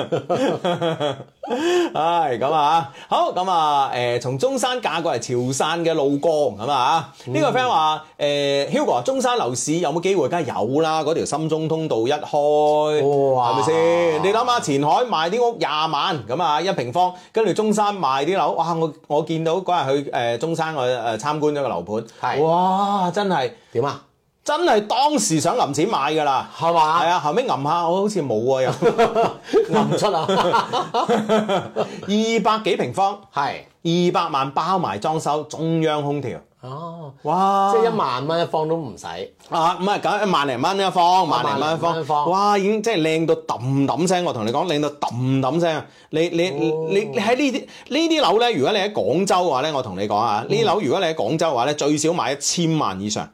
S3: 唉，咁啊，好咁啊，誒、從中山嫁過嚟潮汕嘅路江咁啊，呢、個 friend 話誒，Hugo 啊中山樓市有冇機會？梗係有啦，嗰條深中通道一開，
S4: 哇
S3: 係咪先？你諗下前海賣啲屋廿萬咁啊，一平方，跟住中山賣啲樓，哇！我我見到嗰日去誒、中山我誒參觀咗個樓盤，
S4: 係
S3: 哇！真係
S4: 點啊？
S3: 真係當時想揞錢買㗎啦，
S4: 係嘛 [laughs]
S3: 係啊，後尾揞下我好似冇喎又。
S4: 諗唔出啊！
S3: 二百幾平方，
S4: [laughs] 係
S3: 二百萬包埋裝修，中央空調，
S4: 哦，
S3: 哇！
S4: 即係一萬蚊一方都唔使，
S3: 啊，唔係咁一萬零蚊一方，萬零蚊
S4: 萬零蚊
S3: 一方，
S4: 一方
S3: 哇！已經即係靚到揼揼聲，我同你講，靚到揼揼聲。你你你你喺呢啲呢啲樓咧，如果你喺廣州嘅話咧，我同你講啊，呢啲樓如果你喺廣州嘅話咧，最少買一千萬以上，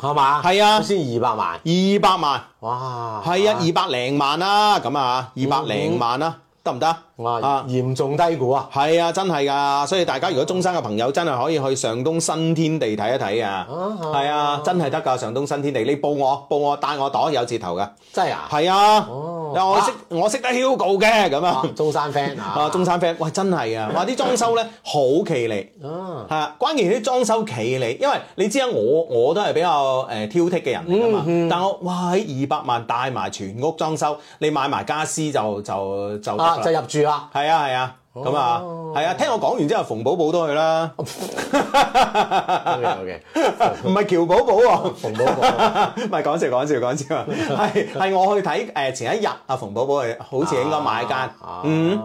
S4: 係嘛？
S3: 係啊
S4: 先二百萬，
S3: 二百萬，
S4: 哇！
S3: 係啊，二百零萬啦，咁啊，二百零萬啦，得唔得？
S4: 哇
S3: 啊！
S4: 嚴重低估啊！
S3: 係啊，真係噶，所以大家如果中山嘅朋友真係可以去上東新天地睇一睇啊，係啊，真係得噶上東新天地，你報我報我帶我袋有折頭噶，
S4: 真係啊！
S3: 係啊，
S4: 哦
S3: 但我識我識得 Hugo 嘅咁啊
S4: 啊，中山 friend 啊，
S3: 啊中山 friend，喂真係啊，哇啲裝修咧好企理。
S4: 啊，
S3: 係啊，關鍵啲裝修企理，因為你知啊，我我都係比較誒、呃挑剔嘅人嚟噶嘛。但我哇喺二百萬帶埋全屋裝修，你買埋家私就就就得啦
S4: 啊就入住啦，
S3: 係啊係啊，咁啊係啊，聽我講完之後，馮寶寶都去啦，
S4: OK，OK
S3: [laughs] 唔係喬寶寶喎，
S4: 馮寶寶，
S3: [laughs] 唔係講笑講笑講笑啊，係係我去睇誒前一日啊，馮寶寶係好似應該買間，
S4: 嗯。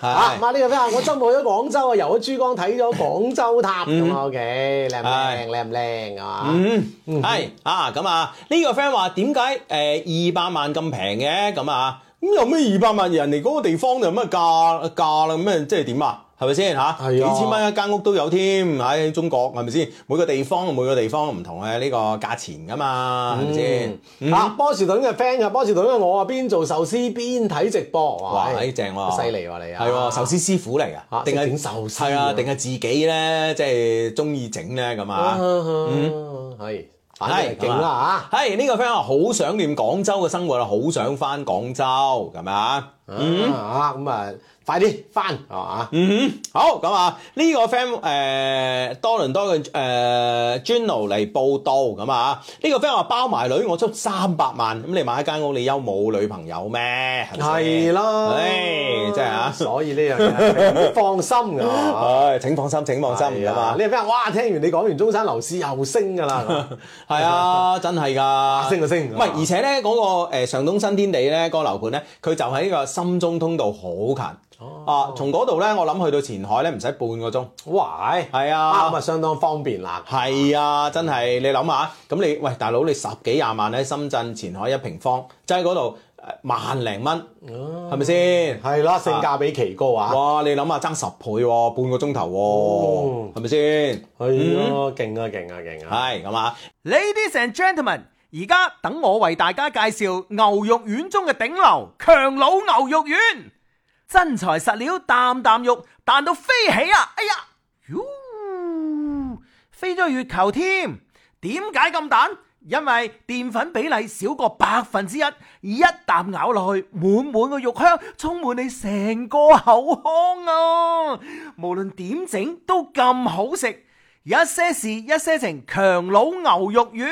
S4: 啊！
S3: 係
S4: 嘛呢個 friend 話我周末去咗廣州啊，遊咗珠江睇咗廣州塔咁啊，OK 靚
S3: 嗯
S4: 唔
S3: 係
S4: 靚靚唔靚啊？
S3: 嗯係啊咁啊，呢個 friend 話點解誒二百萬咁平嘅咁啊？咁有咩二百萬人哋嗰個地方就有咩價價啦？咁咩即係點啊？係咪先嚇？
S4: 係啊
S3: 幾千蚊一間屋都有添，喺中國係咪先？每個地方每個地方唔同嘅呢個價錢噶嘛，係咪先？
S4: 嗯
S3: 嗯
S4: 啊，波士頓嘅 friend 啊，波士頓嘅我啊，邊做壽司邊睇直播，
S3: 哇！
S4: 唉
S3: 哎正喎，
S4: 犀利喎你啊，
S3: 係喎，壽司師傅嚟
S4: 啊
S3: 噶，定係
S4: 識整壽司
S3: 係啊，
S4: 喎
S3: 定係自己咧，即係中意整咧咁
S4: 啊，
S3: 啊。
S4: 嗯，係，反正
S3: 係
S4: 係勁啦
S3: 哎
S4: 啊
S3: 係呢個 friend 話好想念廣州嘅生活啦，好想翻廣州咁啊。
S4: 嚇，啊咁啊，快啲翻啊
S3: 嗯哼，好咁啊！呢、個 friend 誒、多倫多嘅誒、Juno 嚟報道咁啊！呢、個 friend 話包埋女，我出三百萬，咁你買一間屋，你休冇女朋友咩？係咪先
S4: 係啦，
S3: 唉，真係啊！
S4: 所以呢樣嘢
S3: [laughs]
S4: 放心㗎啊。
S3: 唉，請放心，請放心
S4: 係
S3: 咁啊
S4: 啊！！呢個 friend 哇，聽完你講完中山樓市又升
S3: [laughs]
S4: 㗎啦，咁
S3: 係
S4: [laughs]
S3: 啊，真係噶，
S4: 升就升
S3: 唔係，而且咧嗰、個、呃、上東新天地咧，嗰個樓盤咧，佢就喺呢個深中通道好近。
S4: 哦
S3: 啊，從嗰度咧，我諗去到前海咧，唔使半個鐘。
S4: 哇，係
S3: 係
S4: 啊，
S3: 啊
S4: 咁啊，，相當方便啦。
S3: 係啊，真係你諗下，咁你喂大佬，你十幾廿萬喺深圳前海一平方，即喺嗰度誒萬零蚊，係咪先？
S4: 哦係啦，性價比奇高啊！
S3: 啊哇！你諗下爭十倍喎，半個鐘頭
S4: 哦
S3: 喎，係咪先？
S4: 係咯，勁啊，勁啊，勁啊！
S3: 係咁嗯啊！
S5: Ladies and gentlemen，而家等我為大家介紹牛肉丸中嘅頂流強佬牛肉丸，真材實料，啖啖肉彈到飛起啊！哎呀，喲，飛咗月球添。點解咁彈？因為澱粉比例少過百分之一，一啖咬落去，滿滿嘅肉香充滿你成個口腔啊！無論點整都咁好食。一些事，一些情，強佬牛肉丸。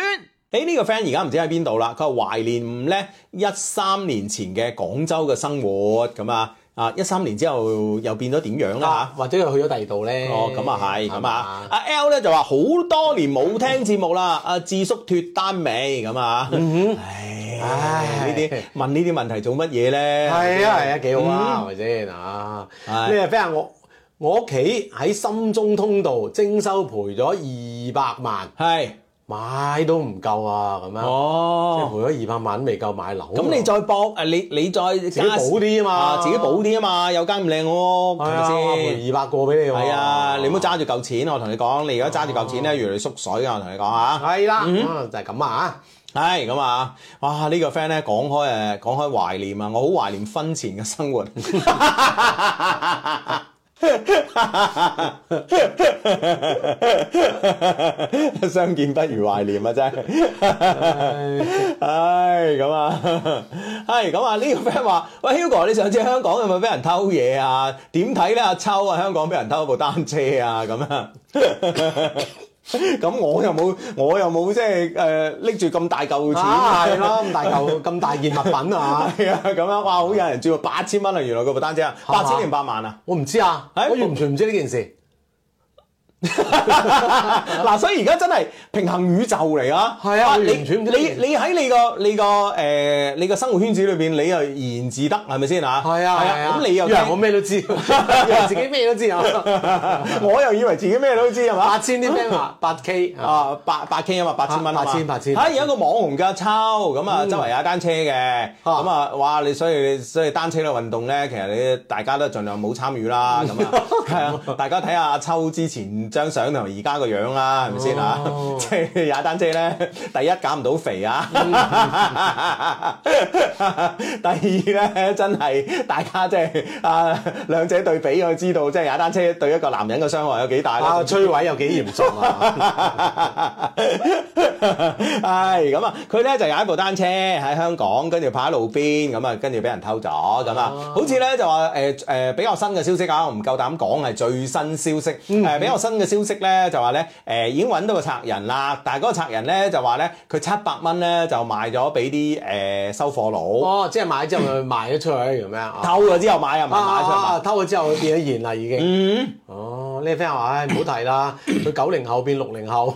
S3: 誒呢個 friend 而家唔知喺邊度啦，佢話懷念咧一三年前嘅廣州嘅生活咁啊，啊一三年之後又變咗點樣啦
S4: 啊，或者佢去咗第二度咧？
S3: 嚇？哦，咁啊係，
S4: 係
S3: 咁
S4: 嘛
S3: 啊，阿 L 咧就話好多年冇聽節目啦，阿智叔脱單未咁啊？
S4: 嗯
S3: 唉，
S4: 唉
S3: 呢啲問呢啲問題做乜嘢咧？
S4: 係啊係啊，幾好啊，係咪先啊？呢
S3: 嗯係
S4: 個 friend 話我我屋企喺深中通道徵收賠咗二百萬，
S3: 係
S4: 買都唔夠啊，咁樣即係
S3: 哦。
S4: 賠咗二百萬未夠買樓。啊
S3: 咁你再搏誒，你你再自
S4: 自己補啲啊嘛
S3: 自己補啲啊嘛，有間咁靚屋，係
S4: 係
S3: 咪
S4: 啊，我
S3: 先？
S4: 賠二百個俾你喎。
S3: 係
S4: 哦
S3: 啊，你唔好揸住嚿錢，我同你講，你而家揸住嚿錢咧，越嚟越縮水啊！我同你講啊，
S4: 係啦，啊就係咁啊
S3: 係咁啊，哇！呢個 friend 咧講開誒，講開懷念啊，我好懷念婚前嘅生活。相見不如懷念啊，真係。唉，咁啊，係咁啊，呢個 friend 話：喂，Hugo，你上次香港有冇俾人偷嘢啊？點睇咧？阿秋啊，香港俾人偷部單車啊，咁啊。咁我又冇，我又冇即係誒拎住咁大嚿錢
S4: 啊，係咯，咁大嚿 [laughs] 咁大件物品啊！
S3: 係啊，咁樣哇，好有人住八千蚊啊！原來嗰部單車啊，
S4: 係嘛
S3: 八千定八萬啊！
S4: 我唔知啊，
S3: 哎
S4: 我完全唔知呢件事。
S3: [laughs] 嗱，所以而家真係平衡宇宙嚟啊！
S4: 係啊我
S3: 你
S4: 完全唔知呢件事
S3: 你你喺你個你個誒你個生活圈子裏邊，你又怡然自得係咪先啊？
S4: 係啊，
S3: 係
S4: 係
S3: 啊，咁你又
S4: 以為我咩都知，以 [laughs] 為自己咩都知啊！
S3: [laughs] 我又以為自己咩都知係嘛
S4: 八？千啲 friend 話八 K 啊，
S3: 嗯啊，八八 K 啊嘛，八千蚊啊嘛
S4: 八千八千嗯
S3: 嚇有一個網紅嘅抽咁啊，周圍踩單車嘅，咁啊，哇！你所以所以單車嘅運動咧，其實你大家都盡量冇參與啦，
S4: 嗯
S3: 咁
S4: [laughs]
S3: 啊，係啊，大家睇下阿秋之前張相同埋而家個樣啦，係咪先啊？
S4: 哦
S3: [laughs] 即係踩單車咧，第一減唔到肥啊，
S4: 嗯
S3: [laughs] 第二咧真係大家即係啊兩者對比，我知道即係踩單車對一個男人嘅傷害有幾大啦
S4: 啊，。摧毀有幾嚴重啊！
S3: [laughs] 唉，咁啊，佢咧就有一部單車喺香港，跟住泊喺路邊，咁啊，跟住俾人偷咗，咁啊，好似咧就話誒誒比較新嘅消息啊，我唔夠膽講係最新消息，誒、比較新嘅消息咧就話咧誒已經揾到個賊人啦，但係嗰個賊人咧就話咧佢七百蚊咧就賣咗俾啲誒收貨佬，
S4: [laughs] 哦，即係買之後咪賣咗出去咁樣啊？
S3: 偷咗之後買啊，唔係買出去
S4: 啊！
S3: 賣。
S4: 偷咗之後變咗現啦，已經。
S3: 嗯。
S4: 哦，呢 friend 話：唉，唔好提啦，佢九零後變六零
S3: [laughs]
S4: 後，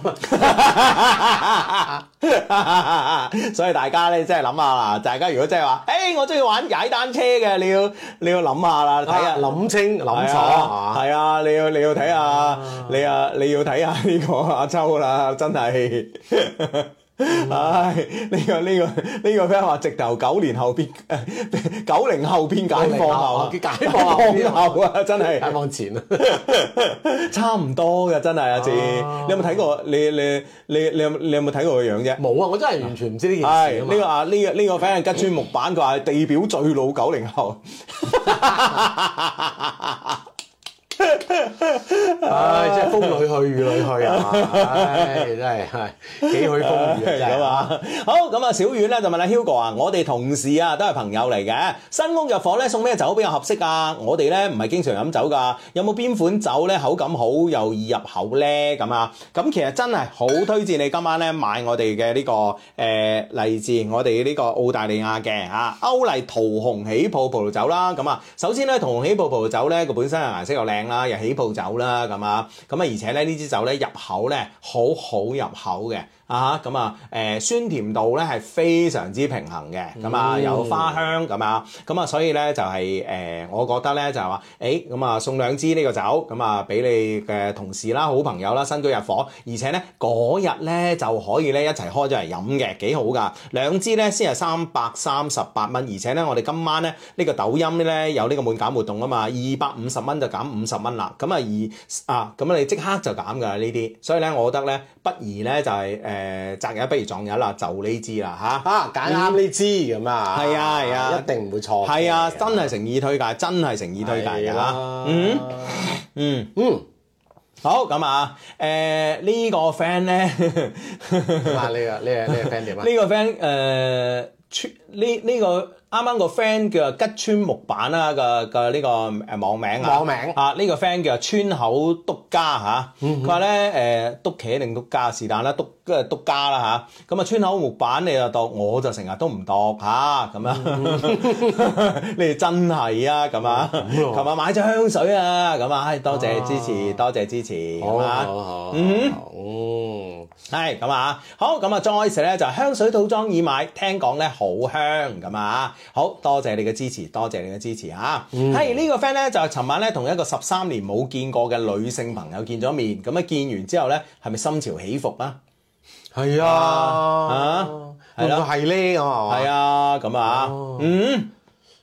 S3: 所以大家咧真係諗下啦，大家如果真係
S4: [laughs]
S3: 話，誒、我中意玩踩單車嘅，你要你要諗下啦，睇
S4: 睇
S3: 下
S4: 下諗清諗
S3: 啊係
S4: 楚
S3: 啊
S4: 啊！
S3: 係啊，你要你要睇下，你啊你要睇下呢個阿秋啦，真係。唉，呢、個呢、個呢、個 friend 話直頭九年後變九零後變解放後啊，
S4: 九零後解放後
S3: 放後啊，真
S4: [laughs]
S3: 係
S4: 解放前啊，
S3: 差唔多嘅，真係阿志，你有冇睇過？你你你你有你有冇睇過個樣啫？
S4: 冇啊！我真係完全唔知呢
S3: 係
S4: 件事啊
S3: 呢個
S4: 嘛。
S3: 啊呢個呢個反正吉川木板，佢話係地表最老九零後。
S4: 唉，真係風裏去雨裏去
S3: [laughs]
S4: 啊！唉，真係係幾許風雨啊！真
S3: 咁
S4: 係啊！
S3: 啊，好咁啊，小遠咧就問阿 Hugo 啊，我哋同事啊都係朋友嚟嘅，新屋入伙咧送咩酒比較合適啊？我哋咧唔係經常飲酒㗎，有冇邊款酒咧口感好又易入口咧？咁啊，咁其實真係好推薦你今晚咧買我哋嘅呢個誒、呃嚟自我哋呢個澳大利亞嘅啊歐麗桃紅起泡葡萄酒啦，咁啊，首先咧桃紅起泡葡萄酒咧佢本身嘅顏色又靚啦，又起泡酒啦，咁啊，咁啊而且咧呢支酒咧入口咧好好入口嘅。啊咁啊誒酸甜度咧係非常之平衡嘅，咁啊有花香咁啊，咁啊所以咧就係、誒、我覺得咧就係話誒咁啊送兩支呢個酒，咁啊俾你嘅同事啦、好朋友啦、新居入伙，而且咧嗰日咧就可以咧一齊開咗嚟飲嘅，幾好噶！兩支咧先係三百三十八蚊，而且咧我哋今晚咧呢、個抖音咧有呢個滿減活動啊嘛，二百五十蚊就減五十蚊啦，咁啊而啊咁你即刻就減噶呢啲，所以咧我覺得咧不如咧就係、誒、擇日不如撞日啦，就呢支啦嚇。
S4: 啊，揀啱呢支咁啊！
S3: 係啊係啊
S4: 一定唔會錯。
S3: 係啊，真係誠意推介，真係誠意推介嘅嚇。
S4: 嗯
S3: 嗯。
S4: 嗯，
S3: 好咁啊，誒、呢、個 friend 咧，
S4: 咁啊，你啊，你啊，你啊，friend 點啊？
S3: 呢個 friend 誒、川呢呢個啱啱個 friend 叫吉川木板啦個個呢個誒網名啊，
S4: 網名
S3: 啊呢、個 friend 叫川口督家嚇，
S4: 嗯
S3: 佢話咧誒督茄定督家是但啦，督誒督家啦嚇，咁啊川口木板你就讀，我就成日都唔讀嚇咁啊，
S4: 嗯
S3: [laughs] 你哋真係啊咁
S4: 哦
S3: 啊，琴日買咗香水啊咁啊，唉多謝支持，多謝支持
S4: 好
S3: 咁啊。
S4: 哦好好，嗯。
S3: 係咁啊，好咁啊，Joyce 咧就香水套裝已買，聽講咧好香咁啊，好多謝你嘅支持，多謝你嘅支持啊！係呢、個 friend 咧就係尋晚咧同一個十三年冇見過嘅女性朋友見咗面，咁啊見完之後咧係咪心潮起伏啊？
S4: 係啊，
S3: 啊
S4: 啊，係咯，係咧咁啊，
S3: 係
S4: 啊，
S3: 啊，咁啊，嗯。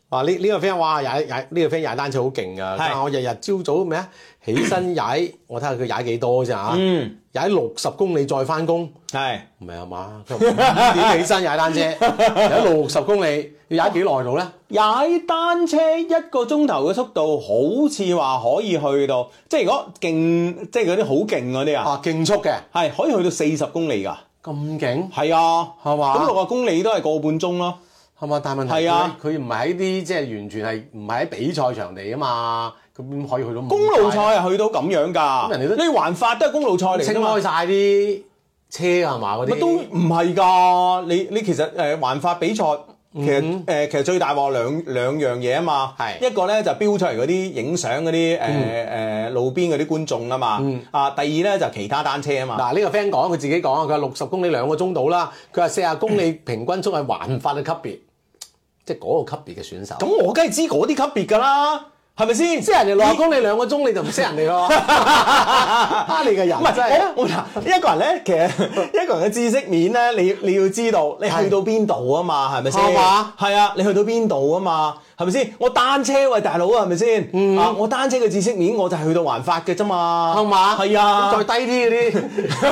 S4: 哇！呢呢個 friend 哇踩踩呢個 friend 踩單車好勁㗎，但係我日日朝早咩啊起身踩，我睇下佢踩幾多啫嚇，
S3: 嗯，
S4: 踩六十公里再翻工，
S3: 係。
S4: 唔係啊嘛？佢話五點起身踩單車，踩六十公里要踩幾耐到咧？
S3: 踩單車一個鐘頭嘅速度，好似話可以去到，即係如果勁，即係嗰啲好勁嗰啲啊，
S4: 啊，競速嘅
S3: 係可以去到四十公里㗎，
S4: 咁勁
S3: 係啊，
S4: 係嘛
S3: 咁六十公里都係個半鐘咯，
S4: 係嘛？但係問題
S3: 係啊
S4: 佢佢唔係喺啲即係完全係唔係喺比賽場地啊嘛？咁點可以去到
S3: 公路賽係去到咁樣㗎，
S4: 人哋都
S3: 你環法都係公路賽嚟
S4: 清
S3: 㗎
S4: 開
S3: 嘛。
S4: 晒啲車㗎係嘛？嗰
S3: 乜都
S4: 啲
S3: 唔係㗎，你你其實誒、呃、環法比賽。
S4: 嗯
S3: 其實誒、呃其實最大鑊兩兩樣嘢啊嘛，
S4: 係嗯
S3: 一個咧就標出嚟嗰啲影相嗰啲誒誒路邊嗰啲觀眾啊嘛，啊第二咧就其他單車啊嘛，
S4: 嗱，呢個 friend 講佢自己講啊，佢話六十公里兩個鐘到啦，佢話四十公里平均速係環法嘅級別，即係嗰個級別嘅選手。
S3: 咁我梗係知嗰啲級別㗎啦，係咪先？
S4: 即係人哋六十公里兩個鐘，你就唔識人哋
S3: [laughs]
S4: 咯。啊，你嘅人
S3: 唔係
S4: 真係
S3: 我我嗱一個人咧，其
S4: [laughs]
S3: 實一個人嘅知識面咧，你你要知道你去到邊度啊嘛，係咪先？
S4: 係嘛
S3: 係啊，你去到邊度啊嘛，係咪先？我單車喂大佬啊，係咪先？啊，我單車嘅知識面我就係去到環法嘅啫嘛，
S4: 嗯係嘛？
S3: 係啊，
S4: 咁再低啲嗰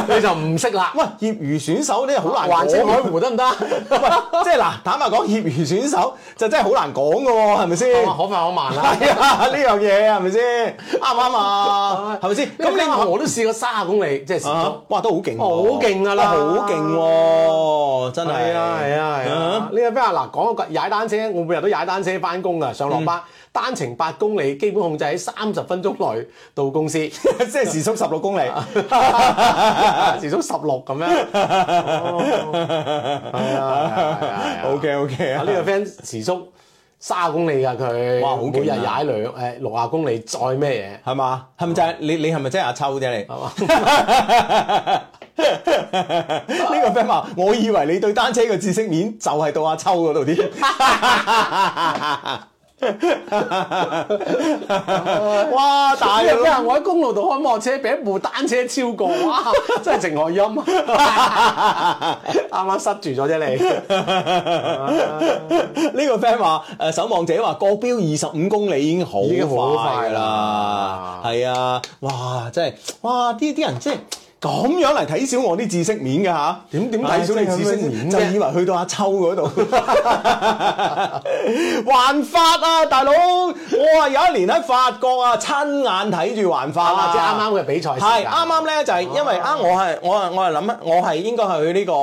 S3: [laughs]
S4: 啲你就唔識啦。
S3: 喂業餘選手咧好難
S4: 環青
S3: 講
S4: 海湖得唔得？
S3: [laughs] 喂，
S4: [laughs]
S3: 即係嗱，坦白講，業餘選手就真係好難講㗎喎，係咪先？
S4: 可哦快可慢啦。
S3: 係啊，呢樣嘢係咪先？啱唔啱
S4: [laughs]
S3: 啊？係咪先？
S4: 咁
S3: 咁你
S4: 你話我都試過卅公里，即係時
S3: 啊
S4: 速。！
S3: 哇，都好勁喎，
S4: 哦好勁㗎啦
S3: 哇好勁喎，真係。
S4: 係啊係啊係啊！呢個咩啊？嗱，講個踩單車，我每日都踩單車翻工啊，上落班，
S3: 嗯
S4: 單程八公里，基本控制喺三十分鐘內到
S3: [laughs]
S4: 公司，
S3: 即係時速十六 [laughs] 公里，
S4: 時速十六咁樣。哦係啊係
S3: [laughs]
S4: 啊
S3: OK OK 啊，
S4: 啊呢個 friend 時速卅公里㗎佢，
S3: 哇好勁啊
S4: 每日踩兩誒六啊公里，再咩
S3: 係嘛？係咪就係你？你係咪真係阿秋啫？你
S4: 啊係嘛
S3: [laughs] 呢個 friend 話：我以為你對單車嘅知識面就係到阿秋嗰
S4: [laughs]
S3: 度啲。哇！
S4: 嘢？
S3: 大
S4: 呢個
S3: 佬
S4: friend 話我喺公路度開摩托車，俾一部單車超過，哇！真係情何以堪
S3: [laughs]
S4: 啊！啱啱塞住咗啫你，
S3: 呢個 friend 話：誒守望者話國標二十五公里已經好
S4: 已經好
S3: 快
S4: 快
S3: 啦
S4: 啦，
S3: 係啊！哇！真係哇！啲啲人即係咁樣嚟睇小我啲知識面嘅嚇，
S4: 點點睇小你知識面
S3: 就
S4: 啫
S3: 以為去到阿秋嗰度， [laughs] 環法啊，大佬！我啊有一年喺法國啊，親眼睇住環法啊，
S4: 啊，即係啱啱嘅比賽時間哦
S3: 係啱啱咧，就係因為啊，我係我係我係諗，我係應該去呢個，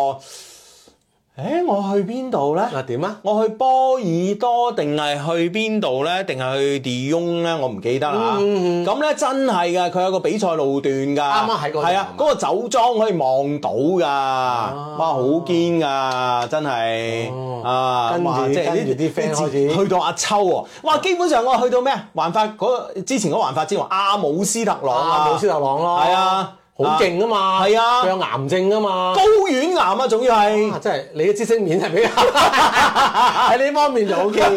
S3: 誒，我去邊度咧？
S4: 啊點啊？
S3: 我去波爾多定係去邊度呢？定係去迪翁呢？我唔記得啦。咁呢，真係㗎，佢有個比賽路段㗎。
S4: 嗯啱啱喺嗰度
S3: 係啊，
S4: 係嘛
S3: 嗰個酒莊可以望到㗎。哇，好堅㗎，真係
S4: 啊哦
S3: 啊！
S4: 跟住
S3: 哇即係呢
S4: 跟住啲 friend 開始
S3: 去到阿秋喎。哇，基本上我去到咩啊？環法嗰之前嗰個環法之王阿姆斯特朗啊，
S4: 啊，姆斯特朗咯，
S3: 係啊
S4: 好勁啊嘛，
S3: 係啊
S4: 佢有癌症啊嘛。
S3: 高丸岩啊，仲要係
S4: 啊！。真係你嘅知識面係比較 [laughs] 喺呢方面就 O K [laughs]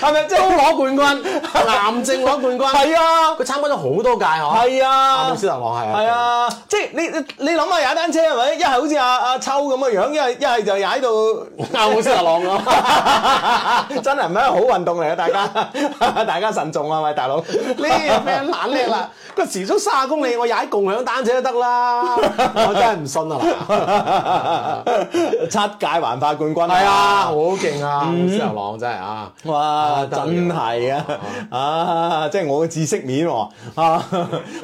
S4: 係咪？即係都攞 [laughs] 冠軍，癌症攞冠軍，
S3: 係啊
S4: 佢參加咗好多屆嗬。
S3: 係啊，
S4: 阿姆斯特朗係啊
S3: 係啊，即係你你你諗下踩單車係咪？一係好似阿阿秋咁嘅樣，一係一係就踩到 [laughs]
S4: 阿姆斯特朗啊咯，
S3: 真係唔係一個好運動嚟啊！大家 [laughs] 大家慎重啊，喂大 [laughs] 佬，
S4: [laughs] 呢個 friend 懶叻啦，個時速卅公里，我踩共享單車都得啦， [laughs] 我真係唔信啊！ [laughs]
S3: 七屆環法冠軍
S4: 嗱，係啊，好勁
S3: 嗯
S4: 啊，阿姆斯特朗真係啊！
S3: 哇！
S4: 啊得
S3: 真係啊，啊，即係我嘅知識面喎，啊，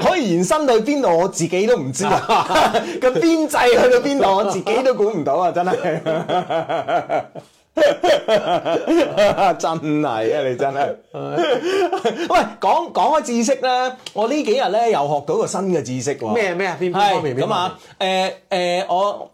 S3: 可以延伸到邊度我自己都唔 [laughs] 知啊，個邊際去到邊度我自己都估唔到啊，真係， [laughs] 真係啊，你真 [laughs] 係，喂，講講開知識咧，我呢幾日咧又學到個新嘅知識喎，
S4: 咩咩啊邊邊
S3: 係
S4: 方面邊
S3: 咁啊？誒誒，我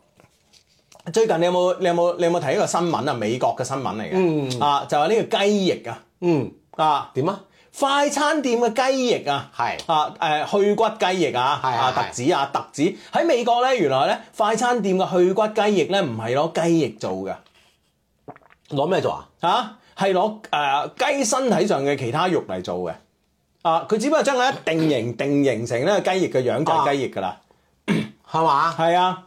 S3: 最近你有冇你有冇你有冇睇一個新聞啊？美國嘅新聞嚟嘅，啊就係呢個雞翼啊，
S4: 嗯，
S3: 啊
S4: 點啊？
S3: 快餐店嘅雞翼啊，
S4: 係
S3: 啊誒去骨雞翼啊，
S4: 係係
S3: 啊特
S4: 係
S3: 指啊特指喺美國咧，原來咧快餐店嘅去骨雞翼咧唔係攞雞翼做嘅，
S4: 攞咩做啊？
S3: 嚇係攞誒雞身體上嘅其他肉嚟做嘅，啊佢只不過將佢一定型定型成呢個雞翼嘅樣就係雞翼㗎啦，
S4: 係嘛？
S3: 係啊。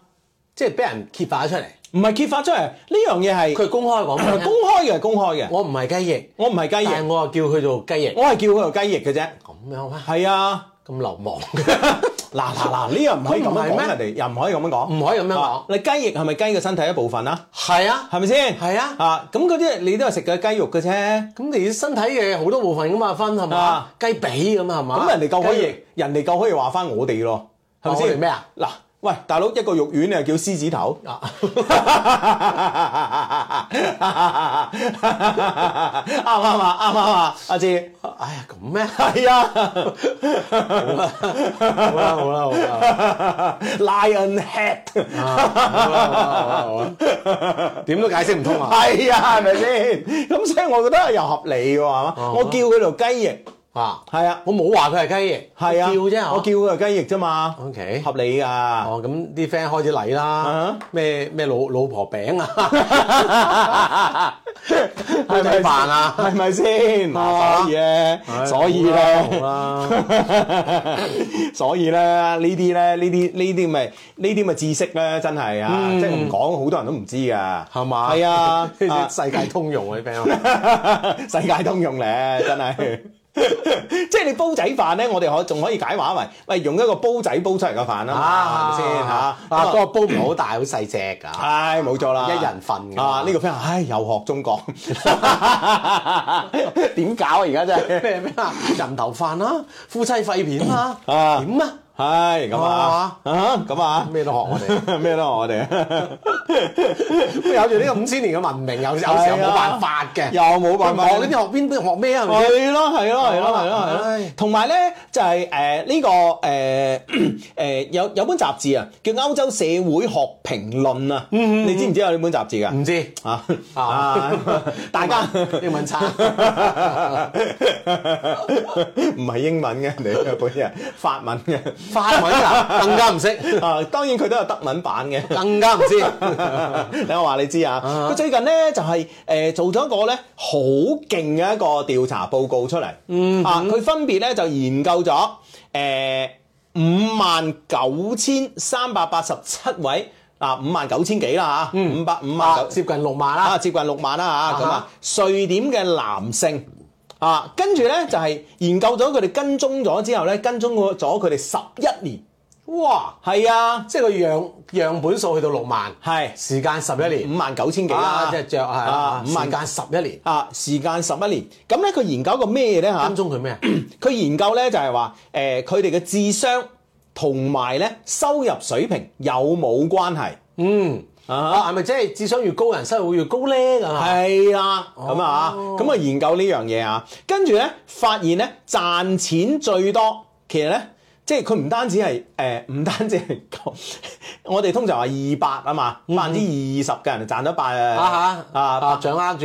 S4: 即係俾人揭發咗出嚟，
S3: 唔係揭發出嚟呢樣嘢係
S4: 佢公開講俾我聽
S3: 公開嘅，公開嘅。
S4: 我唔係雞翼，
S3: 我唔係雞
S4: 但係
S3: 翼，
S4: 我啊叫佢做雞翼，
S3: 我係叫佢做雞翼嘅啫。
S4: 咁樣啊，
S3: 係啊。
S4: 咁流氓，
S3: 嗱嗱嗱，呢樣唔可以咁樣
S4: 佢唔係
S3: 講
S4: 咩
S3: 人哋，又唔可以咁樣講，
S4: 唔可以咁樣講
S3: 啊你雞翼係咪雞嘅身體一部分啊？
S4: 係啊，
S3: 係咪先？
S4: 係啊
S3: 啊咁嗰啲你都係食嘅雞肉嘅啫，
S4: 咁你身體嘅好多部分噶嘛，分係嘛
S3: 啊，
S4: 雞髀咁啊係嘛，
S3: 咁人哋夠可
S4: 雞
S3: 以，人哋夠可以話翻我哋咯，係咪
S4: 話我
S3: 先？
S4: 哋咩啊？
S3: 嗱，喂，大佬一個肉丸你又叫獅子頭，
S4: 啊，
S3: 啱唔啱啊？啱唔啱啊？阿志。
S4: 哎呀咁咩？
S3: 係啊，
S4: 好啦好啦好啦，啊
S3: ，Lion Head，
S4: 點都解釋唔通
S3: [laughs]
S4: 啊！
S3: 係啊，係咪先？咁所以我覺得又合理嘅喎，係
S4: 哦
S3: 嘛？我叫佢做雞翼，
S4: 啊，
S3: 係啊，
S4: 我冇話佢係雞翼，
S3: 係啊，
S4: 我叫啫，哦
S3: 我叫佢做雞翼啫嘛
S4: OK
S3: 合理㗎。
S4: 哦，咁啲 friend 開始嚟
S3: 啊
S4: 啦，咩咩老老婆餅啊，
S3: 係
S4: 係咪飯啊？
S3: 係咪先？嗱，
S4: 啊哎
S3: 所以咧，所以
S4: 好
S3: 咧，
S4: 啦，
S3: [laughs] 所以咧，呢啲咧，呢啲呢啲咪呢啲咪知識咧，真係啊，
S4: 嗯
S3: 即係唔講，好多人都唔知㗎，
S4: 係嘛，
S3: 係啊
S4: 呢
S3: 啊
S4: 啲世界通用啊啲 [laughs] friend，
S3: [laughs] 世界通用咧，真係。 [laughs] 即係你煲仔飯咧，我哋可仲可以解話為，喂用一個煲仔煲出嚟嘅飯啊嘛，係咪先嚇？
S4: 啊，
S3: 咁啊
S4: 嗰個煲唔好大，好細隻㗎，
S3: 唉，冇錯啦，
S4: 一人份㗎
S3: 啊！呢、個 friend 話唉，又學中國， [laughs] 點搞啊？而家真係，
S4: [laughs] 咩咩啊，人頭飯啦，夫妻肺片啦，
S3: 啊
S4: 點啊，
S3: 唉，咁啊，
S4: 哦
S3: 啊，咁啊， [laughs]
S4: 咩都學我哋，
S3: 咩咯？我哋
S4: 有住呢個五千年嘅文 [laughs] 明，有有時候
S3: 係啊
S4: 冇辦法嘅，
S3: [laughs] 又冇辦法
S4: 佢唔學呢啲學邊學咩啊？係咪先
S3: 係咯，係咯，係咯，
S4: 哦
S3: 係咯，係咯
S4: 唉。
S3: 同埋咧，就係誒呢個誒誒有有本雜誌啊，叫《歐洲社會學評論》啊。
S4: 嗯
S3: 你知唔知有呢本雜誌㗎？
S4: 唔知
S3: 啊啊
S4: 嗯啊！ [laughs]
S3: 大家
S4: 英
S3: [laughs]
S4: 文差，
S3: 唔係英文嘅，你本人法文嘅。
S4: 法
S3: [laughs]
S4: 文啊，更加唔識，
S3: 啊，當然佢都有德文版嘅。
S4: 更加唔知。
S3: [laughs] 等我話你知啊，佢最近咧就係、呃做咗一個咧好勁嘅一個調查報告出嚟，啊，佢分別咧就研究咗誒五萬九千三百八十七位啊，五萬九千幾啦嚇，五百五萬
S4: 啊，
S3: 九
S4: 接近六
S3: 嗯
S4: 萬
S3: 啊，
S4: 啦，
S3: 接近六萬啦嚇，咁啊
S4: 啊，
S3: 瑞典嘅男性啊，跟住咧就係、研究咗佢哋跟蹤咗之後咧，跟蹤咗佢哋十一年，
S4: 哇！
S3: 係啊，
S4: 即係個樣樣本數去到六萬，
S3: 係
S4: 時間十一年，
S3: 啊五萬九千幾啦
S4: 啊，，即係着係
S3: 啊
S4: 啦，
S3: 五萬
S4: 時間十一年，
S3: 啊，時間十一年，咁咧佢研究一個咩咧嚇
S4: 跟？蹤佢咩？
S3: 佢研究咧就係話，誒佢哋嘅智商同埋咧收入水平有冇關係？
S4: 嗯，
S3: 啊，
S4: 啊，係咪即係智商越高，人收入會越高咧？咁啊，
S3: 係啦，咁啊，咁啊研究呢樣嘢啊，跟住咧發現咧賺錢最多，其實咧即係佢唔單止係誒，唔、單止係夠， [laughs] 我哋通常話二百啊嘛，百分之二十嘅人賺咗百
S4: 嗯啊嚇
S3: 啊
S4: 啊，
S3: [clears throat]
S4: 掌握住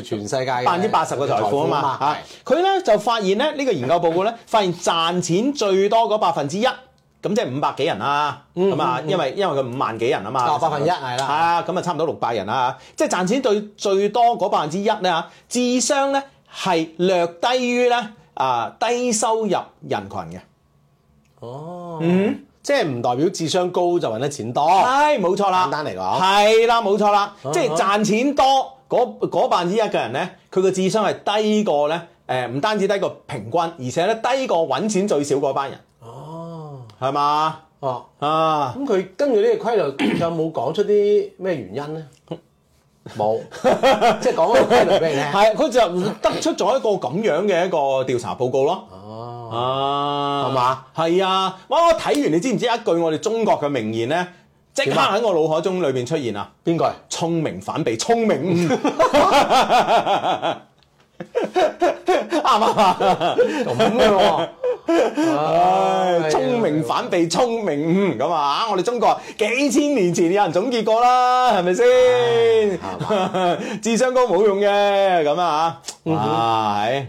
S4: 全世界嘅
S3: 百分之八十嘅財富啊嘛
S4: 財係
S3: 嚇，佢咧就發現咧呢、呢個研究報告咧，發現賺錢最多嗰百分之一，咁即係五百幾人啦，咁啊、因為因為佢五萬幾人啊嘛，
S4: 嗯啊百分之一係啦
S3: 啊咁啊差唔多六百人啦，即係賺錢最最多嗰百分之一咧嚇，智商咧係略低於咧啊低收入人群嘅，
S4: 哦，
S3: 嗯
S4: 即係唔代表智商高就揾得錢多，
S3: 係冇錯啦，
S4: 哦簡單嚟講啊
S3: 係啦冇錯啦，即係賺錢多嗰嗰百分之一嘅人咧，佢個智商係低過咧。誒唔單止低過平均，而且咧低過揾錢最少嗰班人，
S4: 哦，
S3: 係嘛？
S4: 哦。
S3: 啊，
S4: 咁佢跟住呢個規律有冇講出啲咩原因
S3: [laughs]
S4: 咧？冇，即係講個規律俾你聽。
S3: 係佢就得出咗一個咁樣嘅一個調查報告咯。
S4: 哦，
S3: 啊，
S4: 係嘛？
S3: 係啊！哇！我睇完你知唔知一句我哋中國嘅名言咧，即刻
S4: 點啊
S3: 喺我腦海中裏邊出現啊！
S4: 邊個？
S3: 聰明反被聰明誤，啱唔 [laughs] 啱啊？
S4: 咁嘅 [laughs] 喎，哎唉
S3: 唉，聰明反被聰明誤咁啊！我哋中國幾千年前有人總結過啦，係咪先？智商高冇用嘅咁啊！
S4: 嗯
S3: 啊，係，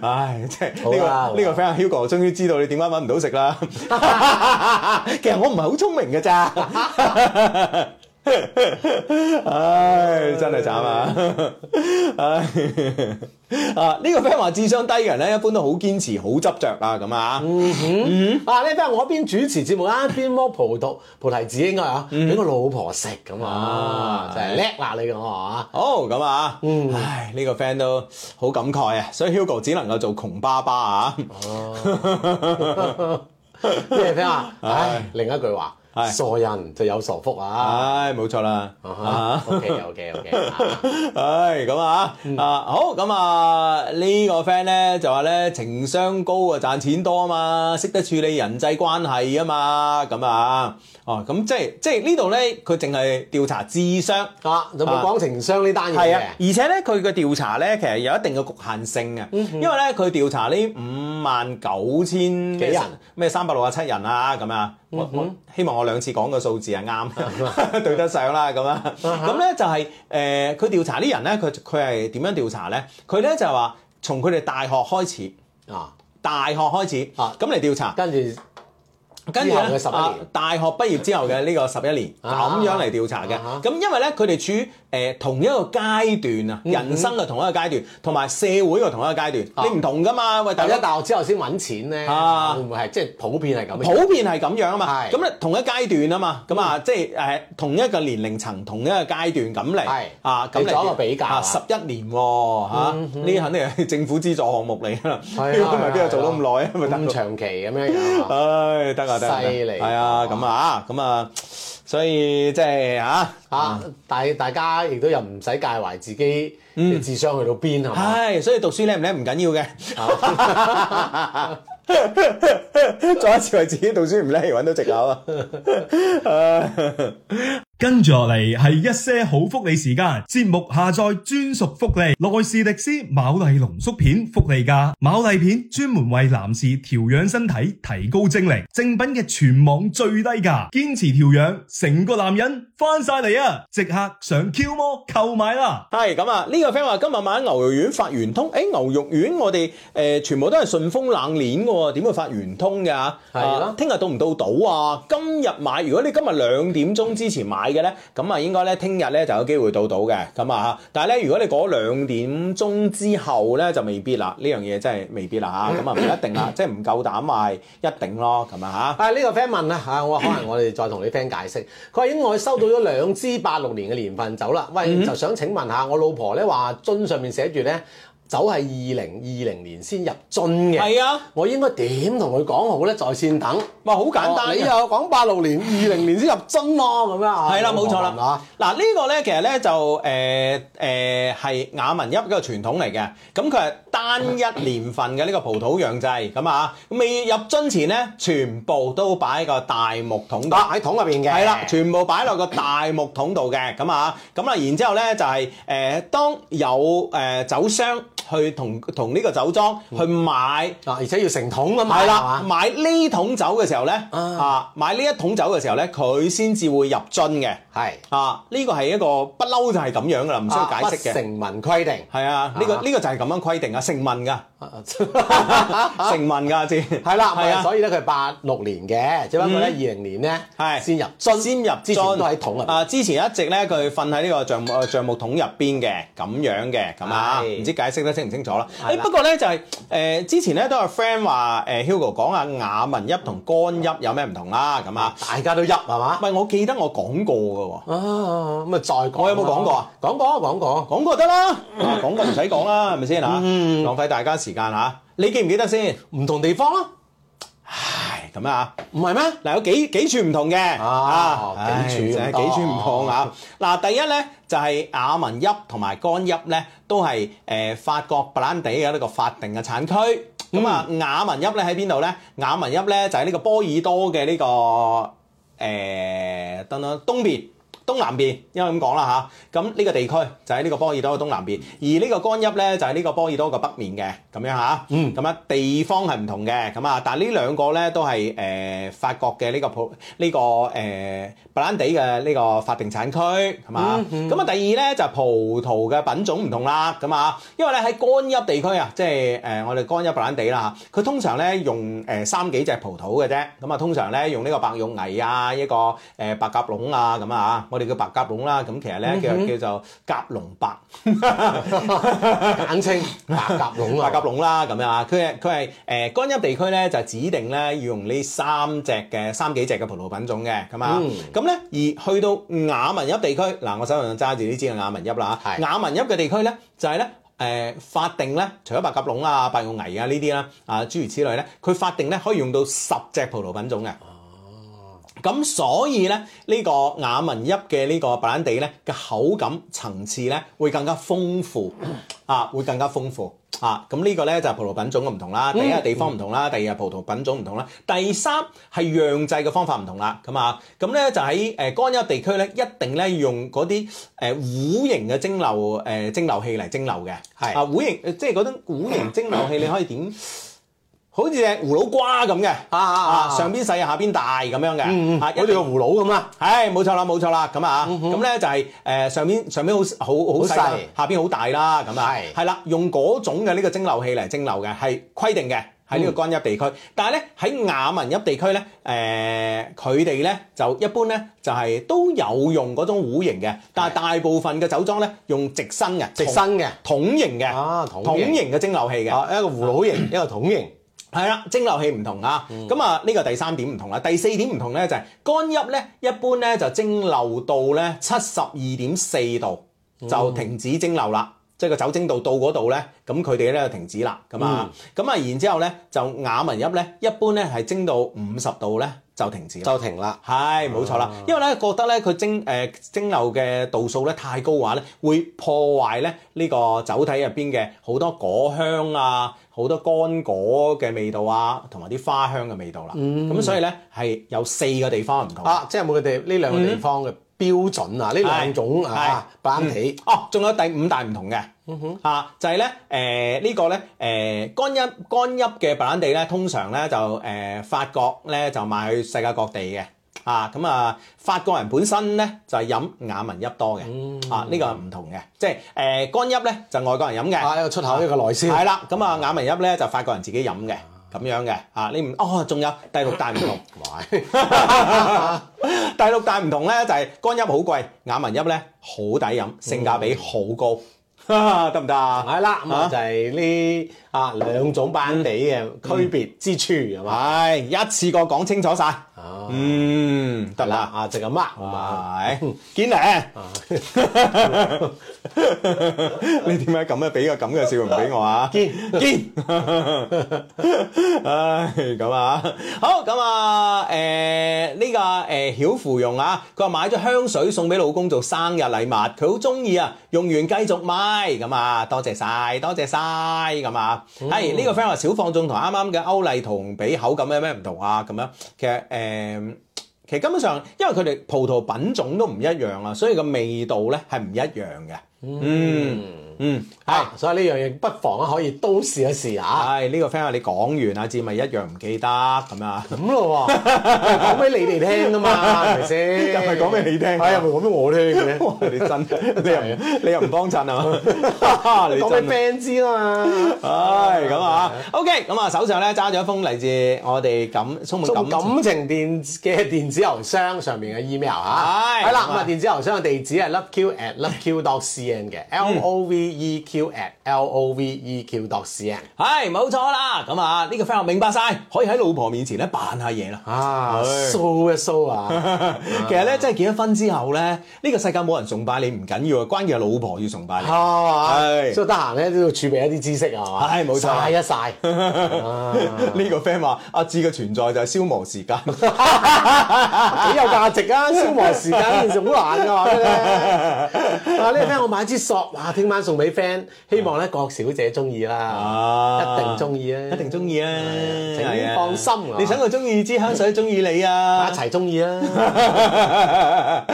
S3: 唉，即係
S4: 好啦
S3: 呢個呢個 friend Hugo 終於知道你點解揾唔
S4: [laughs]
S3: 到食啦。其實我唔係好聰明嘅咋。唉，真係慘啊！唉，啊呢、個 friend 話智商低嘅人咧，一般都好堅持、好執着啊，咁啊，
S4: 嗯啊！呢邊我一邊主持節目啦，一邊剝葡萄葡提子應該啊，俾個老婆食咁啊，真係叻啦你咁啊！
S3: 好咁啊，唉呢、個 friend 都好感慨啊，所以 Hugo 只能夠做窮爸爸啊，
S4: 咩 friend 啊？ [laughs] 唉，另一句話
S3: 係，
S4: 傻人就有傻福啊！
S3: [laughs] 唉冇錯啦，啊
S4: OK OK OK，
S3: 唉，咁啊，啊好，咁啊呢個 friend 咧就話咧情商高啊，賺錢多啊嘛，識得處理人際關係啊嘛，咁啊，哦，咁即係即係呢度咧，佢淨係調查智商。
S4: 啊有冇講情商呢單嘢
S3: 係啊
S4: 嘅，？
S3: 而且咧佢嘅調查咧，其實有一定嘅局限性嘅，因為咧佢調查呢五萬九千
S4: 幾人
S3: 咩三百六十七人啊咁啊，我我希望我兩次講嘅數字係啱， [laughs] 對得上啦咁啊，咁咧就係、誒佢、調查啲人咧，佢佢係點樣調查咧？佢咧就係話從佢哋大學開始，
S4: 啊，
S3: 大學開始
S4: 啊
S3: 咁嚟調查。
S4: 跟住
S3: 跟住
S4: 之後
S3: 咧
S4: 嘅11
S3: 啊
S4: 年，
S3: 大學畢業之後嘅呢個十一年
S4: 啊
S3: 咁樣嚟調查嘅
S4: 啊，
S3: 咁因為咧佢哋處於誒同一個階段
S4: 嗯
S3: 啊，人生嘅同一個階段，同埋社會嘅同一個階段，你唔同噶嘛，喂大
S4: 啊大
S3: 家
S4: 家。大學之後先揾錢咧，
S3: 啊
S4: 會唔會係即係普遍係咁嘅？
S3: 普遍係咁樣啊嘛，
S4: 係嗯
S3: 咁咧同一階段啊嘛，咁啊即係誒同一個年齡層、同一個階段咁嚟
S4: 係，
S3: 啊咁
S4: 你做一個比較
S3: 啊
S4: 啊嗯
S3: 十一年喎嚇，呢肯定係政府資助項目嚟㗎啦，
S4: 係
S3: [laughs]
S4: 啊
S3: 如果唔係邊度做到咁耐啊？咪
S4: 咁
S3: 得
S4: 長期咁樣樣啊。
S3: 唉，得啊得啊，
S4: 犀利
S3: 係啊，咁啊，咁啊，所以即係啊，
S4: 啊！但係大家亦都又唔使介懷自己
S3: 嗯
S4: 嘅智商去到邊係嘛？
S3: 唉，所以讀書叻唔叻唔緊要嘅。
S4: 啊
S3: [laughs] 再一次為自己讀書唔叻而揾到藉口啊！
S6: 跟住落嚟係一些好福利時間，節目下載專屬福利，內士迪斯牡蛎濃縮片福利價，牡蛎片專門為男士調養身體、提高精力，正品嘅全網最低價，堅持調養，成個男人翻晒嚟啊！即刻上 Q 魔購買啦！
S3: 係咁啊，呢、個 friend 話今日買牛肉丸發圓通，誒、牛肉丸我哋誒、呃全部都係順風冷鏈嘅喎，點會發圓通㗎？
S4: 係咯
S3: 啊聽日到唔到到啊？今日買，如果你今日兩點鐘之前買嘅咧，咁啊應該咧聽日咧就有機會到到嘅，咁啊但係咧如果你嗰兩點鐘之後咧就未必啦，呢樣嘢真係未必
S4: [laughs]
S3: 啦嚇，咁啊唔一定啦，即係唔夠膽買一定咯，咁啊
S4: 啊！呢、個 friend 問啊，啊我話
S3: [coughs]
S4: 可能我哋再同你 friend 解釋，佢話已經我收到咗兩支八六年嘅年份酒啦，喂，
S3: 嗯
S4: 就想請問下我老婆咧話樽上面寫住咧酒係二零二零年先入樽嘅，
S3: 嚇，係啊，
S4: 我應該點同佢講好咧？在線等，
S3: 哇好簡單
S4: 哦
S3: 嘅
S4: 你又講八六年二零年先入樽咯，咁樣啊，
S3: 係啦，冇錯
S4: 老婆問
S3: 啦
S4: 啊。
S3: 嗱，呢個咧其實咧就誒誒係雅文邑嘅傳統嚟嘅，咁佢係單一年份嘅呢個葡萄釀製咁啊，未入樽前咧，全部都擺喺個大木桶度。
S4: 啊喺桶入邊嘅，
S3: 係啦，全部擺落個大木桶度嘅，咁啊，咁啊，然之後咧就係、誒、當有誒、酒商去同同呢個酒莊去買。
S4: 啊，而且要成桶咁買
S3: 係
S4: 係
S3: 啦，
S4: 嘛？
S3: 買呢桶酒嘅時候咧，
S4: 啊
S3: 啊，買呢一桶酒嘅時候咧，佢先至會入樽嘅。
S4: 係，
S3: 啊，呢個係一個不嬲就係咁樣噶啦，唔需要解釋
S4: 啊
S3: 嘅。
S4: 成文規定。
S3: 係啊，呢個
S4: 啊
S3: 呢個就係咁樣規定啊，成文噶，成文噶知。
S4: [laughs] 係啦，
S3: 係啊，
S4: 所以咧佢八六年嘅，只不過咧二零年咧
S3: 係
S4: 先入
S3: 樽
S4: 樽，
S3: 先入
S4: 之前
S3: 樽
S4: 都喺桶入邊。
S3: 啊，之前一直咧佢瞓喺呢個橡木呃橡木桶入邊嘅，咁樣嘅咁啊，
S4: 係
S3: 唔知解釋得清唔清楚啦。
S4: 係
S3: 誒
S4: 啦
S3: 不過咧就係誒之前咧都有 friend 話誒 Hugo 講下雅文邑同干邑有咩唔同啦，咁啊，
S4: 大家都入係嘛？
S3: 唔係我記得我講過嘅喎。
S4: 啊，咁啊再講。
S3: 我有冇講過啊？
S4: 講過，講過。
S3: 講過得啦，啊講過唔使講啦，係咪先啊？浪費大家時間嚇，你記唔記得先？
S4: 唔同地方咯，
S3: [laughs] 唉，咁啊，
S4: 唔係咩？
S3: 嗱有幾幾處唔同嘅
S4: 啊
S3: 唉
S4: 幾處
S3: 真係
S4: 唔同
S3: 幾處唔同啊！嗱，第一咧就係雅文邑同埋干邑咧，都係誒法國布蘭地嘅呢個法定嘅產區。咁啊，雅文邑咧喺邊度咧？雅文邑咧就喺呢個波爾多嘅呢個誒等等東邊。東南邊，因為咁講啦吓，咁呢個地區就喺呢個波爾多嘅東南邊，而呢個干邑咧就喺呢個波爾多嘅北面嘅，咁樣吓，嗯，咁啊地方係唔同嘅，咁啊，但係呢兩個咧都係誒、呃法國嘅呢、個普呢、個誒、呃、布蘭地嘅呢個法定產區，係嘛？咁啊、第二咧就係葡萄嘅品種唔同啦，咁啊，因為咧喺干邑地區啊，即係誒、呃我哋干邑布蘭地啦嚇，佢通常咧用誒、呃三幾隻葡萄嘅啫，咁啊通常咧用呢個白玉泥啊，一個誒、呃白鴿籠啊咁啊，我哋。我哋叫白鴿籠啦，咁其實咧叫叫做鴿籠白。
S4: 簡稱白鴿籠啊，
S3: 白鴿籠啦咁樣啊，佢係佢係誒乾邑地區咧就指定咧要用呢三隻嘅三幾隻嘅葡萄品種嘅咁啊
S4: 嗯，
S3: 咁咧、而去到雅文邑地區，嗱我手上揸住呢支嘅雅文邑啦嚇，
S4: 係
S3: 雅文邑嘅地區咧就係、咧。誒、法定咧，除咗白鴿籠啊、白玉危啊呢啲啦，啊諸如此類咧，佢法定咧可以用到十隻葡萄品種嘅。咁所以咧，呢、個雅文邑嘅呢個白蘭地咧嘅口感層次咧會更加豐富啊，會更加豐富啊。咁呢個咧就係葡萄品種嘅唔同啦，第一係地方唔同啦，第二係葡萄品種唔同啦，第三係釀製嘅方法唔同啦。咁啊，咁咧就喺誒乾邑地區咧，一定咧用嗰啲誒壺形嘅蒸餾誒、呃蒸餾器嚟蒸餾嘅，
S4: 係
S3: 啊壺形，呃即係嗰種壺形蒸餾器，你可以點？好似隻葫蘆瓜咁嘅，
S4: 啊啊啊
S3: 上邊細下邊大咁樣嘅，
S4: 嗯，
S3: 啊
S4: 我哋個葫蘆咁啦，
S3: 係冇錯啦，冇錯啦，咁啊，咁咧就係誒上邊上邊好好好細啦
S4: 嗯細，
S3: 下邊好大啦，咁啊，
S4: 係
S3: 係啦，用嗰種嘅呢個蒸餾器嚟蒸餾嘅，係規定嘅。喺呢個干邑地
S4: 嗯
S3: 區，但係咧喺雅文邑地區咧，誒佢哋咧就一般咧就係、都有用嗰種壺型嘅，但係大部分嘅酒莊咧用直身嘅，
S4: 直身嘅，
S3: 桶型嘅，
S4: 啊桶型
S3: 桶型嘅蒸餾器嘅。
S4: 啊一個葫蘆
S3: [clears throat]
S4: 形，一個桶嗯形，
S3: 係啦，蒸餾器唔同啊，咁啊呢個第三點唔同啦，第四點唔同咧就係乾邑咧一般咧就蒸餾到咧七十二點四度
S4: 嗯
S3: 就停止蒸餾啦。即係個酒精度到嗰度咧，咁佢哋咧就停止啦，咁啊，
S4: 嗯
S3: 咁啊、然之後咧就雅文邑咧，一般咧係蒸到五十度咧就停止啦。
S4: 就停啦。
S3: 係冇錯啦，因為咧覺得咧佢蒸誒、呃蒸餾嘅度數咧太高嘅話咧，會破壞咧呢個酒體入邊嘅好多果香啊，好多乾果嘅味道啊，同埋啲花香嘅味道啦。咁、所以咧係有四個地方唔同。
S4: 啊，即係每個地呢兩個地方嘅標準啊，呢兩種啊，白蘭地
S3: 哦，仲有第五大唔同嘅，啊，就係咧誒呢個咧誒乾邑乾邑嘅白蘭地咧，通常咧就誒、呃法國咧就賣去世界各地嘅。啊，咁啊，法國人本身咧就係飲雅文邑多嘅，啊呢個係唔同嘅，即係誒乾邑咧就外國人飲嘅，
S4: 啊，一個出口，一個內銷，
S3: 係啦，咁啊雅文邑咧就法國人自己飲嘅，咁樣嘅啊，呢唔哦，仲有第六大唔同， [laughs] 第六大唔同咧就係、乾邑好貴，雅文邑咧好抵飲，性價比好高， [laughs] 得唔得啊？
S4: 係啦，咁
S3: 啊
S4: 啊就係呢啊兩種白蘭地嘅區別之處係嘛？
S3: 係一次過講清楚晒，
S4: 啊，
S3: 嗯，得
S4: 係啦，
S3: 啦，
S4: 啊就咁啦，咁啊。
S3: 係堅咧， [laughs] 你點解咁樣俾個咁嘅笑容俾我啊？
S4: 堅
S3: 堅， [laughs] 唉，咁啊，好咁啊，誒、呢、個誒、曉芙蓉啊，佢話買咗香水送俾老公做生日禮物，佢好中意啊，用完繼續買咁啊，多謝晒，多謝晒咁啊，係呢、個 friend 話小放縱同啱啱嘅歐麗同比口感有咩唔同啊？咁樣其實誒。其實根本上，因為佢哋葡萄品種都唔一樣啊，所以個味道咧係唔一樣嘅。嗯嗯，係
S4: 啊，所以呢樣嘢不妨啊可以都試一試啊。
S3: 係呢個 friend 話你講完阿啊志咪一樣唔記得咁啊，
S4: 咁咯喎，講俾你哋聽噶嘛，係咪先？
S3: [laughs] 又咪講俾你聽啊
S4: 係又咪講俾我聽嘅咧？
S3: 哇 [laughs] 你真你又唔你又唔幫襯啊嘛， [laughs] 你
S4: 啊講俾
S3: 真係
S4: friend 知啊嘛。
S3: [laughs] 唉咁啊，OK，咁啊手上咧揸咗一封嚟自我哋感充滿
S4: 送
S3: 感
S4: 感情電嘅電子郵箱上面嘅 email 嚇，
S3: 係
S4: 係啦，
S3: 咁
S4: 咁
S3: 啊
S4: 啊電子郵箱嘅地址係 loveq at loveq dot cn
S3: 嗯
S4: 嘅，l o v e q at l o v e q dot cn
S3: 係冇錯啦，咁啊呢個 friend 話明白晒，可以喺老婆面前咧扮下 [laughs] 嘢啦。
S4: 啊
S3: 係
S4: ，show 一 show 啊，
S3: 其實咧，真係結咗婚之後咧，呢、個世界冇人崇拜你唔緊要啊，關鍵係老婆要崇拜你。係
S4: 係所以得閒咧都要儲備一啲知識啊，係嘛
S3: 係冇錯
S4: 曬一曬，啊
S3: 呢個 friend 話：阿志嘅存在就係消磨時
S4: [laughs]
S3: 間。
S4: 幾有價值啊！消磨時間呢件事好難㗎話俾你聽，啊呢個 friend 我買支索，哇，聽晚送俾 friend，希望咧郭小姐中意啦，
S3: 啊
S4: 一定中意啊，
S3: 一定中意啊！
S4: 係啊請
S3: 係啊
S4: 放心啊
S3: 你想佢中意支香水，中意你啊！
S4: 一。齊中意 [laughs] 啦。
S3: 唉，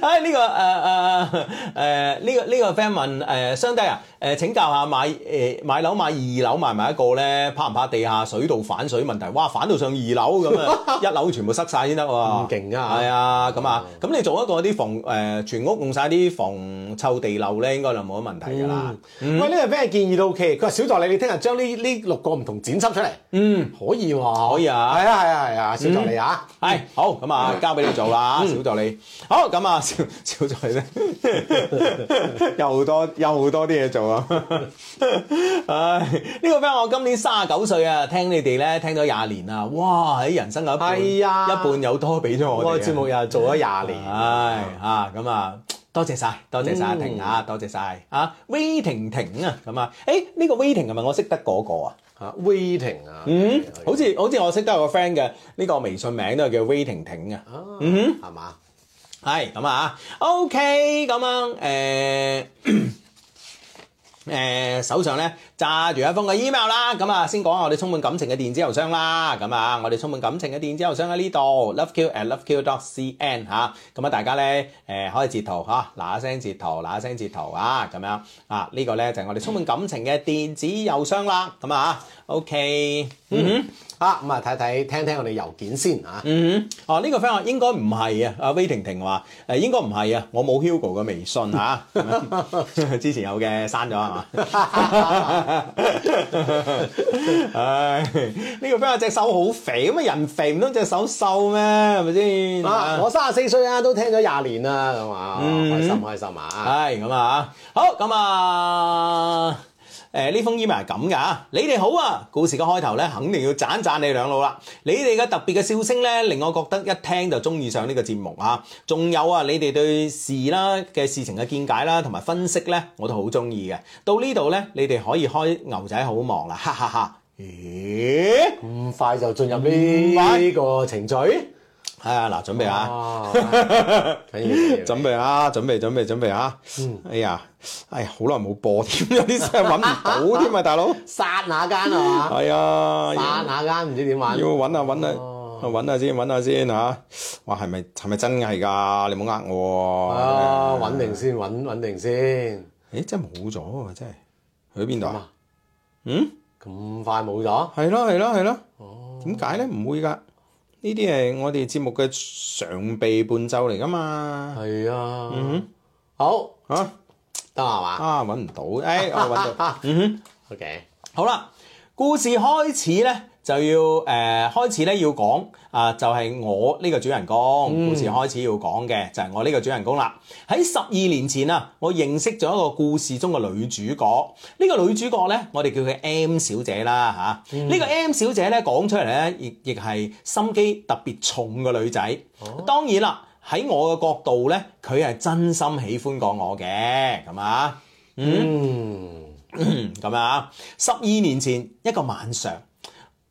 S3: 哎呢個誒誒誒呢個呢個 friend 問誒相低啊誒請教下買誒買樓買二樓買埋一個咧，怕唔怕地下水道反水問題？哇，反到上二樓咁
S4: [laughs]
S3: 啊，一樓全部塞晒先得喎，
S4: 咁勁啊
S3: 係啊，咁啊，咁你做一個啲防誒全屋用晒啲防臭地漏咧，應該就冇乜問題㗎啦。
S4: 嗯喂，呢個 friend 建議到 OK，佢話小助理，你聽日將呢呢六個唔同剪輯出嚟，
S3: 嗯，
S4: 可以喎，
S3: 可以啊哎
S4: 係啊係啊係啊，小助理啊，嗯
S3: 係好咁啊，交俾你做啦，小助理。好咯，咁啊， [laughs] 小小在咧， [laughs] 又好多又好多啲嘢做啊！ [laughs] 唉，呢個 friend 我今年三十九歲啊，聽你哋咧聽咗廿年啦，哇！喺人生嘅一半，
S4: 係啊
S3: 一半有多俾咗我哋啊。
S4: 我嘅節目又做咗廿年，嗯
S3: 唉啊咁啊！多謝晒，多謝晒阿婷啊，多謝晒啊威婷婷啊，咁啊，誒呢個威婷係咪我識得嗰個啊？
S4: 嚇 waiting 啊，
S3: 嗯，好似好似我識得有個 friend 嘅呢個微信名都係叫威婷婷啊嘅。
S4: 嗯係嘛？
S3: 係咁啊，OK 咁樣誒。 [coughs] 誒、呃手上咧揸住一封嘅 email 啦，咁啊先講下我哋充滿感情嘅電子郵箱啦，咁啊我哋充滿感情嘅電子郵箱喺呢度，loveq at loveq dot cn 嚇、咁啊大家咧誒、可以截圖嚇，嗱、一聲截圖，嗱一聲截圖啊，咁樣啊呢個咧就係我哋充滿感情嘅電子郵箱啦，咁啊 OK，嗯哼。
S4: 啊咁啊睇睇聽聽我哋郵件先啊嚇，
S3: 嗯哼，哦呢、個 friend 話應該唔係啊，阿威婷婷話誒應該唔係啊，我冇 Hugo 嘅微信嚇、 [laughs] 啊，之前有嘅刪咗係 [laughs] 嘛？唉，呢、個 friend 話隻手好肥，咁啊人肥唔通隻手瘦咩？係咪先？
S4: 啊我三十四歲啊，都聽咗廿年啦，咁啊開心開心啊！
S3: 係咁啊，好咁啊。誒呢封 email 係咁㗎，你哋好啊！故事嘅開頭咧，肯定要讚讚你兩老啦。你哋嘅特別嘅笑聲咧，令我覺得一聽就中意上呢個節目啊！仲有啊，你哋對事啦嘅事情嘅見解啦，同埋分析咧，我都好中意嘅。到呢度咧，你哋可以開牛仔好忙啦，哈哈哈！咦？
S4: 咁快就進入呢個程序，
S3: 係啊，嗱，準備啊！
S4: 嗯 [laughs] 啊，緊要
S3: 準備啊！準備準備準備啊！哎呀，哎呀，好耐冇播添，有啲真係揾唔到添啊，大佬。
S4: 剎那間係嘛？ [laughs]
S3: 係啊，
S4: 剎那間唔知點哎玩
S3: 要。啊揾下揾下揾下先揾下先嚇。哇，係咪係咪真係㗎？你唔好呃我喎。
S4: 啊，穩定先，穩穩定先，
S3: 誒，真係冇咗啊！真係去咗邊度
S4: 咁
S3: 啊
S4: 啊？
S3: 嗯，
S4: 咁快冇咗。
S3: 係咯係咯係咯。點解咧？唔會㗎。呢啲係我哋節目嘅常備伴奏嚟㗎嘛。
S4: 係啊。好
S3: 嚇
S4: 得啦係嘛啊
S3: 啊，揾唔到。誒，我揾到。
S4: 嗯？OK。
S3: 好啦，故事開始咧就要誒、呃、開始咧要講啊、就係、我呢個主人公。故事開始要講嘅就係、我呢個主人公啦。喺十二年前啊，我認識咗一個故事中嘅女主角。呢、個女主角咧，我哋叫佢 M 小姐啦吓，呢、個 M 小姐咧講出嚟咧，亦亦係心機特別重嘅女仔。當然啦，喺我嘅角度咧，佢係真心喜歡過我嘅，咁啊。
S4: 嗯。
S3: [coughs] 咁啊，十二年前一個晚上，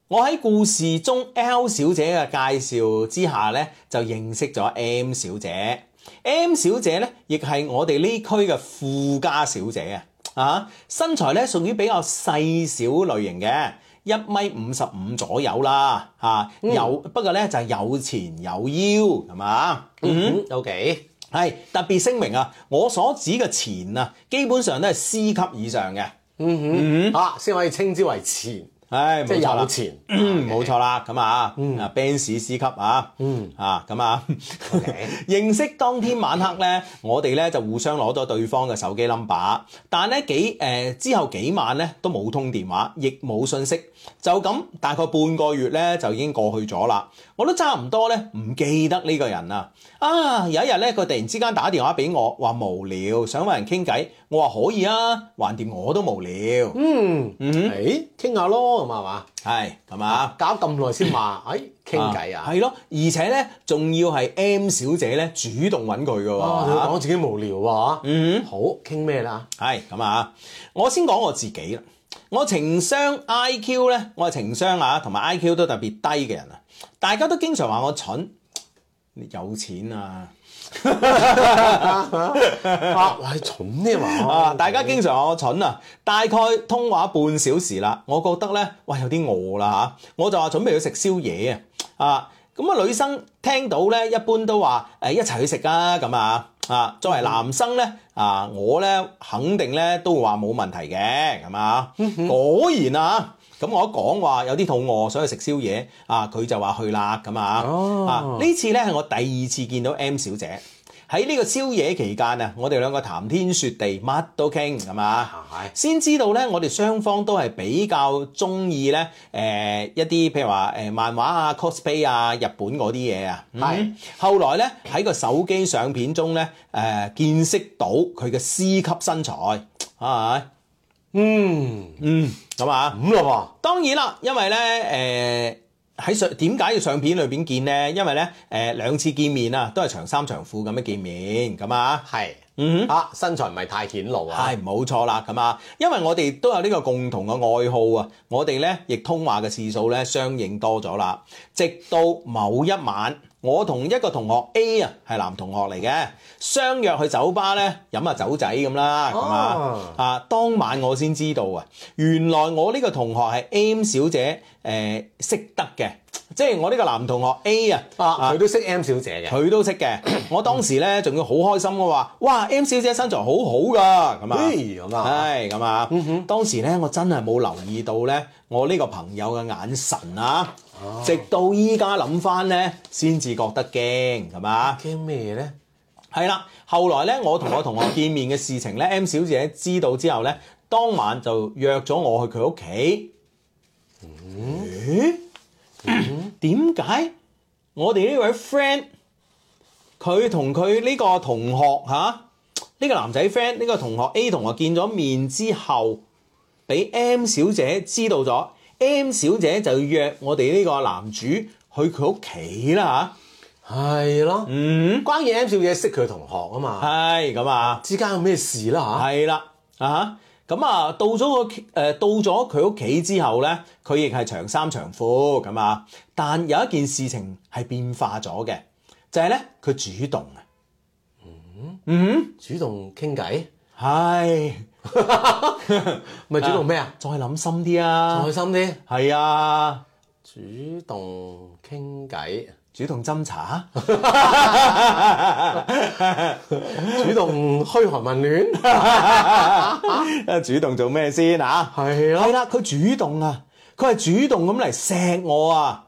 S3: 我喺故事中 L 小姐嘅介紹之下呢，就認識咗 M 小姐。M 小姐呢，亦係我哋呢區嘅富家小姐啊！啊，身材呢屬於比較細小類型嘅，一米五十五左右啦，啊，
S4: 嗯
S3: 有不過呢，就係有前有腰，係嘛？
S4: 嗯。OK。
S3: 係特別聲明啊，我所指嘅前啊，基本上都係 C 級以上嘅。
S4: 嗯哼。啊，先可以稱之為前，
S3: 唉，
S4: 即係
S3: 冇錯啦
S4: 有前。
S3: 嗯，冇錯啦，咁啊，啊 Benz C 級啊，啊咁啊， [laughs] 認識當天晚黑咧，我哋咧就互相攞咗對方嘅手機 number，但咧幾誒、呃之後幾晚咧都冇通電話，亦冇信息，就咁大概半個月咧就已經過去咗啦，我都差唔多咧唔記得呢個人啦。啊，有一日咧，佢突然之間打電話俾我，話無聊，想揾人傾偈，我話可以啊，橫掂我都無聊，
S4: 嗯。嗯。誒，傾下咯，咁係嘛？
S3: 係咁啊。
S4: 搞咁耐先話，誒傾偈啊。
S3: 係咯，而且咧仲要係 M 小姐咧主動揾佢嘅
S4: 啊，你
S3: 喎，
S4: 講自己無聊啊。嗯。好，傾咩
S3: [laughs]
S4: 啦？
S3: 係咁啊！我先講我自己啦，我情商 I Q 咧，我係情商啊，同埋 I Q 都特別低嘅人啊，大家都經常話我蠢，有錢啊！
S4: 啊，哦哇，你蠢啲嘛？
S3: 啊！大家經常話我蠢啊，大概通話半小時啦，我覺得呢，喂有啲餓啦嚇，我就話準備去食宵夜啊，啊咁啊女生聽到呢，一般都話誒、一齊去食啊咁啊啊，作為男生呢，啊我呢，肯定呢都會話冇問題嘅咁啊，果然啊咁我一講話有啲肚餓，想去食宵夜啊，佢就話去啦咁啊，啊呢次呢係我第二次見到 M 小姐。喺呢個宵夜期間啊，我哋兩個談天說地，乜都傾，係嘛？
S4: 啊係
S3: 先知道咧，我哋雙方都係比較中意咧，誒、一啲譬如話誒、漫畫啊、cosplay 啊、日本嗰啲嘢啊。係、後來咧喺個手機相片中咧，誒、見識到佢嘅 C 級身材，啊，
S4: 嗯，
S3: 嗯，咁啊。
S4: 咁咯
S3: 當然啦，因為咧誒喺相點解要相片裏邊見呢？因為咧誒、兩次見面啊，都係長衫長褲咁樣見面咁啊。
S4: 喎，係，
S3: 嗯
S4: 啊，身材唔係太顯露啊，
S3: 係冇錯啦，咁啊，因為我哋都有呢個共同嘅愛好啊，我哋呢亦通話嘅次數呢相應多咗啦。直到某一晚，我同一個同學 A 啊，係男同學嚟嘅，相約去酒吧呢飲下酒仔咁啦，咁啊
S4: 哦
S3: 啊，當晚我先知道啊，原來我呢個同學係 M 小姐誒、識得嘅，即係我呢個男同學 A 啊，
S4: 啊，佢都識 M 小姐嘅，
S3: 佢都識
S4: [coughs]
S3: 嘅。我當時咧仲要好開心，我話：哇，M 小姐身材好好㗎，咁啊，
S4: 嘿咁啊
S3: 係咁啊。當時咧我真係冇留意到咧，我呢個朋友嘅眼神啊，
S4: 哦
S3: 直到依家諗翻咧，先至覺得驚，啊係嘛？
S4: 驚咩咧？
S3: 係啦，後來咧我同我同學見面嘅事情咧，M 小姐知道之後咧，當晚就約咗我去佢屋企。咦點解我哋呢位 friend 佢同佢呢個同學吓，呢、個男仔 friend 呢個同學 A 同學見咗面之後，俾 M 小姐知道咗，M 小姐就約我哋呢個男主去佢屋企啦
S4: 係咯，
S3: 嗯，
S4: 關鍵 M 小姐識佢同學啊
S3: 吓，
S4: 嘛，
S3: 係咁啊。
S4: 之間有咩事啦
S3: 係啦，啊咁啊，到咗個誒、到咗佢屋企之後咧，佢亦係長衫長褲咁啊。但有一件事情係變化咗嘅，就係咧佢主動啊，嗯
S4: 吓？主動傾偈，
S3: 係
S4: 咪主動咩啊？
S3: 再諗深啲啊
S4: 開，心啲，
S3: 係啊，
S4: 主動傾偈， [laughs]
S3: 主動斟茶，
S4: 主動噓寒問暖，
S3: [laughs] 主動做咩先啊？
S4: 啊係
S3: 係
S4: 咯。
S3: 啦，佢主動啊，佢係主動咁嚟錫我啊，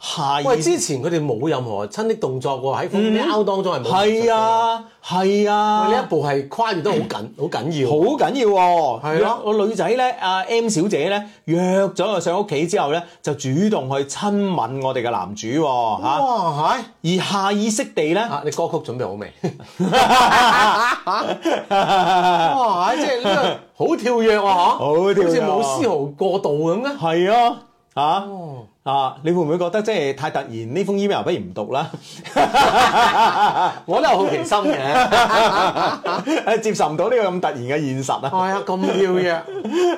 S3: 係
S4: 喂，之前佢哋冇任何親昵動作喎，喺風喵當嗯中係冇。
S3: 係，啊，係啊，
S4: 喂呢一步係跨越得好 [laughs] 緊，好緊要。
S3: 好緊要喎、
S4: 係啊咯
S3: 個女仔咧，阿 M 小姐咧約咗佢上屋企之後咧，就主動去親吻我哋嘅男主喎、嚇
S4: 哇，係
S3: 而下意識地咧，
S4: 啊啊！你歌曲準備好未？ [laughs] 哇，即係呢個 [laughs] 好跳躍啊！嚇，
S3: 好跳躍啊
S4: 好似冇絲毫過度咁嘅。
S3: [laughs] 係啊，嚇啊
S4: 哦
S3: 你會唔會覺得即係太突然？呢封 email 不如唔讀啦， [laughs]
S4: 我都有好奇心嘅。
S3: 接受唔到呢個咁突然嘅現實啊！
S4: [laughs] 係啊，咁跳 [laughs] 躍。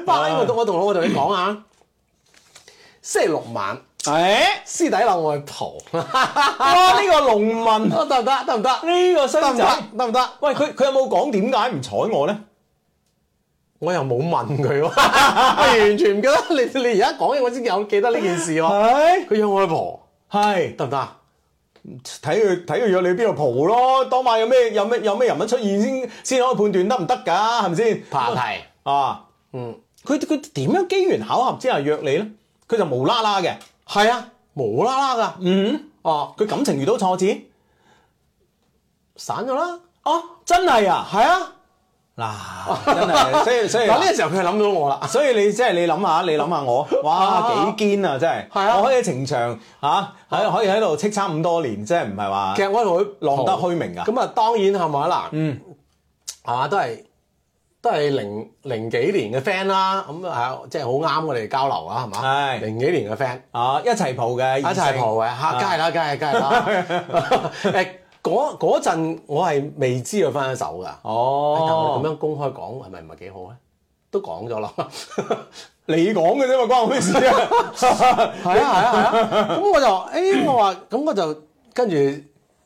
S4: 不過呢我同我同我同你講啊，星期六晚
S3: 誒、
S4: 私底樓我去 [laughs] 蒲，
S3: 哎哇！
S4: [laughs]
S3: 呢、個農民，呢、
S4: 得唔得？得唔得？
S3: 個
S4: 得
S3: 衰
S4: 唔
S3: 仔
S4: 得，？得唔得？
S3: 喂，佢佢有冇講點解唔睬我咧？
S4: 我又冇問佢喎，我 [laughs] 完全唔記得。你你而家講嘢，我先有記得呢件事
S3: [laughs]
S4: 喎。
S3: 係
S4: 佢約我去蒲，
S3: 係。
S4: 得唔得啊？
S3: 睇佢睇佢約你去邊度蒲咯，當晚有咩有咩有咩人物出現先先可以判斷得唔得㗎，係咪先？
S4: 爬題
S3: 啊，
S4: 嗯，
S3: 佢佢點樣機緣巧合之下約你咧？佢就無啦啦嘅，
S4: 係啊，無啦啦㗎，
S3: 嗯，
S4: 哦，
S3: 佢感情遇到挫折，
S4: 散咗啦。
S3: 哦、真係啊，
S4: 係啊，
S3: 嗱、 [laughs] 真係，所以所以啊
S4: 嗱呢個時候佢就諗到我啦。
S3: 所以你即係你諗下，你諗下我，哇
S4: 啊
S3: 幾堅啊真係，
S4: 係啊
S3: 我可以喺情場嚇喺可以喺度叱咤咁多年，真係唔係話
S4: 其實我同佢
S3: 浪得虛名啊
S4: 咁啊，當然係咪啦？嗯，係嘛，都係都係零零幾年嘅 friend 啦，咁啊，即係好啱我哋交流啊，係嘛？
S3: 係
S4: 零幾年嘅 friend，
S3: 啊一齊蒲嘅，
S4: 一齊蒲嘅嚇，梗係啦，梗係梗係啦。誒，嗰嗰陣我係未知佢分咗手㗎。哎但我
S3: 哦
S4: 哋咁樣公開講係咪唔係幾好咧？都講咗啦，
S3: 你講嘅啫嘛，關我咩事啊？
S4: [laughs]
S3: [laughs]
S4: 係啊係啊係啊！咁我就誒、我話咁我就跟住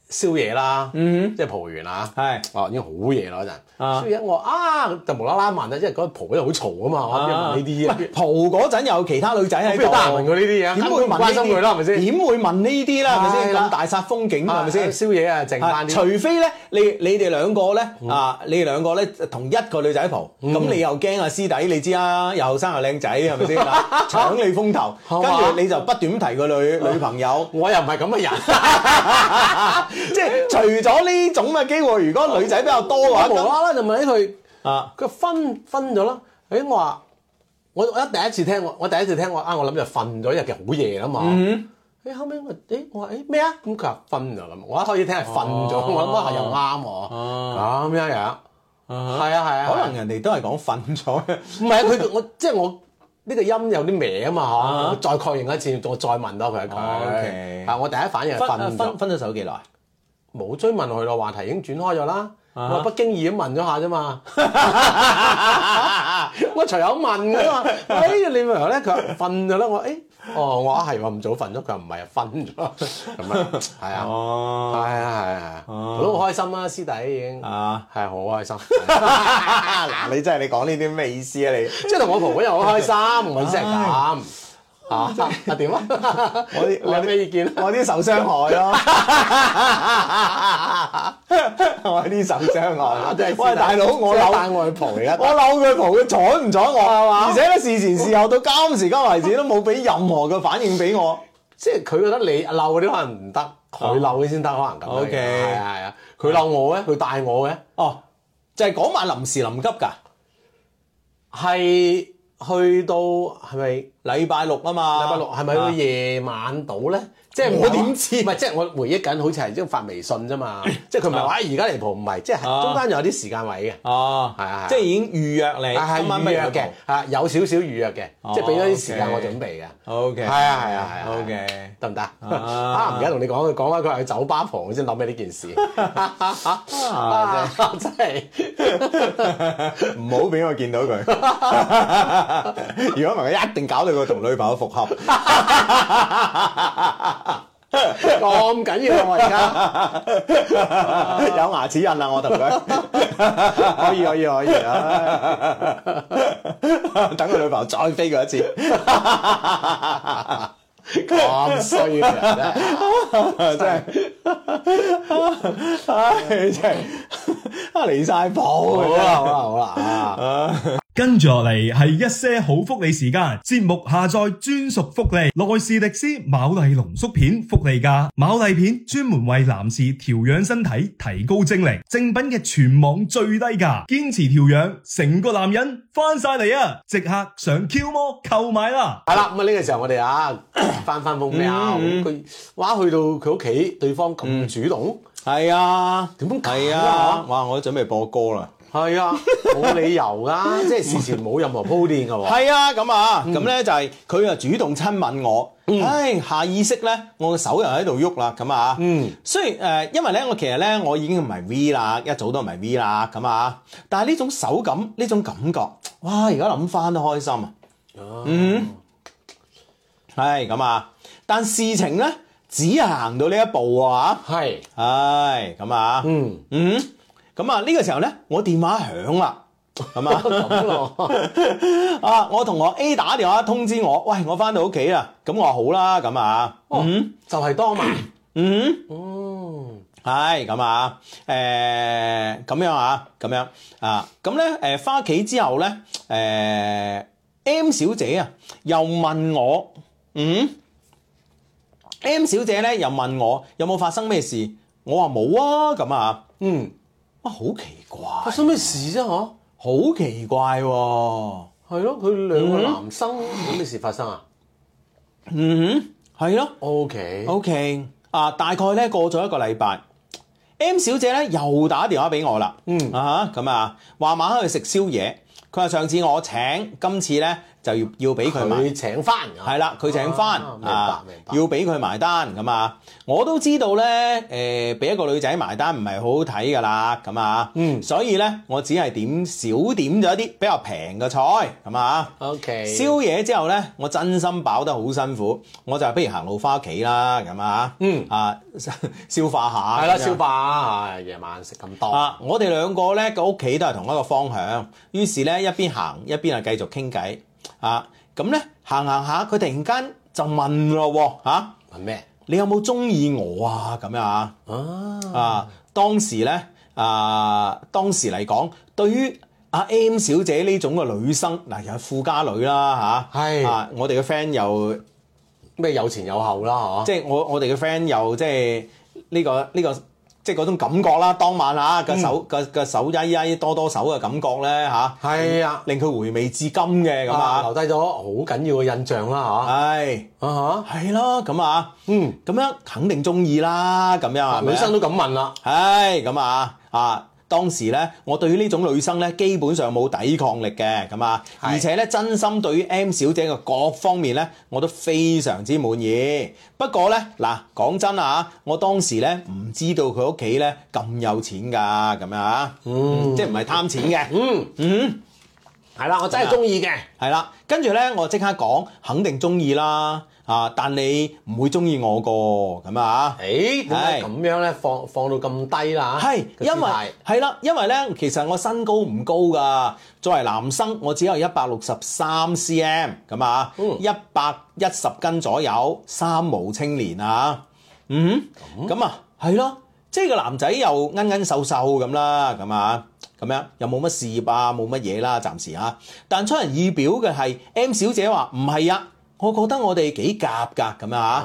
S4: 宵夜啦，嗯、即係蒲完啦，
S3: 係
S4: 哦已經好夜啦
S3: 啊
S4: 嗰陣，宵夜我啊就無啦啦問啦，因為嗰陣蒲咧好嘈啊嘛，我邊
S3: 啊
S4: 問呢啲嘢，
S3: 蒲嗰陣有其他女仔
S4: 我
S3: 喺
S4: 邊
S3: 度，
S4: 得閒問佢呢啲嘢啊，
S3: 點
S4: 根
S3: 會
S4: 本唔
S3: 問
S4: 關心
S3: 呢啲
S4: 佢啦，係咪先？
S3: 點會問呢啲啦？係咪
S4: 係
S3: 先？
S4: 啦
S3: 咁大煞風景係咪
S4: 啊
S3: 先？
S4: 宵夜啊，剩
S3: 啊
S4: 翻
S3: 除
S4: 啲，嗯
S3: 非咧，你你哋兩個咧啊，你哋兩個咧同一個女仔蒲，咁你又驚啊師弟，你知啦，又後生又靚仔，係咪
S4: [laughs]
S3: 先？啊搶你風頭，
S4: 係
S3: 跟
S4: 嘛啊
S3: 住你就不斷咁提個女女朋友。
S4: 我又唔係咁嘅人，
S3: [laughs] 即係除咗呢種嘅機會，如果女仔比較多嘅話，
S4: [laughs] [laughs] 我無
S3: 咁
S4: 啦啦就問起佢，
S3: 啊
S4: 佢話分分咗啦。誒我話我我一第一次聽我我第一次聽我啊，我諗就瞓咗，因為其實好夜啊啦嘛。誒後尾我誒我話誒咩啊？咁佢話瞓咗咁，我一開始聽係瞓咗，我諗啊又啱我咁樣樣。係啊係啊，
S3: 可能人哋都係講瞓咗嘅。
S4: 唔係啊佢我即係我呢個音有啲歪啊嘛
S3: 啊
S4: 嚇，我再確認一次，我再問多佢一句。
S3: 哦，OK
S4: 啊，我第一反應係瞓咗。
S3: 分咗手幾耐？
S4: 冇追問佢咯，話題已經轉開咗啦。
S3: 啊
S4: 我不經意咁問咗下啫
S3: [laughs]
S4: 嘛，我隨口問噶嘛。哎，你咪話咧，佢話瞓咗啦。我誒，哦，我話係喎，唔早瞓咗。佢話唔係啊，瞓咗咁啊，係啊，係
S3: 哦，
S4: 啊，係啊，係啊我都好開心啊，師弟已經係
S3: 啊，
S4: 好開心，
S3: 嗱，你真係你講呢啲咩意思啊？你
S4: 即係同我婆婆又好開心，我意思係咁啊啊點啊？
S3: 我
S4: [laughs]
S3: 啲
S4: 你有咩意見？啊
S3: 我啲受傷害咯， [laughs] 我啲受傷害。
S4: 啊真係師弟
S3: 喂，大佬，我
S4: 即係
S3: 扭
S4: 帶我去蒲而家
S3: 我扭佢蒲，佢睬唔睬我係嘛？而且咧，事前事後到今時今為止都冇俾任何嘅反應俾我。
S4: 即係佢覺得你嬲嗰啲可能唔得，佢嬲嗰啲先得，可能咁樣嘅。
S3: 哦 OK
S4: 係啊係啊，佢嬲我嘅，佢帶我嘅，
S3: 哦，就係嗰晚臨時臨急㗎，
S4: 係去到係咪
S3: 禮拜六啊嘛，
S4: 禮拜六係咪到夜晚到咧？即係
S3: 我點知
S4: 唔係即係我回憶緊，好似係即係發微信
S3: [laughs]
S4: 啫嘛。即係佢唔係話哎而家嚟蒲，唔係即係
S3: 啊
S4: 中間有啲時間位嘅。
S3: 哦，
S4: 係啊係啊
S3: 即係已經預約
S4: 係
S3: 你
S4: 係
S3: 今晚
S4: 預
S3: 不如
S4: 約
S3: 去蒲
S4: 嘅，係有少少預約嘅，即係俾咗啲時間我
S3: OK
S4: 準備嘅。
S3: OK，
S4: 係啊係啊係啊
S3: ，OK。
S4: 得唔得？啊，唔記得同你講，佢講翻佢話去酒吧蒲，我先諗起呢件事。
S3: [laughs]
S4: 啊， [laughs] 真係
S3: [laughs] 唔好俾我見到佢。 [laughs] 如果唔係，佢一定搞到佢同女朋友復合。
S4: 咁緊要啊！我而家。
S3: 啊有牙齒印啦，啊我同佢。 [laughs] 可以，可以，可以。唉 [laughs] 等佢女朋友再飛佢一次，
S4: 咁衰嘅人咧，
S3: 真係，唉，真係 [laughs] 啊離晒譜
S4: 好
S3: 啊！
S4: 啦好啦好啦啊！
S6: 跟住落嚟係一些好福利時間，節目下載專屬福利，內士力斯牡蛎濃縮片福利價，牡蛎片專門為男士調養身體，提高精力，正品嘅全網最低價，堅持調養，成個男人翻晒嚟啊！即刻上 Q 魔購買啦！
S4: 係啦，咁啊呢個時候我哋
S3: [coughs]
S4: 啊翻翻封 mail，咁啊
S3: 嗯
S4: 佢哇去到佢屋企，對方咁主動，
S3: 係啊，
S4: 點解
S3: 嗯係
S4: 啊
S3: 啊，哇！我都準備播歌啦。
S4: 係啊，冇理由噶，
S3: [laughs]
S4: 即係事前冇任何鋪墊噶喎。
S3: 係啊，咁啊，咁咧就係佢又主動親吻我，唉，下意識咧，我嘅手又喺度喐啦，咁啊，
S4: 嗯，
S3: 雖然呃誒，因為咧，我其實咧，我已經唔係 V 啦，一早都唔係 V 啦，咁啊，但係呢種手感，呢種感覺，哇！而家諗翻都開心啊，嗯，係咁啊，但事情咧，只係行到呢一步啊，
S4: 係，
S3: 唉，咁啊，
S4: 嗯，
S3: 嗯，咁啊，呢個時候咧，我電話響啦，咁啊。
S4: 咁咯，
S3: [laughs] 啊！我同我 A 打電話通知我，喂，我翻到屋企啦。咁我話好啦，咁啊，嗯
S4: 哦就係
S3: [coughs]
S4: 當晚，
S3: 嗯，
S4: 嗯，
S3: 係咁啊，誒、咁樣啊，咁樣啊，咁咧誒翻屋企之後咧，誒、M 小姐啊，又問我，嗯，M 小姐咧又問我有冇發生咩事，我話冇啊，咁啊，
S4: 嗯，
S3: 哇，好奇怪，啊
S4: 發生咩事啫？嗬，
S3: 好奇怪喎、
S4: 係咯，佢兩個男生有咩事發生啊
S3: 嗯哼，係咯。
S4: ？O K，
S3: O K，啊，大概咧過咗一個禮拜，M 小姐咧又打電話俾我啦。
S4: 嗯
S3: 啊哈咁啊，話晚黑去食宵夜，佢話上次我請，今次咧就要要俾佢埋。
S4: 佢請翻㗎，
S3: 係啦，佢請翻
S4: 啊明白
S3: 啊
S4: 明，白
S3: 要俾佢埋單咁啊！我都知道咧，誒、俾一個女仔埋單唔係好好睇噶啦，咁啊，
S4: 嗯
S3: 所以咧，我只係點少點咗一啲比較平嘅菜咁啊。
S4: O K，
S3: 宵夜之後呢，我真心飽得好辛苦，我就不如行路翻屋企啦，咁啊，
S4: 嗯
S3: 啊， [laughs] 消化下，
S4: 係啦，
S3: 咁樣
S4: 消化啊啊，夜晚食咁多。
S3: 啊，我哋兩個呢個屋企都係同一個方向，於是呢，一邊行一邊啊繼續傾偈啊，咁呢，行行下，佢突然間就問咯喎、啊
S4: 問咩
S3: 你有冇中意我啊？咁樣啊，
S4: 啊？
S3: 啊，當時呢，啊，當時嚟講，對於阿 M 小姐呢種嘅女生，嗱、又係富家女啦嚇，
S4: 係
S3: 啊，我哋嘅 friend 又。
S4: 啊咩有前有後啦，嗬？
S3: 即係我我哋嘅 friend 又即係呢、個呢、個即係嗰種感覺啦。當晚嚇個手個個手曳曳多多手嘅感覺咧嚇，
S4: 係啊，
S3: 令佢回味至今嘅咁
S4: 啊
S3: 啊
S4: 留。低咗好緊要嘅印象啦
S3: 係
S4: 嚇，啊
S3: 係咯，咁啊，
S4: 嗯，
S3: 咁樣肯定中意啦，咁樣
S4: 嚇，
S3: 係咪啊
S4: 女生都咁問啦，
S3: 唉，咁啊啊！當時咧，我對於呢種女生咧，基本上冇抵抗力嘅，咁啊，
S4: 係
S3: 而且咧，真心對於 M 小姐嘅各方面咧，我都非常之滿意。不過咧，嗱，講真啊，我當時咧唔知道佢屋企咧咁有錢㗎，咁樣啊，嗯，即係唔係貪錢嘅，
S4: 嗯嗯，係啦，我真係啊中意嘅，
S3: 係啦。跟住咧，我即刻講，肯定中意啦，啊，但你唔會中意我個，咁啊。
S4: 誒點解
S3: 係
S4: 咁樣咧放放到咁低啦？
S3: 係，
S4: 啊個
S3: 因
S4: 姿態
S3: 為係啦，因為咧，其實我身高唔高㗎。作為男生，我只有一百六十三 cm 咁啊，一百一十斤左右，三無青年啊，嗯，咁啊，係咯，即係個男仔又奀奀瘦瘦咁啦，咁啊，咁樣又冇乜事業啊，冇乜嘢啦，暫時啊。但出人意表嘅係 M 小姐話唔係啊，我覺得我哋幾夾㗎咁啊，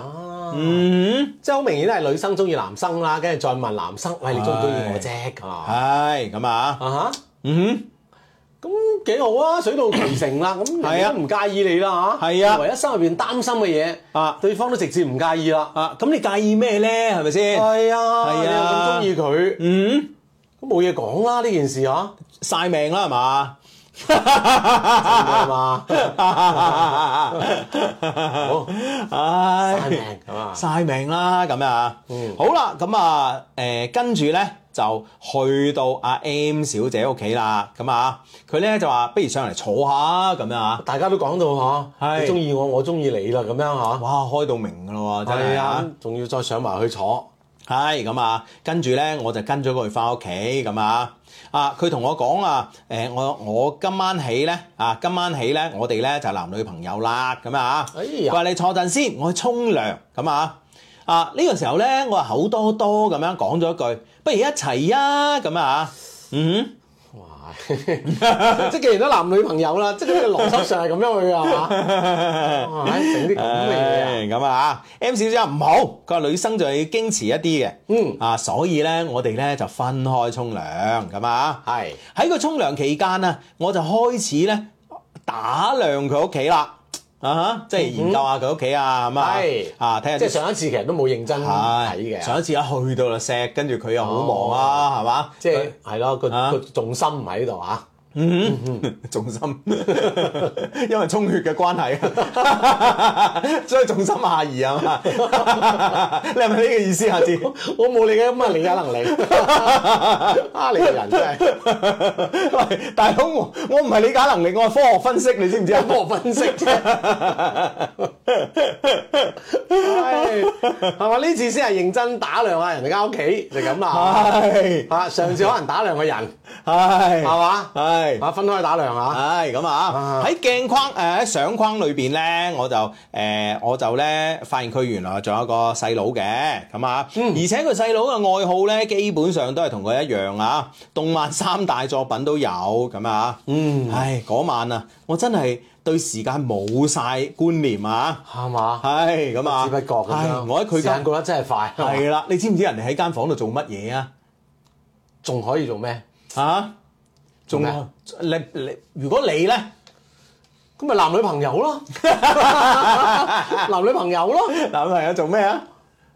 S3: 嗯。
S4: 即係好明顯係女生中意男生啦，跟住再問男生，喂，你中唔中意我啫？咁啊，
S3: 係咁啊，
S4: 啊哈，
S3: 嗯
S4: 咁幾好啊，水到渠成啦，咁人
S3: 係啊
S4: 哋都唔介意你啦嚇，
S3: 係啊
S4: 唯一心入邊擔心嘅嘢，
S3: 啊
S4: 對方都直接唔介意啦，
S3: 啊，咁你介意咩咧？係咪先？
S4: 係啊，
S3: 係啊
S4: 你又咁中意佢，
S3: 嗯，
S4: 咁冇嘢講啦呢件事啊
S3: [laughs]
S4: 嚇，
S3: 晒命啦，係嘛？[laughs]
S4: 係嘛？
S3: 好， [laughs] 唉，
S4: 晒命咁啊
S3: 晒命啦，咁啊，好啦，咁啊，誒，跟住咧就去到阿 M 小姐屋企啦，咁啊，佢咧就話不如上嚟坐下咁樣啊，
S4: 大家都講到嚇，
S3: 係
S4: 你中意我，我中意你啦，咁樣嚇，
S3: 哇，開到明噶咯喎，真
S4: 係
S3: 係
S4: 啊
S3: 啊！，
S4: 仲要再上埋去坐，
S3: 係咁啊，跟住咧我就跟咗佢翻屋企咁啊，啊佢同我講啊，誒、我我今晚起咧啊，今晚起咧我哋咧就男女朋友啦咁啊，
S4: 哎
S3: 佢
S4: 呀
S3: 話、你坐陣先，我去沖涼咁啊，啊呢、個時候咧我口多多咁樣講咗一句，不如一齊啊咁啊，嗯哼。
S4: 哇！ [laughs] 即係既然都男女朋友啦，即係呢個邏輯上係咁樣去㗎係嘛？
S3: [laughs]
S4: 哇整啲咁嘅嘢啊！
S3: 唉咁啊，M 小姐話唔好，佢話女生就要矜持一啲嘅，
S4: 嗯
S3: 啊，所以咧我哋咧就分開沖涼咁啊，
S4: 係
S3: 喺佢沖涼期間啊，我就開始咧打量佢屋企啦，啊哈，即係研究下佢屋企啊，咁啊
S4: 嗯係，
S3: 啊睇下
S4: 即係
S3: 啲
S4: 上一次其實都冇認真睇
S3: 係
S4: 嘅，哦
S3: 上一次一去到就錫，跟住佢又好忙啊，係嘛？
S4: 即係係咯個
S3: 啊
S4: 個重心唔喺度啊！嗯
S3: [laughs] 重心，因為充血嘅關係，啊 [laughs] 所以重心下移啊嘛。 [laughs] 你係咪呢個意思？下啊次
S4: [laughs] 我冇你嘅咁嘅理解
S3: [laughs]
S4: 能力啊！你個人真係
S3: 喂，大佬，我我唔係理解能力，我係科學分析，你知唔知啊？
S4: 幫我分析
S3: [laughs]
S4: 啫，唉係嘛？呢次先係認真打量下人哋間屋企就咁啦
S3: 係
S4: 啊！上次可能打量個人
S3: 係
S4: 係嘛？
S3: 係。
S4: 啊，分開打量下。
S3: 唉，咁啊，喺鏡框誒喺、相框裏邊咧，我就誒、呃我就咧發現佢原來仲有個細佬嘅，咁啊，而且佢細佬嘅愛好咧，基本上都係同佢一樣啊，動漫三大作品都有咁啊，嗯，唉，嗰晚啊，我真係對時間冇晒觀念啊，
S4: 係嘛？
S3: 係咁啊，
S4: 不知不覺咁
S3: 唉
S4: 樣，
S3: 我喺佢
S4: 時間
S3: 間
S4: 過得真係快，
S3: 係啦，你知唔知人哋喺間房度做乜嘢啊？
S4: 仲可以做咩？
S3: 啊，仲
S4: 做咩
S3: 你你，如果你咧？
S4: 咁咪男女朋友
S3: [laughs]
S4: 咯，男女朋友咯，
S3: 男朋友做咩啊？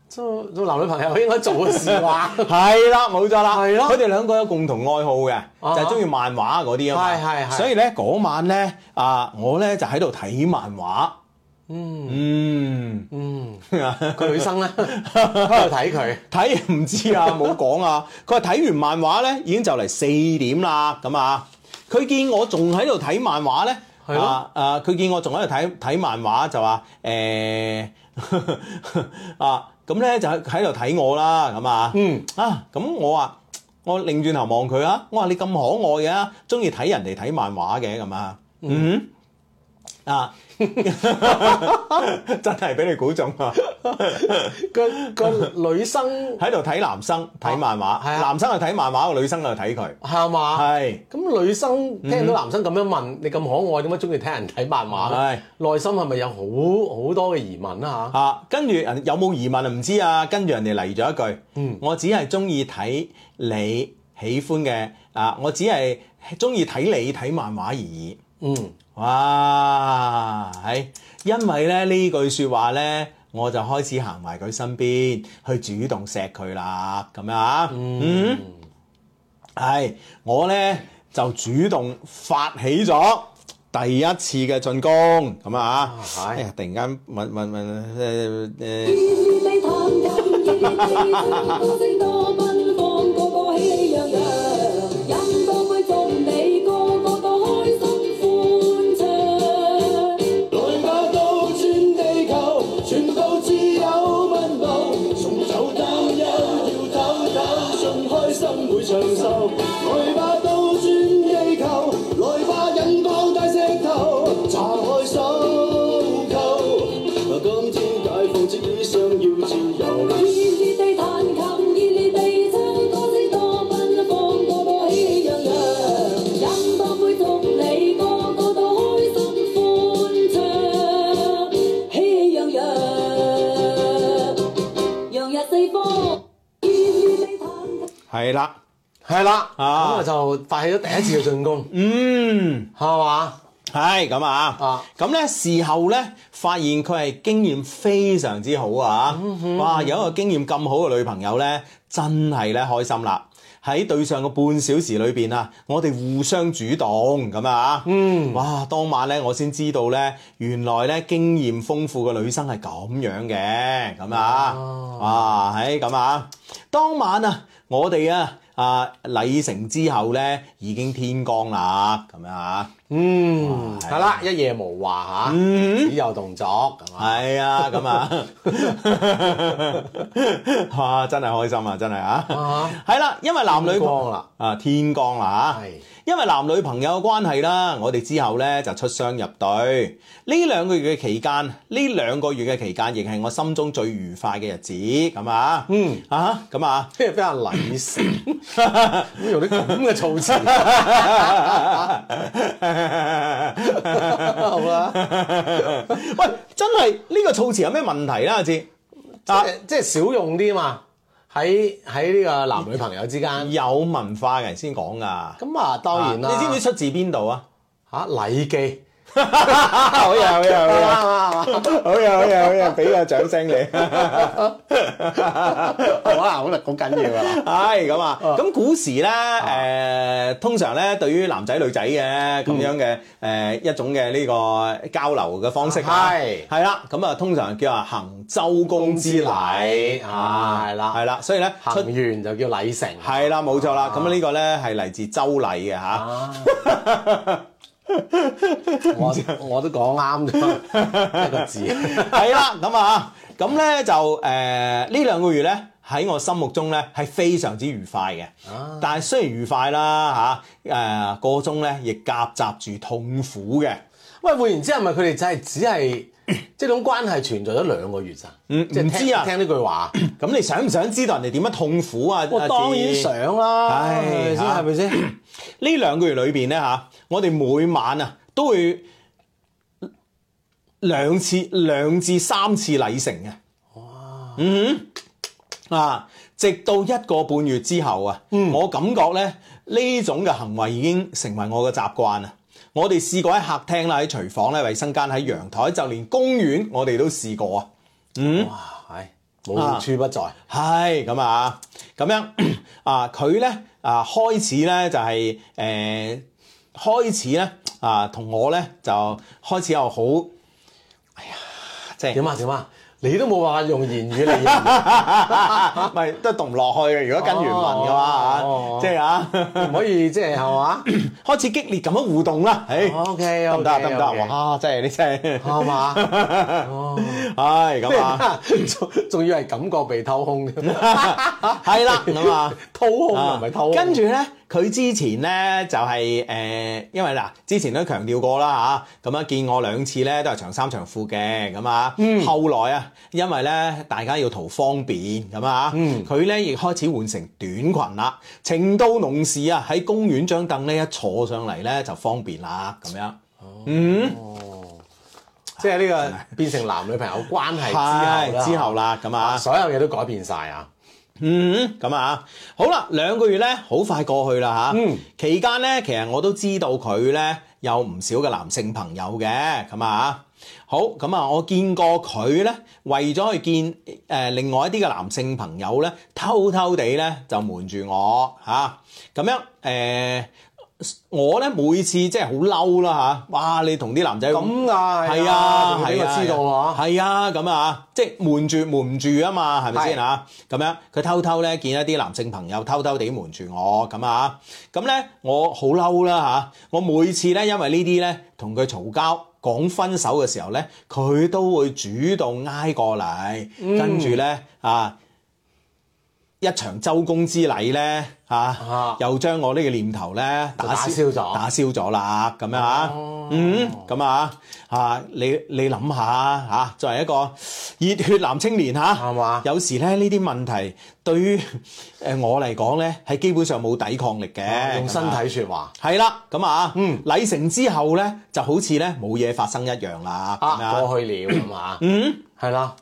S4: 做做男女朋友應該做嘅
S3: [laughs]
S4: 事啩。 [laughs]
S3: 係啦，冇錯啦，
S4: 係咯
S3: 佢哋兩個有共同愛好嘅，
S4: 啊
S3: 就係中意漫畫嗰啲啊嘛。
S4: 係係係
S3: 所以咧嗰晚咧啊，我咧就喺度睇漫畫。嗯
S4: 嗯，
S3: 嗯，
S4: 個女
S3: [laughs]
S4: 生咧喺度睇佢，
S3: 睇唔知啊，冇講啊。佢話睇完漫畫咧，已經就嚟四點啦，咁啊。佢見我仲喺度睇漫畫咧，
S4: 係咯
S3: 啊啊！佢見我仲喺度睇睇漫畫，就話誒、 [laughs] 啊，咁咧就喺度睇我啦，咁啊，
S4: 嗯
S3: 啊，咁我話我擰轉頭望佢啊啊，我話你咁可愛嘅，中意睇人哋睇漫畫嘅咁啊，嗯
S4: [laughs]
S3: 啊， [laughs] 真係俾你估中啊！
S4: 個個女生
S3: 喺度睇男生睇漫畫，
S4: 係啊啊
S3: 男生就睇漫畫，個女生就睇佢，
S4: 係嘛？
S3: 係嗯
S4: 咁女生聽到男生咁樣問你咁可愛，點解中意睇人睇漫畫
S3: 係
S4: 咧？內心係咪有好好多嘅疑問啦嚇？
S3: 啊。跟住人有冇疑問啊？唔知啊。跟住人哋嚟咗一句，
S4: 嗯
S3: 我只係中意睇你喜歡嘅啊，我只係中意睇你睇漫畫而已。
S4: 嗯，
S3: 哇，係，因為咧呢句説話咧，我就開始行埋佢身邊，去主動錫佢啦，咁樣啊，嗯，係、我咧就主動發起咗。第一次嘅進攻咁啊
S4: 係！
S3: 哎呀，突然間問問問誒誒。呃係啦，
S4: 係啦，咁
S3: 啊
S4: 啊就發起咗第一次嘅進攻，
S3: 嗯。
S4: 係嘛？
S3: 係咁啊
S4: 啊，
S3: 咁咧事後咧發現佢係經驗非常之好啊！哇，有一個經驗咁好嘅女朋友咧，真係咧開心啦！喺對上個半小時裏邊啊，我哋互相主動咁啊，嗯，哇！當晚咧我先知道咧，原來咧經驗豐富嘅女生係咁樣嘅，咁啊，哇，係咁啊！當晚啊，我哋啊啊禮成之後咧，已經天光啦，咁樣啊。
S4: 嗯，係啦，一夜無話嚇，
S3: 嗯
S4: 只有動作咁啊。
S3: 係啊，咁啊， [laughs] 哇，真係開心啊，真係啊
S4: 啊，
S3: 係啦，因為男女
S4: 天光啦
S3: 啊，天光啦嚇
S4: 係，
S3: 因為男女朋友嘅關係啦，我哋之後呢就出雙入對。呢兩個月嘅期間，呢兩個月嘅期間，亦係我心中最愉快嘅日子，咁啊，嗯啊，咁
S4: [laughs]
S3: 啊。
S4: 即係比較禮性，咁用啲咁嘅措辭，
S3: 好
S4: 啦，
S3: [laughs] 喂，真係呢、個措辭有咩問題啦？阿志啊
S4: 即係 [laughs] 即係少用啲嘛。喺喺呢個男女朋友之間，
S3: 有文化嘅人先講噶。
S4: 咁啊當然啦。
S3: 你知唔知出自邊度啊？
S4: 嚇禮記
S3: 好嘢，好嘢，好
S4: 啱
S3: 嘢， [laughs]
S4: 啊啱啊
S3: 好嘢，好嘢，好嘢，俾個掌聲你。 [laughs]
S4: 好啊，好啦，好緊要啊！
S3: 係咁啊，咁古時咧，誒通常咧對於男仔女仔嘅咁樣嘅誒一種嘅呢個交流嘅方式嗯啊
S4: 係
S3: 係啦，咁啊通常叫啊行周公之禮
S4: 啊係啦
S3: 係啦，所以咧
S4: 行
S3: 出
S4: 完就叫禮成，
S3: 係啦冇錯啦，咁呢個咧係嚟自周禮嘅嚇。
S4: 啊！ [laughs] 我我都講啱咗一個字，
S3: 係啦，咁啊，咁咧就呃誒呢、兩個月咧喺我心目中咧係非常之愉快嘅，但係雖然愉快啦嚇，誒、個中咧亦夾雜住痛苦嘅，
S4: 喂，換言之係咪佢哋就係只係即係種關係存在咗兩個月咋？
S3: 嗯
S4: 即係
S3: 唔
S4: 聽
S3: 知啊
S4: 聽呢句話，
S3: 咁你想唔想知道人哋點樣痛苦啊？
S4: 我
S3: 阿
S4: 當
S3: 志
S4: 然想啦，
S3: 唉
S4: 係咪先
S3: 嚇
S4: 係咪先？
S3: 呢兩個月裏邊咧嚇，我哋每晚啊都會兩次、兩至三次禮成嘅。哇！嗯哼啊，直到一個半月之後啊，我感覺咧呢種嘅行為已經成為我嘅習慣啊。我哋試過喺客廳啦、喺廚房咧、衞生間、喺陽台，就連公園我哋都試過啊。
S4: 哇，係無處不在，
S3: 係咁啊，咁樣 [coughs] 啊，佢咧啊開始咧就係、誒、開始咧啊，同我咧就開始又好，哎呀，即係 [laughs]
S4: 點啊點啊，你都冇辦法用言語嚟形容
S3: 咪都讀唔落去嘅。如果跟原文嘅話啊
S4: 啊哦哦哦
S3: 即係啊，
S4: [laughs] 唔可以即係係嘛
S3: 開始激烈咁樣互動啦。誒、
S4: 哦？OK，啊
S3: 得唔得啊？得唔得啊？
S4: 哇，
S3: 哇！真係你真係，
S4: 係 [laughs] 嘛？
S3: [laughs]
S4: 哦
S3: 唉咁啊，
S4: [laughs] 仲仲 [laughs] 要係感覺被偷空，
S3: 係啦咁啊。
S4: 偷空
S3: 啊
S4: 啊唔係偷空，
S3: 跟住咧，佢之前咧就係、呃因為嗱，之前都強調過啦嚇，咁啊見我兩次咧都係長衫長褲嘅咁啊。後來啊，因為咧大家要圖方便咁啊，佢咧亦開始換成短裙啦。情到濃時啊，喺公園張凳咧一坐上嚟咧就方便啦咁樣。嗯
S4: 即係呢個變成男女朋友關係之後
S3: 係
S4: 啦
S3: 之後啦，咁啊
S4: 啊，。所有嘢都改變晒啊！
S3: 嗯，咁啊，好啦，兩個月咧，好快過去啦吓。嗯，期間咧，其實我都知道佢咧有唔少嘅男性朋友嘅，咁啊，好，咁啊，我見過佢咧，為咗去見誒、呃另外一啲嘅男性朋友咧，偷偷地咧就瞞住我吓，咁、樣誒。呃我咧每次即係好嬲啦嚇，哇！你同啲男仔
S4: 咁啊係啊
S3: 係啊，
S4: 仲俾
S3: 係
S4: 我
S3: 啊，
S4: 知道啊
S3: 係啊，咁啊，即係瞞住瞞住啊嘛，係咪先
S4: 係
S3: 啊？咁樣佢偷偷咧見一啲男性朋友偷偷地瞞住我咁啊，咁咧我好嬲啦嚇！我每次咧因為呢啲咧同佢嘈交講分手嘅時候咧，佢都會主動挨過嚟，
S4: 嗯
S3: 跟住咧啊一場周公之禮咧嚇，
S4: 啊
S3: 又將我呢個念頭咧打
S4: 就打消咗
S3: 打消咗啦，咁樣啊，嗯，咁啊，啊，你你諗下嚇，作為一個熱血男青年嚇，
S4: 係嘛
S3: 有時咧呢啲問題對於 [laughs] 誒我嚟講咧係基本上冇抵抗力嘅，
S4: 用身體説話
S3: 係啦，咁啊，
S4: 嗯
S3: 禮成之後咧就好似咧冇嘢發生一樣啦，咁
S4: 啊，
S3: 樣，
S4: 過去了咁啊，嗯，啊係啦，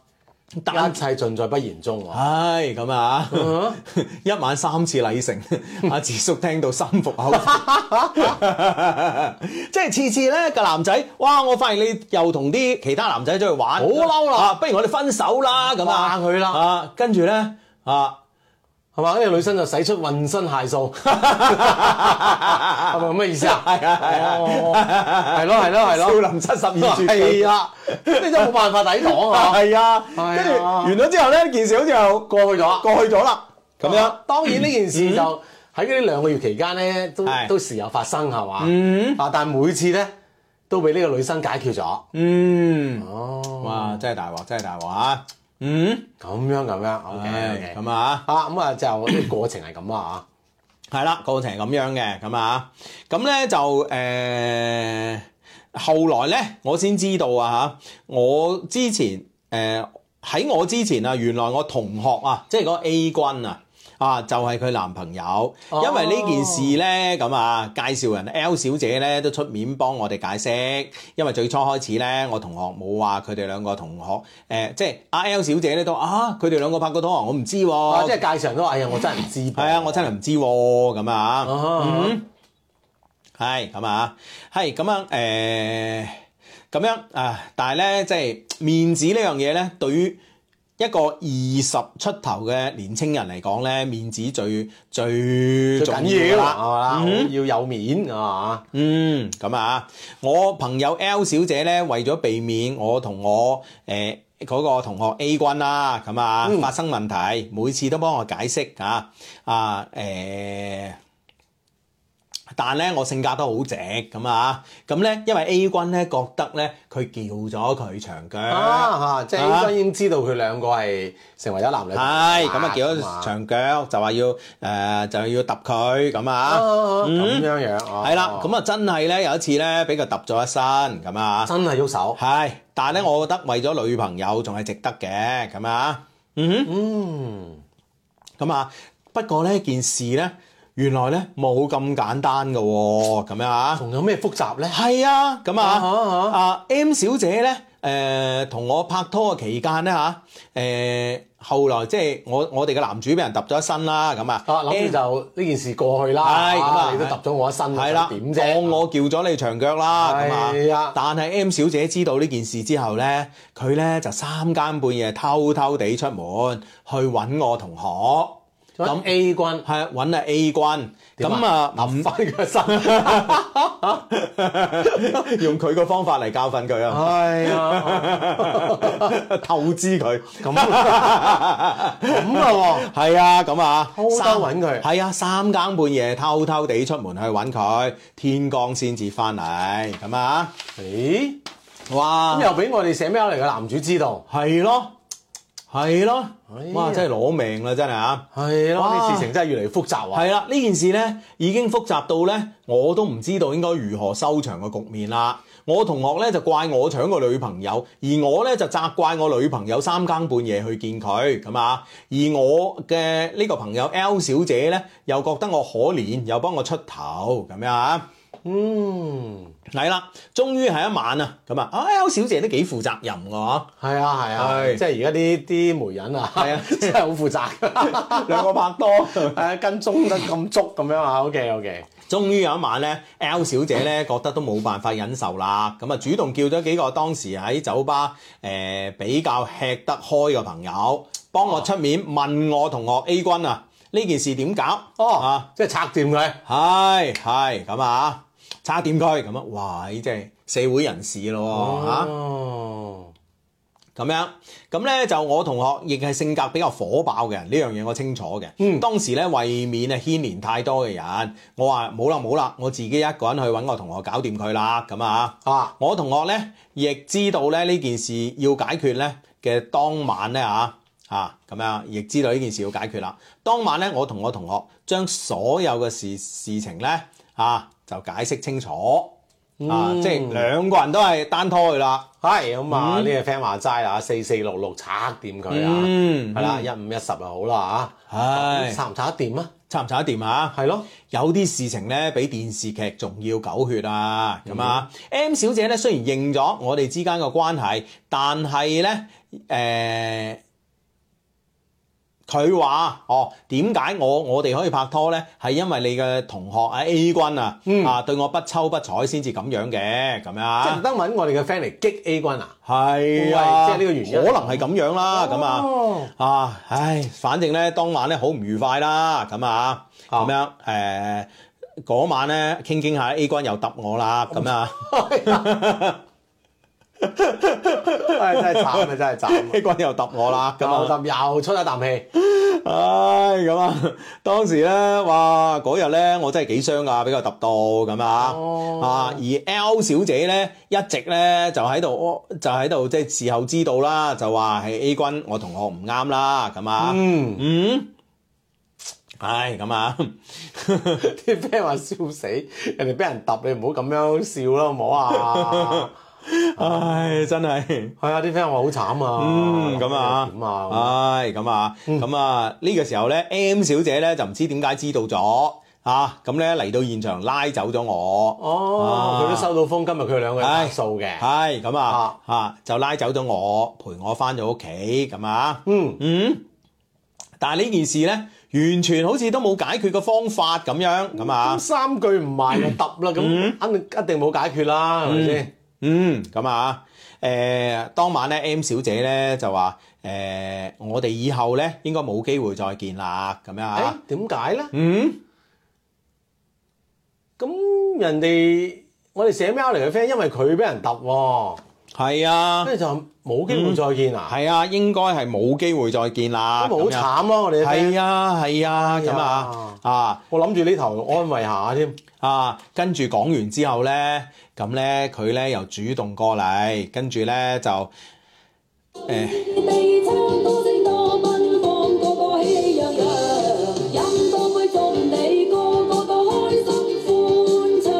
S3: 但
S4: 一切盡在不言中喎。
S3: 唉，咁啊，
S4: 嗯
S3: [laughs] 一晚三次禮
S4: [laughs]
S3: 成，阿智叔聽到心服口 [laughs] 服，即係次次咧個男仔，哇！我發現你又同啲其他男仔出去玩，
S4: 好嬲啦
S3: 啊不如我哋分手啦咁啊，
S4: 話佢啦
S3: 啊，跟住咧啊，
S4: 係嘛？呢個女生就使出渾身解
S3: [laughs]
S4: 數，係咪咁嘅意思啊？
S3: 係啊係啊
S4: 哦係咯係咯係咯，
S3: 少林七
S4: [laughs]
S3: 十二絕技
S4: 係啊，你真係冇辦法抵擋
S3: [laughs]
S4: 啊！
S3: 係啊，
S4: 係啊
S3: 跟住完咗之後咧，件事好似又過
S4: 過去咗。
S3: 過去咗啦，咁樣。嗯
S4: 當然呢件事就喺呢兩個月期間咧，都
S3: 係
S4: 都時有發生係嘛？啊，但每次咧都俾呢個女生解決咗。
S3: 嗯，
S4: 哦，
S3: 哇，真係大鑊，真係大鑊啊！嗯，
S4: 咁樣咁樣，OK
S3: 唉
S4: OK。
S3: 咁啊。
S4: 啊，咁啊就呢個過程係咁啊
S3: 係啦，過程係咁樣嘅，咁啊，咁咧就誒、呃，後來咧我先知道啊嚇，我之前誒喺、我之前啊，原來我同學啊，即係嗰個 A 君啊。啊，就係佢男朋友，啊因
S4: 哦
S3: 為呢件事呢，咁啊，介紹人 L 小姐呢都出面幫我哋解釋，因為最初開始呢，我同學冇話佢哋兩個同學，誒、呃即係阿 L 小姐呢都啊，佢哋兩個拍過拖啊，我唔知喎、
S4: 啊，即係介紹人都話，哎呀，我真係唔知噃。
S3: 係啊，我真係唔知喎，咁啊，
S4: 啊
S3: 係咁啊，係咁樣誒，呃咁樣啊，但係咧，即係面子呢樣嘢咧，對於一個二十出頭嘅年青人嚟講咧，面子最最
S4: 最
S3: 重
S4: 緊
S3: 要啊嗯啦。
S4: 要係嘛，要有面啊嘛。
S3: 嗯，咁啊，我朋友 L 小姐咧，為咗避免我同我誒嗰、個同學 A 君啦，咁啊、發生問題，每次都幫我解釋啊啊誒。但咧，我性格都好直咁啊，咁咧，因為 A 君咧覺得咧，佢叫咗佢長腳，
S4: 啊嚇，即係
S3: 啊
S4: 應該已經知道佢兩個係成為咗男女朋友啦。
S3: 係咁啊，叫咗
S4: 咁啊
S3: 長腳就話要誒、就要揼佢咁啊，
S4: 咁樣樣，
S3: 係啦、咁啊真係咧有一次咧俾佢揼咗一身咁啊
S4: 啊，，真係喐手，
S3: 係，但係咧，我覺得為咗女朋友仲係值得嘅，咁啊，嗯哼
S4: 嗯，
S3: 咁啊，不過呢件事呢，原來呢冇咁簡單嘅喎，咁樣啊，
S4: 仲有咩複雜咧？
S3: 係啊，咁
S4: 啊哈
S3: 啊
S4: 啊，
S3: 啊 M 小姐呢，誒、同我拍拖嘅期間呢，嚇、啊誒、後來即係我我哋嘅男主俾人揼咗一身啦，咁啊，
S4: 啊，諗住
S3: M-
S4: 就呢件事過去啦，
S3: 係咁啊
S4: 你都揼咗我一身，
S3: 係啦，
S4: 點啫？
S3: 當我叫咗你長腳啦，咁
S4: 啊係啊
S3: 但係 M 小姐知道呢件事之後呢，佢呢就三更半夜偷偷地出門去揾我同學，
S4: 咁
S3: 咁
S4: A 軍
S3: 係揾阿 A 君，
S4: 點
S3: 咁啊
S4: 揼翻佢一
S3: [laughs]
S4: 身，啊
S3: 唔 [laughs] 用佢個方法嚟教訓佢啊，
S4: 係啊，
S3: [laughs] 透支佢。
S4: 咁啊咁啊
S3: 係啊，咁啊，
S4: 偷偷
S3: 三
S4: 揾佢
S3: 係啊，三更半夜偷偷地出門去揾佢，天光先至翻嚟，咁啊，
S4: 喎，咦？
S3: 哇啊
S4: 咁！又俾我哋寫 mail 嚟嘅男主知道，
S3: 係咯，係咯
S4: 哎呀，
S3: 哇！真係攞命啦，真係啊！
S4: 係咯，
S3: 哇
S4: 啲事情真係越嚟越複雜啊！
S3: 係啦，呢件事呢已經複雜到呢，我都唔知道應該如何收場嘅局面啦。我同學呢就怪我搶個女朋友，而我呢就責怪我女朋友三更半夜去見佢咁啊。而我嘅呢個朋友 L 小姐呢，又覺得我可憐，又幫我出頭咁樣啊。
S4: 嗯，
S3: 係啦，終於係一晚啊，咁啊啊，L 小姐都幾負責任㗎喎。
S4: [laughs] 係啊係啊，
S3: 係
S4: 即係而家啲啲媒人啊，
S3: 係啊
S4: [laughs] 真係好
S3: [laughs]
S4: 負責，
S3: 兩個拍拖。
S4: 誒跟蹤得咁足咁樣啊，OK OK，
S3: 終於有一晚咧，L 小姐咧覺得都冇辦法忍受啦，咁啊主動叫咗幾個當時喺酒吧誒、呃比較吃得開嘅朋友，幫我出面問我同學 A 君啊呢件事點搞？
S4: 哦，即係拆掂佢，
S3: 啊，係係咁啊，差點佢咁啊，哇！呢真係社會人士咯嚇。
S4: 哦，
S3: 咁樣，咁咧就我同學亦係性格比較火爆嘅人，呢樣嘢我清楚嘅。
S4: 嗯
S3: 當時咧為免啊牽連太多嘅人，我話冇啦冇啦，我自己一個人去揾我同學搞掂佢啦，咁啊。
S4: 啊，
S3: 我同學咧亦知道咧呢件事要解決咧嘅當晚咧啊啊咁樣，亦知道呢件事要解決啦。當晚咧，我同我同學將所有嘅事事情咧啊就解釋清楚。啊！
S4: 嗯
S3: 即係兩個人都係單拖去啦，
S4: 係咁啊，呢個 friend 話齋啦，四四六六拆掂佢啊，
S3: 嗯
S4: 係啦，一五一十就好啦嚇，
S3: 唉
S4: 拆唔拆得掂啊？
S3: 插唔插得掂啊？
S4: 係咯，
S3: 有啲事情咧，比電視劇仲要狗血啊！咁啊、m 小姐咧雖然認咗我哋之間嘅關係，但係咧誒。呃佢話：哦，點解我我哋可以拍拖呢？係因為你嘅同學啊 A 君啊，啊對我不瞅不睬先至咁樣嘅，咁樣
S4: 嗯即係特
S3: 啊，
S4: 登揾我哋嘅 friend 嚟激 A 君啊，
S3: 係啊，
S4: 喂即係呢個原因
S3: 可能係咁樣啦，咁啊。
S4: 哦
S3: 啊，唉，反正咧當晚咧好唔愉快啦，咁啊，
S4: 啊
S3: 咁樣誒嗰晚咧傾傾下 A 君又揼我啦，咁啊
S4: [laughs] 哦唉 [laughs] 真係慘啊，真係慘啊。
S3: [laughs] A 君又揼我啦，咁
S4: 又
S3: 啊，
S4: 揼又出一啖氣，
S3: 唉，咁啊，當時咧，哇，嗰日咧我真係幾傷噶，俾佢揼到咁啊，
S4: 哦
S3: 啊，而 L 小姐咧一直咧就喺度，哦就喺度即係事後知道啦，就話係 A 君我同學唔啱啦，咁啊，
S4: 嗯，
S3: 嗯，唉，咁啊。
S4: [laughs]
S3: [laughs]
S4: 啲 friend 話笑死，人哋俾人揼你唔好咁樣笑啦，好唔好 [laughs] 啊？
S3: 唉，真係，
S4: 係啊，啲 friend 話好慘啊，
S3: 嗯，咁啊，
S4: 點啊？
S3: 唉，咁啊，咁啊，呢個時候咧，M 小姐咧就唔知點解知道咗啊，咁咧嚟到現場拉走咗我，
S4: 哦，佢都收到風，今日佢兩個人
S3: 唉
S4: 拍數嘅，
S3: 係咁啊，啊就拉走咗我，陪我翻咗屋企，咁啊，
S4: 嗯
S3: 嗯，但係呢件事咧，完全好似都冇解決嘅方法咁樣，咁啊
S4: 咁。三句唔埋就揼啦，咁一定一定冇解決啦，係咪先？
S3: 嗯，咁啊，誒、當晚咧，M 小姐咧就話誒、我哋以後咧應該冇機會再見啦，咁樣啊
S4: 誒，哎點解咧？
S3: 嗯，
S4: 咁人哋我哋寫 mail 嚟嘅 friend，因為佢俾人揼喎，
S3: 係啊，
S4: 跟住就冇機會再見啊，
S3: 係啊，應該係冇機會再見啦，
S4: 咁咪好慘咯，我哋
S3: 嗯啊咁
S4: 嘅哎
S3: 樣，
S4: friend。
S3: 係啊，係啊，咁啊，啊。
S4: 我諗住呢頭安慰下添。
S3: 啊，跟住講完之後呢，咁呢，佢呢又主動過嚟，跟住呢就誒、
S7: 地餐多聲多奔放，個個喜氣洋洋。飲多杯祝你個個個開心歡暢。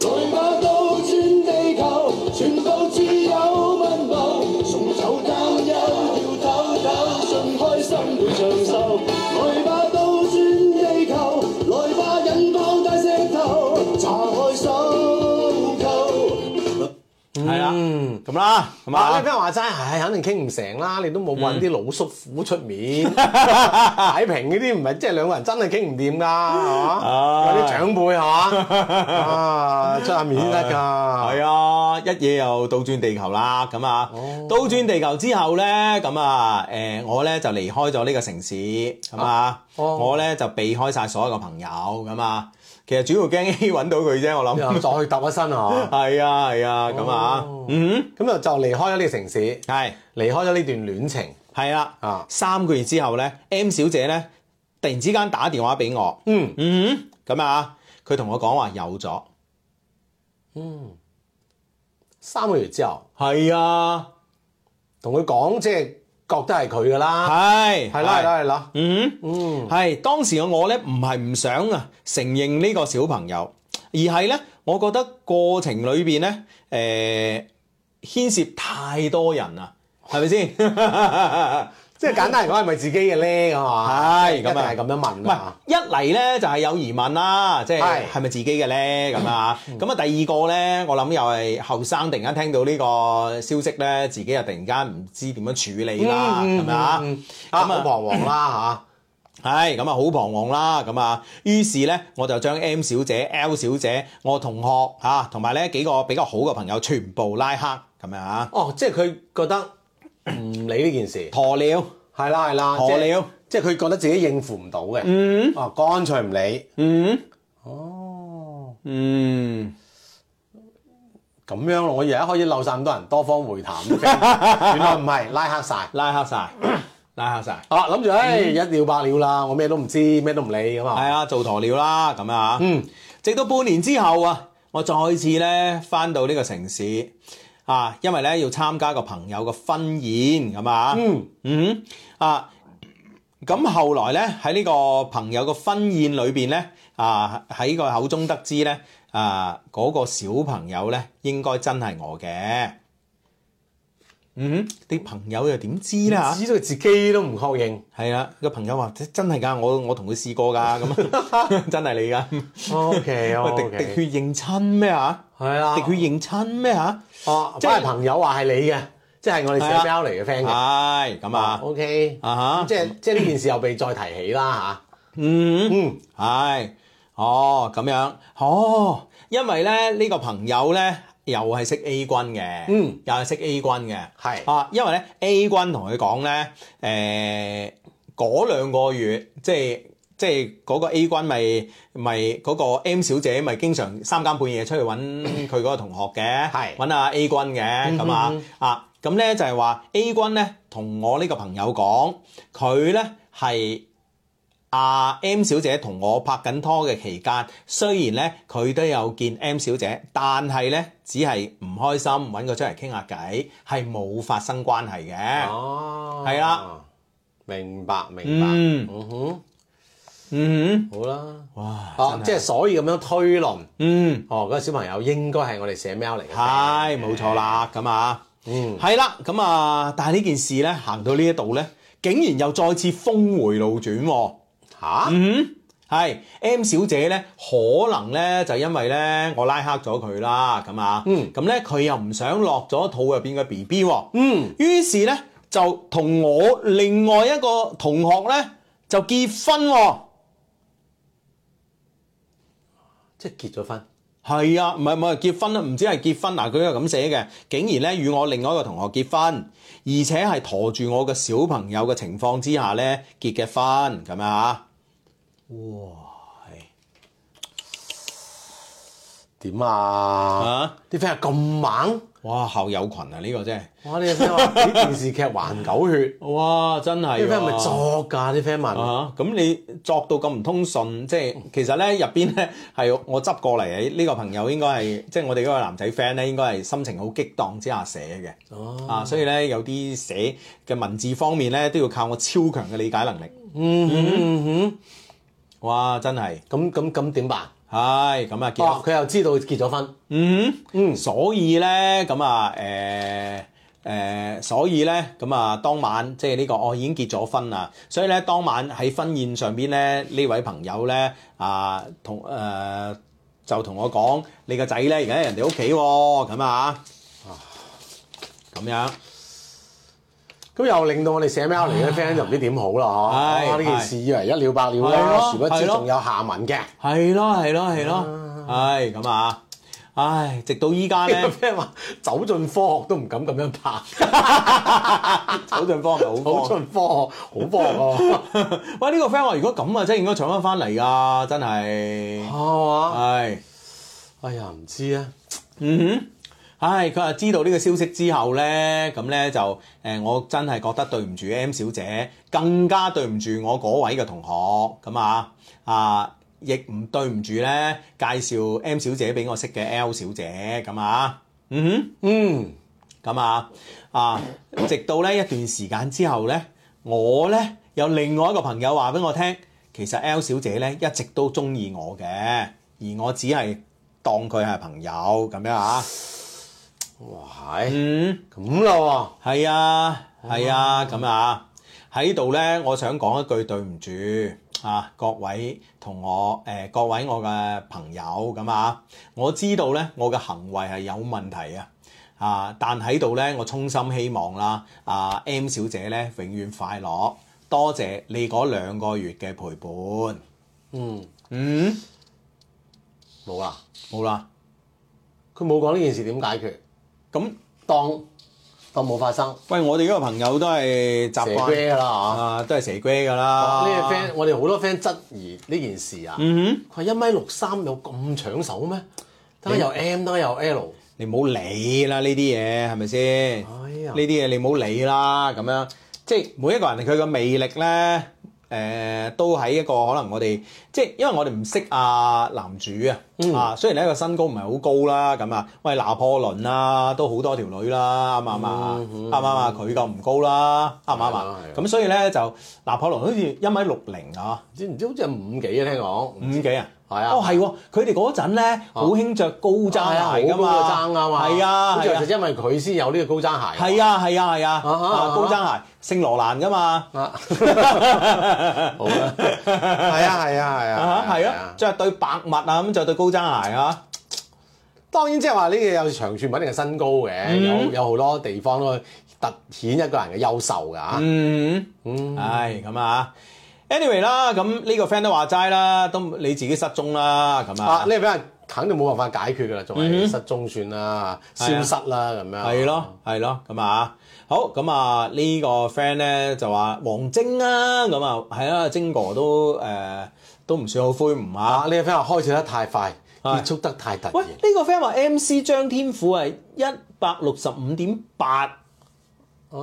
S8: 來吧，到轉地球，全部自由奔跑，送走擔憂，要抖抖，盡開心會長壽。來吧，到轉地球，來吧，引爆大石頭，拆開手扣。
S3: 係啦，
S4: 嗯，
S3: 咁啦，咁
S4: 啊！
S3: 啊
S4: 呢。邊話齋，唉，肯定傾唔成啦。你都冇揾啲老叔父出
S3: [laughs]
S4: 面擺平呢啲，唔係即係兩個人真係傾唔掂㗎，係嘛？
S3: 唉
S4: 有啲長輩係
S3: [laughs]
S4: 嘛？啊，出下面先得㗎。
S3: 係啊，一嘢又倒轉地球啦，咁啊，
S4: 哦
S3: 倒轉地球之後呢，咁啊，誒、我呢就離開咗呢個城市，咁啊，
S4: 哦
S3: 我呢就避開晒所有嘅朋友，咁啊，其實主要驚 A 揾到佢啫，我 [laughs]
S4: 又
S3: 諗，
S4: 再哦揼一身啊！
S3: 係啊，係啊，咁啊，嗯
S4: 咁就就離開咗呢個城市，
S3: 哼，係。
S4: 離開咗呢段戀情。
S3: 係啦，
S4: 啊
S3: 三個月之後咧，M 小姐咧突然之間打電話俾我，
S4: 嗯
S3: 嗯哼，咁啊，佢同我講話有咗，
S4: 三個月之後，
S3: 係啊，
S4: 同佢講即係覺得係佢噶啦，
S3: 係
S4: 係啦係啦係啦，
S3: 嗯嗯，係當時嘅我咧，唔係唔想啊承認呢個小朋友，而係咧，我覺得過程裏邊咧，誒、牽涉太多人啊，係咪先？
S4: [laughs] 即係簡單嚟講係咪自己嘅咧咁啊？
S3: 係
S4: 一定
S3: 咁啊
S4: 係咁樣
S3: 唔
S4: 問
S3: 係
S4: 啦。
S3: 一嚟咧就係有疑問啦，即係
S4: 係嗯
S3: 係咪自己嘅咧咁啊？咁啊第二個咧，我諗又係後生突然間聽到呢個消息咧，自己又突然間唔知點樣處理啦，
S4: 嗯
S3: 係咪啊？
S4: 啊，
S3: 咁啊
S4: 好彷徨啦
S3: 係咁啊，好彷徨啦，咁啊，於是咧我就將 M 小姐、L 小姐、我同學啊，同埋咧幾個比較好嘅朋友全部拉黑咁樣啊，
S4: 嚇。哦，即係佢覺得唔理呢件事，
S3: 鴕鳥
S4: 係啦係啦，
S3: 鴕
S4: 即係
S3: 鳥，
S4: 即係佢覺得自己應付唔到嘅，嗯，啊，乾脆唔理，
S3: 嗯
S4: 哦，
S3: 嗯，
S4: 咁樣咯，我而家開始漏晒咁多人多方
S3: [laughs]
S4: 會談，原來唔係拉黑晒。
S3: 拉黑晒，拉黑晒。
S4: 啊，諗住誒一了百了啦，我咩都唔知，咩都唔理咁啊。
S3: 係啊，做鴕鳥啦咁啊，嗯，直到半年之後啊，我再次咧翻到呢個城市啊，因為咧要參加個朋友嘅婚宴咁啊，嗯嗯啊，咁後來咧喺呢個朋友嘅婚宴裏邊咧啊，喺個口中得知咧啊嗰、個小朋友咧應該真係我嘅。嗯哼，啲朋友又點知咧嚇？
S4: 知道佢自己都唔確認。
S3: 係啦，個朋友話：真真係㗎，我我同佢試過㗎，咁啊 [laughs] 真係你㗎。啊
S4: O
S3: [laughs]
S4: K
S3: 喂，滴滴哦血認親咩嚇？
S4: 係哦啊，
S3: 滴血認親咩啊嚇？
S4: 哦，
S3: 即
S4: 即
S3: 係
S4: 係朋友話係你嘅，即係我哋寫 mail 嚟嘅 friend 嘅。
S3: 係咁啊，
S4: O K
S3: 啊哈
S4: 即係即係呢件事又被再提起啦
S3: 嗯
S4: 嗯，
S3: 係，哦咁樣，哦，因為咧呢個朋友咧又係識 A 君嘅，
S4: 嗯，
S3: 又係識 A 君嘅，
S4: 係
S3: 啊，因為咧 A 君同佢講咧，誒、嗰兩個月即係。即係嗰個 A 君咪咪嗰個 M 小姐咪經常三更半夜出去揾佢嗰個同學嘅，
S4: 係
S3: 揾阿 A 君嘅咁啊啊咁咧就係話 A 君咧同我呢個朋友講，佢咧係阿啊 M 小姐同我拍緊拖嘅期間，雖然咧佢都有見 M 小姐，但係咧只係唔開心，揾佢出嚟傾下偈，係冇發生關係
S4: 嚇。
S3: 嘅。
S4: 哦，
S3: 係啦，
S4: 明白明白。
S3: 嗯
S4: 嗯哼，
S3: 嗯
S4: 好啦。
S3: 哼，哇！
S4: 哦，即係所以咁樣推論，
S3: 嗯，
S4: 哦，嗰個小朋友應該係我哋寫 mail 嚟嘅 friend。
S3: 係冇錯啦，咁啊，
S4: 嗯，
S3: 係啦，咁啊，但係呢件事咧行到呢一度咧，竟然又再次峰回路轉喎、
S4: 吓？
S3: 嗯，係 M 小姐咧，可能咧就因為咧我拉黑咗佢啦，咁啊，
S4: 嗯
S3: 咁咧佢又唔想落咗肚入邊嘅 B B 喎，
S4: 嗯，
S3: 於是咧就同我另外一個同學咧就結婚喎，
S4: 即係結咗婚。
S3: 係啊，唔係唔係結婚啦，唔知係結婚嗱，佢係咁寫嘅，竟然咧與我另外一個同學結婚，而且係陀住我嘅小朋友嘅情況之下咧結嘅婚，咁啊，
S4: 點啊？
S3: 啊，
S4: 啲 friend 咁猛，
S3: 哇校友群啊呢、個真係。
S4: 哇！啲
S3: [laughs]
S4: friend 話俾電視劇還狗血，
S3: 哇！真係
S4: 啲 friend
S3: 喎
S4: 咪作㗎？啲 friend 問，
S3: 啊！咁你作到咁唔通順，即係其實咧入邊咧係我執過嚟嘅呢個朋友應該係即係我哋嗰個男仔 friend 咧，應該係心情好激盪之下寫嘅。哦，啊，所以咧有啲寫嘅文字方面咧都要靠我超強嘅理解能力。
S4: 嗯哼嗯
S3: 哇！真係，
S4: 哼，咁咁咁點辦？
S3: 唉，咁啊結
S4: 哦
S3: 咗，，
S4: 佢又知道結咗婚，
S3: 嗯哼
S4: 嗯
S3: 所以咧咁啊誒。誒、所以咧咁啊，當晚即係呢、個我、已經結咗婚啦，所以咧當晚喺婚宴上邊咧，呢位朋友咧啊同誒、就同我講，你個仔咧而家喺人哋屋企喎，咁啊，咁樣
S4: 咁又令到我哋寫 mail
S3: 啊
S4: 嚟嘅 friend 就唔知點好啦嗬。
S3: 唉
S4: 啊呢件事以為一了百了
S3: 係
S4: 啦，
S3: 咯
S4: 殊不
S3: 係
S4: 知
S3: 咯
S4: 仲有下文嘅。
S3: 係咯係咯係咯，唉咁啊，唉，直到依家咧 [laughs]
S4: 啲，friend 話走進科學都唔敢咁樣拍，
S3: 走進方係好
S4: 走
S3: 方。
S4: 進科學
S3: 哦
S4: 好科學喎，
S3: [laughs] 喂，呢、個 friend 話如果咁啊，真係應該搶翻翻嚟噶，真係。
S4: 係嘛？
S3: 係，
S4: 哦哎呀，唔知啊，
S3: 哦嗯哼，唉，佢話知道呢個消息之後咧，咁咧就誒、我真係覺得對唔住 M 小姐，更加對唔住我嗰位嘅同學，咁啊啊，亦唔對唔住咧介紹 M 小姐俾我識嘅 L 小姐，咁啊，嗯
S4: 嗯。
S3: 哼，咁啊啊，直到呢一段時間之後呢，我呢有另外一個朋友話俾我聽，其實 L 小姐呢一直都中意我嘅，而我只係當佢係朋友咁樣啊。
S4: 哇，係
S3: 嗯。
S4: 咁啦
S3: 係啊，係啊，咁啊，喺度呢，我想講一句對唔住啊，各位同我誒、各位我嘅朋友咁啊，我知道呢，我嘅行為係有問題啊。啊！但喺度呢，我衷心希望啦，啊 M 小姐呢，永遠快樂，多謝你嗰兩個月嘅陪伴。
S4: 喎，嗯，
S3: 嗯，
S4: 冇啦，
S3: 冇啦。
S4: 佢冇講呢件事點解決，
S3: 咁
S4: 當當冇發生，
S3: 喂，我哋呢個朋友都係
S4: 蛇
S3: 習
S4: 啤
S3: 慣
S4: 㗎啦
S3: 啊，都係蛇龜㗎
S4: 嚇。
S3: 啦。
S4: 呢個 friend，我哋好多 friend 質疑呢件事啊。
S3: 嗯
S4: 佢話一米六三有咁搶手咩？得有 M，得有 L，
S3: 哼，你唔好理啦呢啲嘢，係咪先？
S4: 哎
S3: 呢
S4: 呀
S3: 啲嘢你唔好理啦，咁樣即係每一個人佢嘅魅力咧，誒、都喺一個可能我哋即係因為我哋唔識啊男主啊，
S4: 嗯
S3: 啊雖然呢個身高唔係好高啦，咁啊，喂拿破崙啦、都好多條女啦，啱唔啱啊？啱唔啱啊？佢夠唔高啦，啱唔啱
S4: 嗯係啊
S3: 啊
S4: 係啊？
S3: 咁所以咧就拿破崙好似一米六零啊，
S4: 知唔知好似係五幾啊？聽講
S3: 五幾啊？
S4: 係啊
S3: 哦
S4: 哦
S3: 係喎，佢哋嗰陣咧好興着高踭鞋㗎嘛，
S4: 好高個踭啊嘛，
S3: 係啊，
S4: 好似
S3: 係啊
S4: 就。因為佢先有呢個高踭鞋，
S3: 係啊係啊係啊，
S4: 啊哈啊
S3: 啊
S4: 哈
S3: 高踭鞋聖羅蘭噶嘛， [laughs]
S4: 啊，好啦，係啊係啊係
S3: 啊哈係啊，，着對白襪啊咁着對高踭鞋啊，
S4: 當然即係話呢個有長處唔一定係身高嘅，有有好多地方都突顯一個人嘅優秀㗎啊嚇。
S3: 嗯，唉咁啊，anyway 啦，咁呢個 friend 都話齋啦，都你自己失蹤啦，咁
S4: 啊
S3: 啊，，
S4: 呢個俾人肯定冇辦法解決㗎啦，仲係失蹤算啦，消
S3: 係啊
S4: 失啦咁樣。
S3: 係咯係咯，咁啊，好咁啊呢個 friend 咧就話王晶啊，咁啊係啊，晶哥都誒都唔算好灰唔啊
S4: 啊，。呢個 friend 話開始得太快，
S3: 係
S4: 結束得太突
S3: 喂，
S4: 然
S3: 呢。個 friend 話 MC 張天賦係一百六十五點八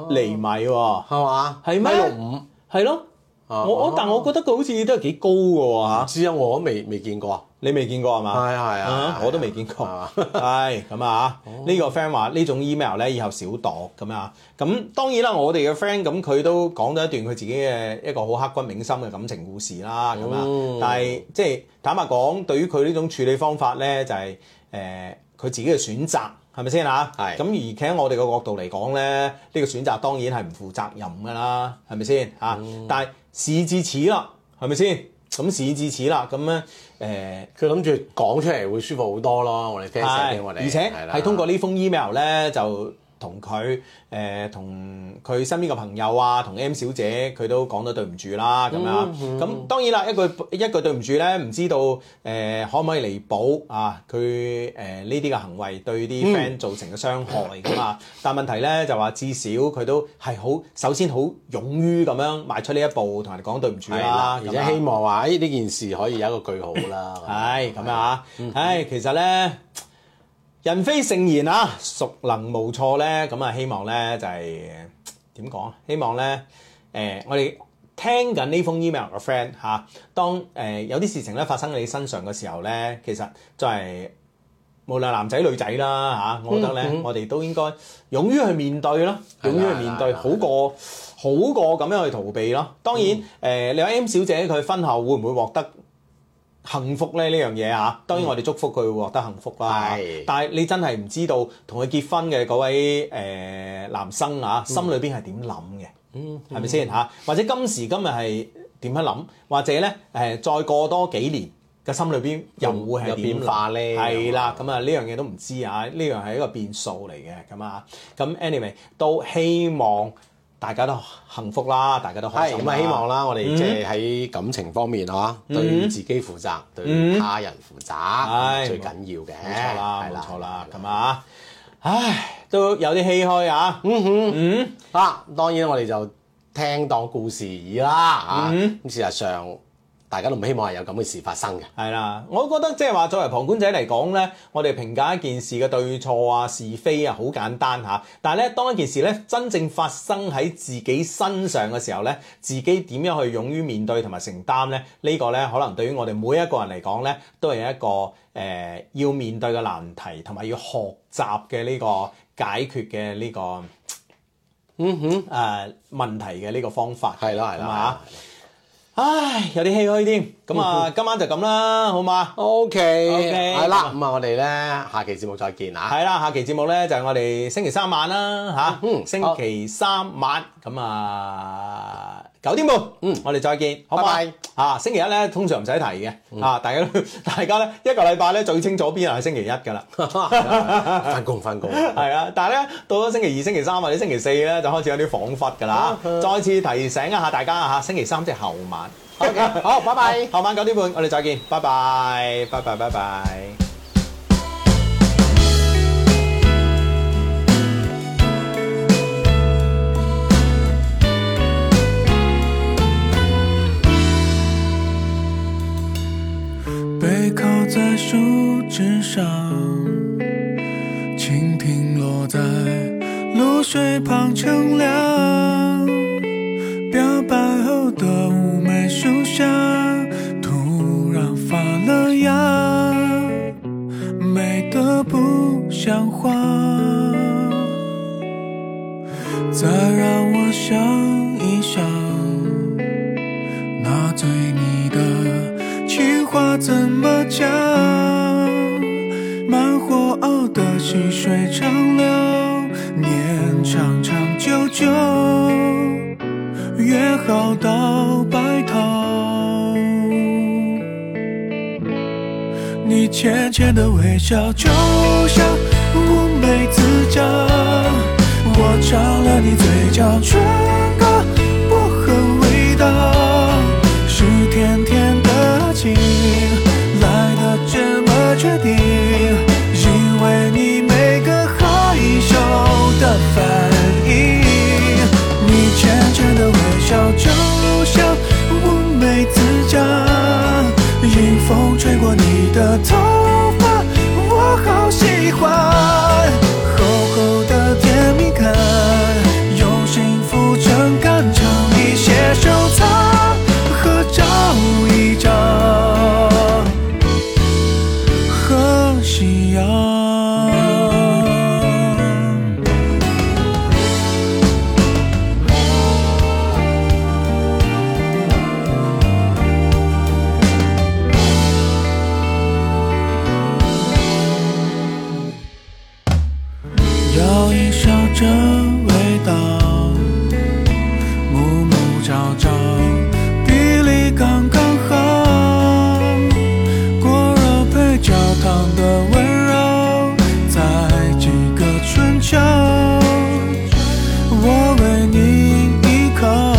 S3: 厘米喎。
S4: 哦係嘛？
S3: 係咩
S4: 米六五，
S3: 係咯。
S4: 啊
S3: 我我但我覺得佢好似都係幾高嘅喎嚇，
S4: 知啊，我都未未見過。
S3: 你未見過係嘛？
S4: 係啊係啊係啊
S3: 我都未見過
S4: 係嘛。
S3: 係咁啊，
S4: 哦
S3: 呢個 friend 話呢種 email 咧以後少讀咁啊。咁當然啦，我哋嘅 friend 咁佢都講咗一段佢自己嘅一個好刻骨銘心嘅感情故事啦。咁啊
S4: 哦，
S3: 但係即係坦白講，對於佢呢種處理方法咧，就係誒佢自己嘅選擇。係咪先嚇？
S4: 係
S3: 咁而且我哋嘅角度嚟講咧，呢、個選擇當然係唔負責任㗎啦，係咪先嚇？
S4: 哦
S3: 但係事至此啦，係咪先？咁事至此啦，咁咧誒。
S4: 佢諗住講出嚟會舒服好多咯，我哋 fans 俾
S3: 係，
S4: 我哋，
S3: 而且
S4: 啦
S3: 係通過呢封 email 咧，就同佢誒同佢身邊嘅朋友啊，同 M 小姐佢都講咗對唔住啦，咁樣。
S4: 嗯
S3: 咁、當然啦，一句一句對唔住咧，唔知道誒、可唔可以彌補啊？佢誒呢啲嘅行為對
S4: 嗯
S3: 啲 friend 造成嘅傷害咁啊。但問題咧就話，至少佢都係好首先好勇於咁樣邁出呢一步，同人哋講對唔住
S4: 係啦
S3: 啦，，
S4: 而
S3: 咁啊
S4: 且希望話哎誒呢件事可以有一個句號
S3: [laughs]
S4: 啦。
S3: 係咁啊！
S4: 嗯
S3: 唉，其實咧，人非聖賢啊，孰能無錯咧？咁啊，希望咧就係點講啊？希望咧，誒、我哋聽緊呢封 email 嘅 friend 嚇、當誒、有啲事情咧發生喺你身上嘅時候咧，其實作為無論男仔女仔啦嚇、我覺得咧，我哋都應該勇於去面對咯，
S4: 嗯係
S3: 勇
S4: 啦
S3: 於去面
S4: 係
S3: 對，
S4: 啦
S3: 好過好過咁樣去逃避咯。當然誒、
S4: 嗯
S3: 你話 M 小姐佢婚後會唔會獲得？幸福咧呢樣嘢啊，當然我哋祝福佢會獲得幸福啦。
S4: 嗯係
S3: 但係你真係唔知道同佢結婚嘅嗰位誒、男生啊，
S4: 嗯
S3: 心裏邊係點諗嘅？嗯，係咪先嚇？或者今時今日係點樣諗？或者咧誒、再過多幾年嘅心裏邊又會係
S4: 有
S3: 點
S4: 變化呢
S3: 係啦，咁啊呢樣嘢都唔知啊，呢樣係一個變數嚟嘅咁啊。咁 anyway 都希望大家都幸福啦，大家都開
S4: 係
S3: 心
S4: 咁啊！希望啦，我哋
S3: 嗯
S4: 即係喺感情方面啊，對自己負責，對他人負責，
S3: 嗯係
S4: 咁最緊要嘅。
S3: 冇錯啦，
S4: 係
S3: 冇錯啦，咁啊，唉，都有啲唏噓啊。
S4: 啊，當然我哋就聽當故事耳啦嚇。咁事實上，大家都唔希望係有咁嘅事發生嘅。
S3: 係啦，我覺得即係話作為旁觀者嚟講呢，我哋評價一件事嘅對錯啊、是非啊，好簡單嚇。但係呢，當一件事呢真正發生喺自己身上嘅時候呢，自己點樣去勇於面對同埋承擔呢？呢、個呢，可能對於我哋每一個人嚟講呢，都係一個誒、呃要面對嘅難題，同埋要學習嘅呢個解決嘅呢、個誒、
S4: 嗯哼，
S3: 問題嘅呢個方法。
S4: 係啦係
S3: 咁
S4: 啦
S3: 啊唉，有啲唏噓添。咁啊，今晚就咁啦，好嘛？
S4: OK，
S3: OK，
S4: 係
S3: 咁
S4: 啦
S3: 啊，
S4: 咁啊，我哋咧下期節目再
S3: [laughs]
S4: 見啊！ [laughs]
S3: 係啦，下期節目咧就係我哋星期三晚啦，吓、
S4: 嗯
S3: 星期三晚咁啊九點半，嗯，我哋再見，好嘛
S4: 拜拜？
S3: 啊，星期一咧通常唔使提嘅，啊，大家都 [laughs] 大家咧一個禮拜咧最清楚邊日係星期一
S4: [laughs]
S3: 㗎啦。
S4: 翻工翻工，
S3: 係啊，但係咧到咗星期二、星期三或者星期四咧，就開始有啲恍惚㗎
S4: 啊
S3: 啦。再次提醒一下大家嚇，星期三即係後晚。
S4: OK，好拜拜
S3: 後晚九點半，我哋再見，拜拜，拜拜，拜拜。
S2: 背靠在树枝上，蜻蜓落在露水旁乘凉。表白后的妩媚树下，突然发了芽，美得不像话。再让我想一想。那对你的情话怎么讲？慢火熬的细水长流，念长长久久，约好到白头。你浅浅的微笑，就像无美自酱。我尝了你嘴角唇膏薄荷味道，是甜甜的情，来的这么确定，因为你每个害羞的反应，你浅浅的微笑，就像无美自酱。迎风吹过你的头发，我好喜欢。厚厚的甜蜜感，用幸福撑杆，成一些收藏合照一张，和夕阳。摇一勺这味道，暮暮朝朝，比例刚刚好，果肉配焦糖的温柔，在几个春秋，我为你一口。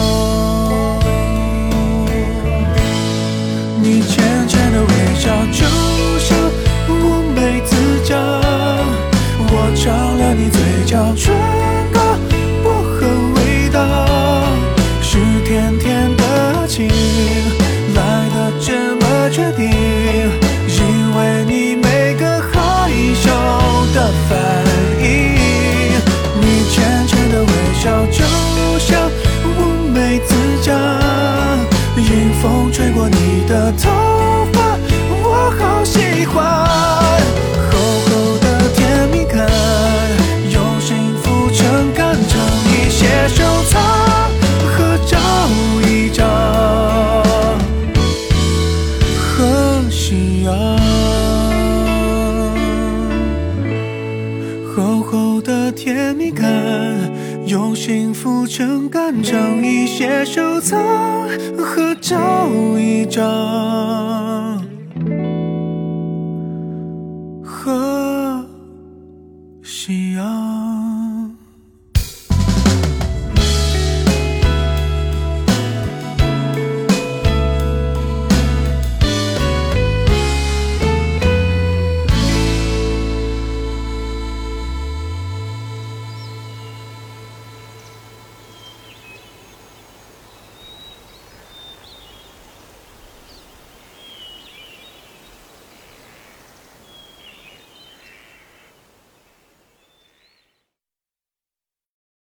S2: 你浅浅的微笑，就像无美自酱。我尝了你嘴角唇膏薄荷味道，是甜甜的情，来的这么确定，因为你每个害羞的反应，你浅浅的微笑，就像无美自酱。迎风吹过你的头发，我好喜欢。厚厚的甜蜜感，用幸福撑杆，成一些收藏合照一张，和啊夕阳。厚厚的甜蜜感，用幸福撑杆，成一些收藏，合照一张。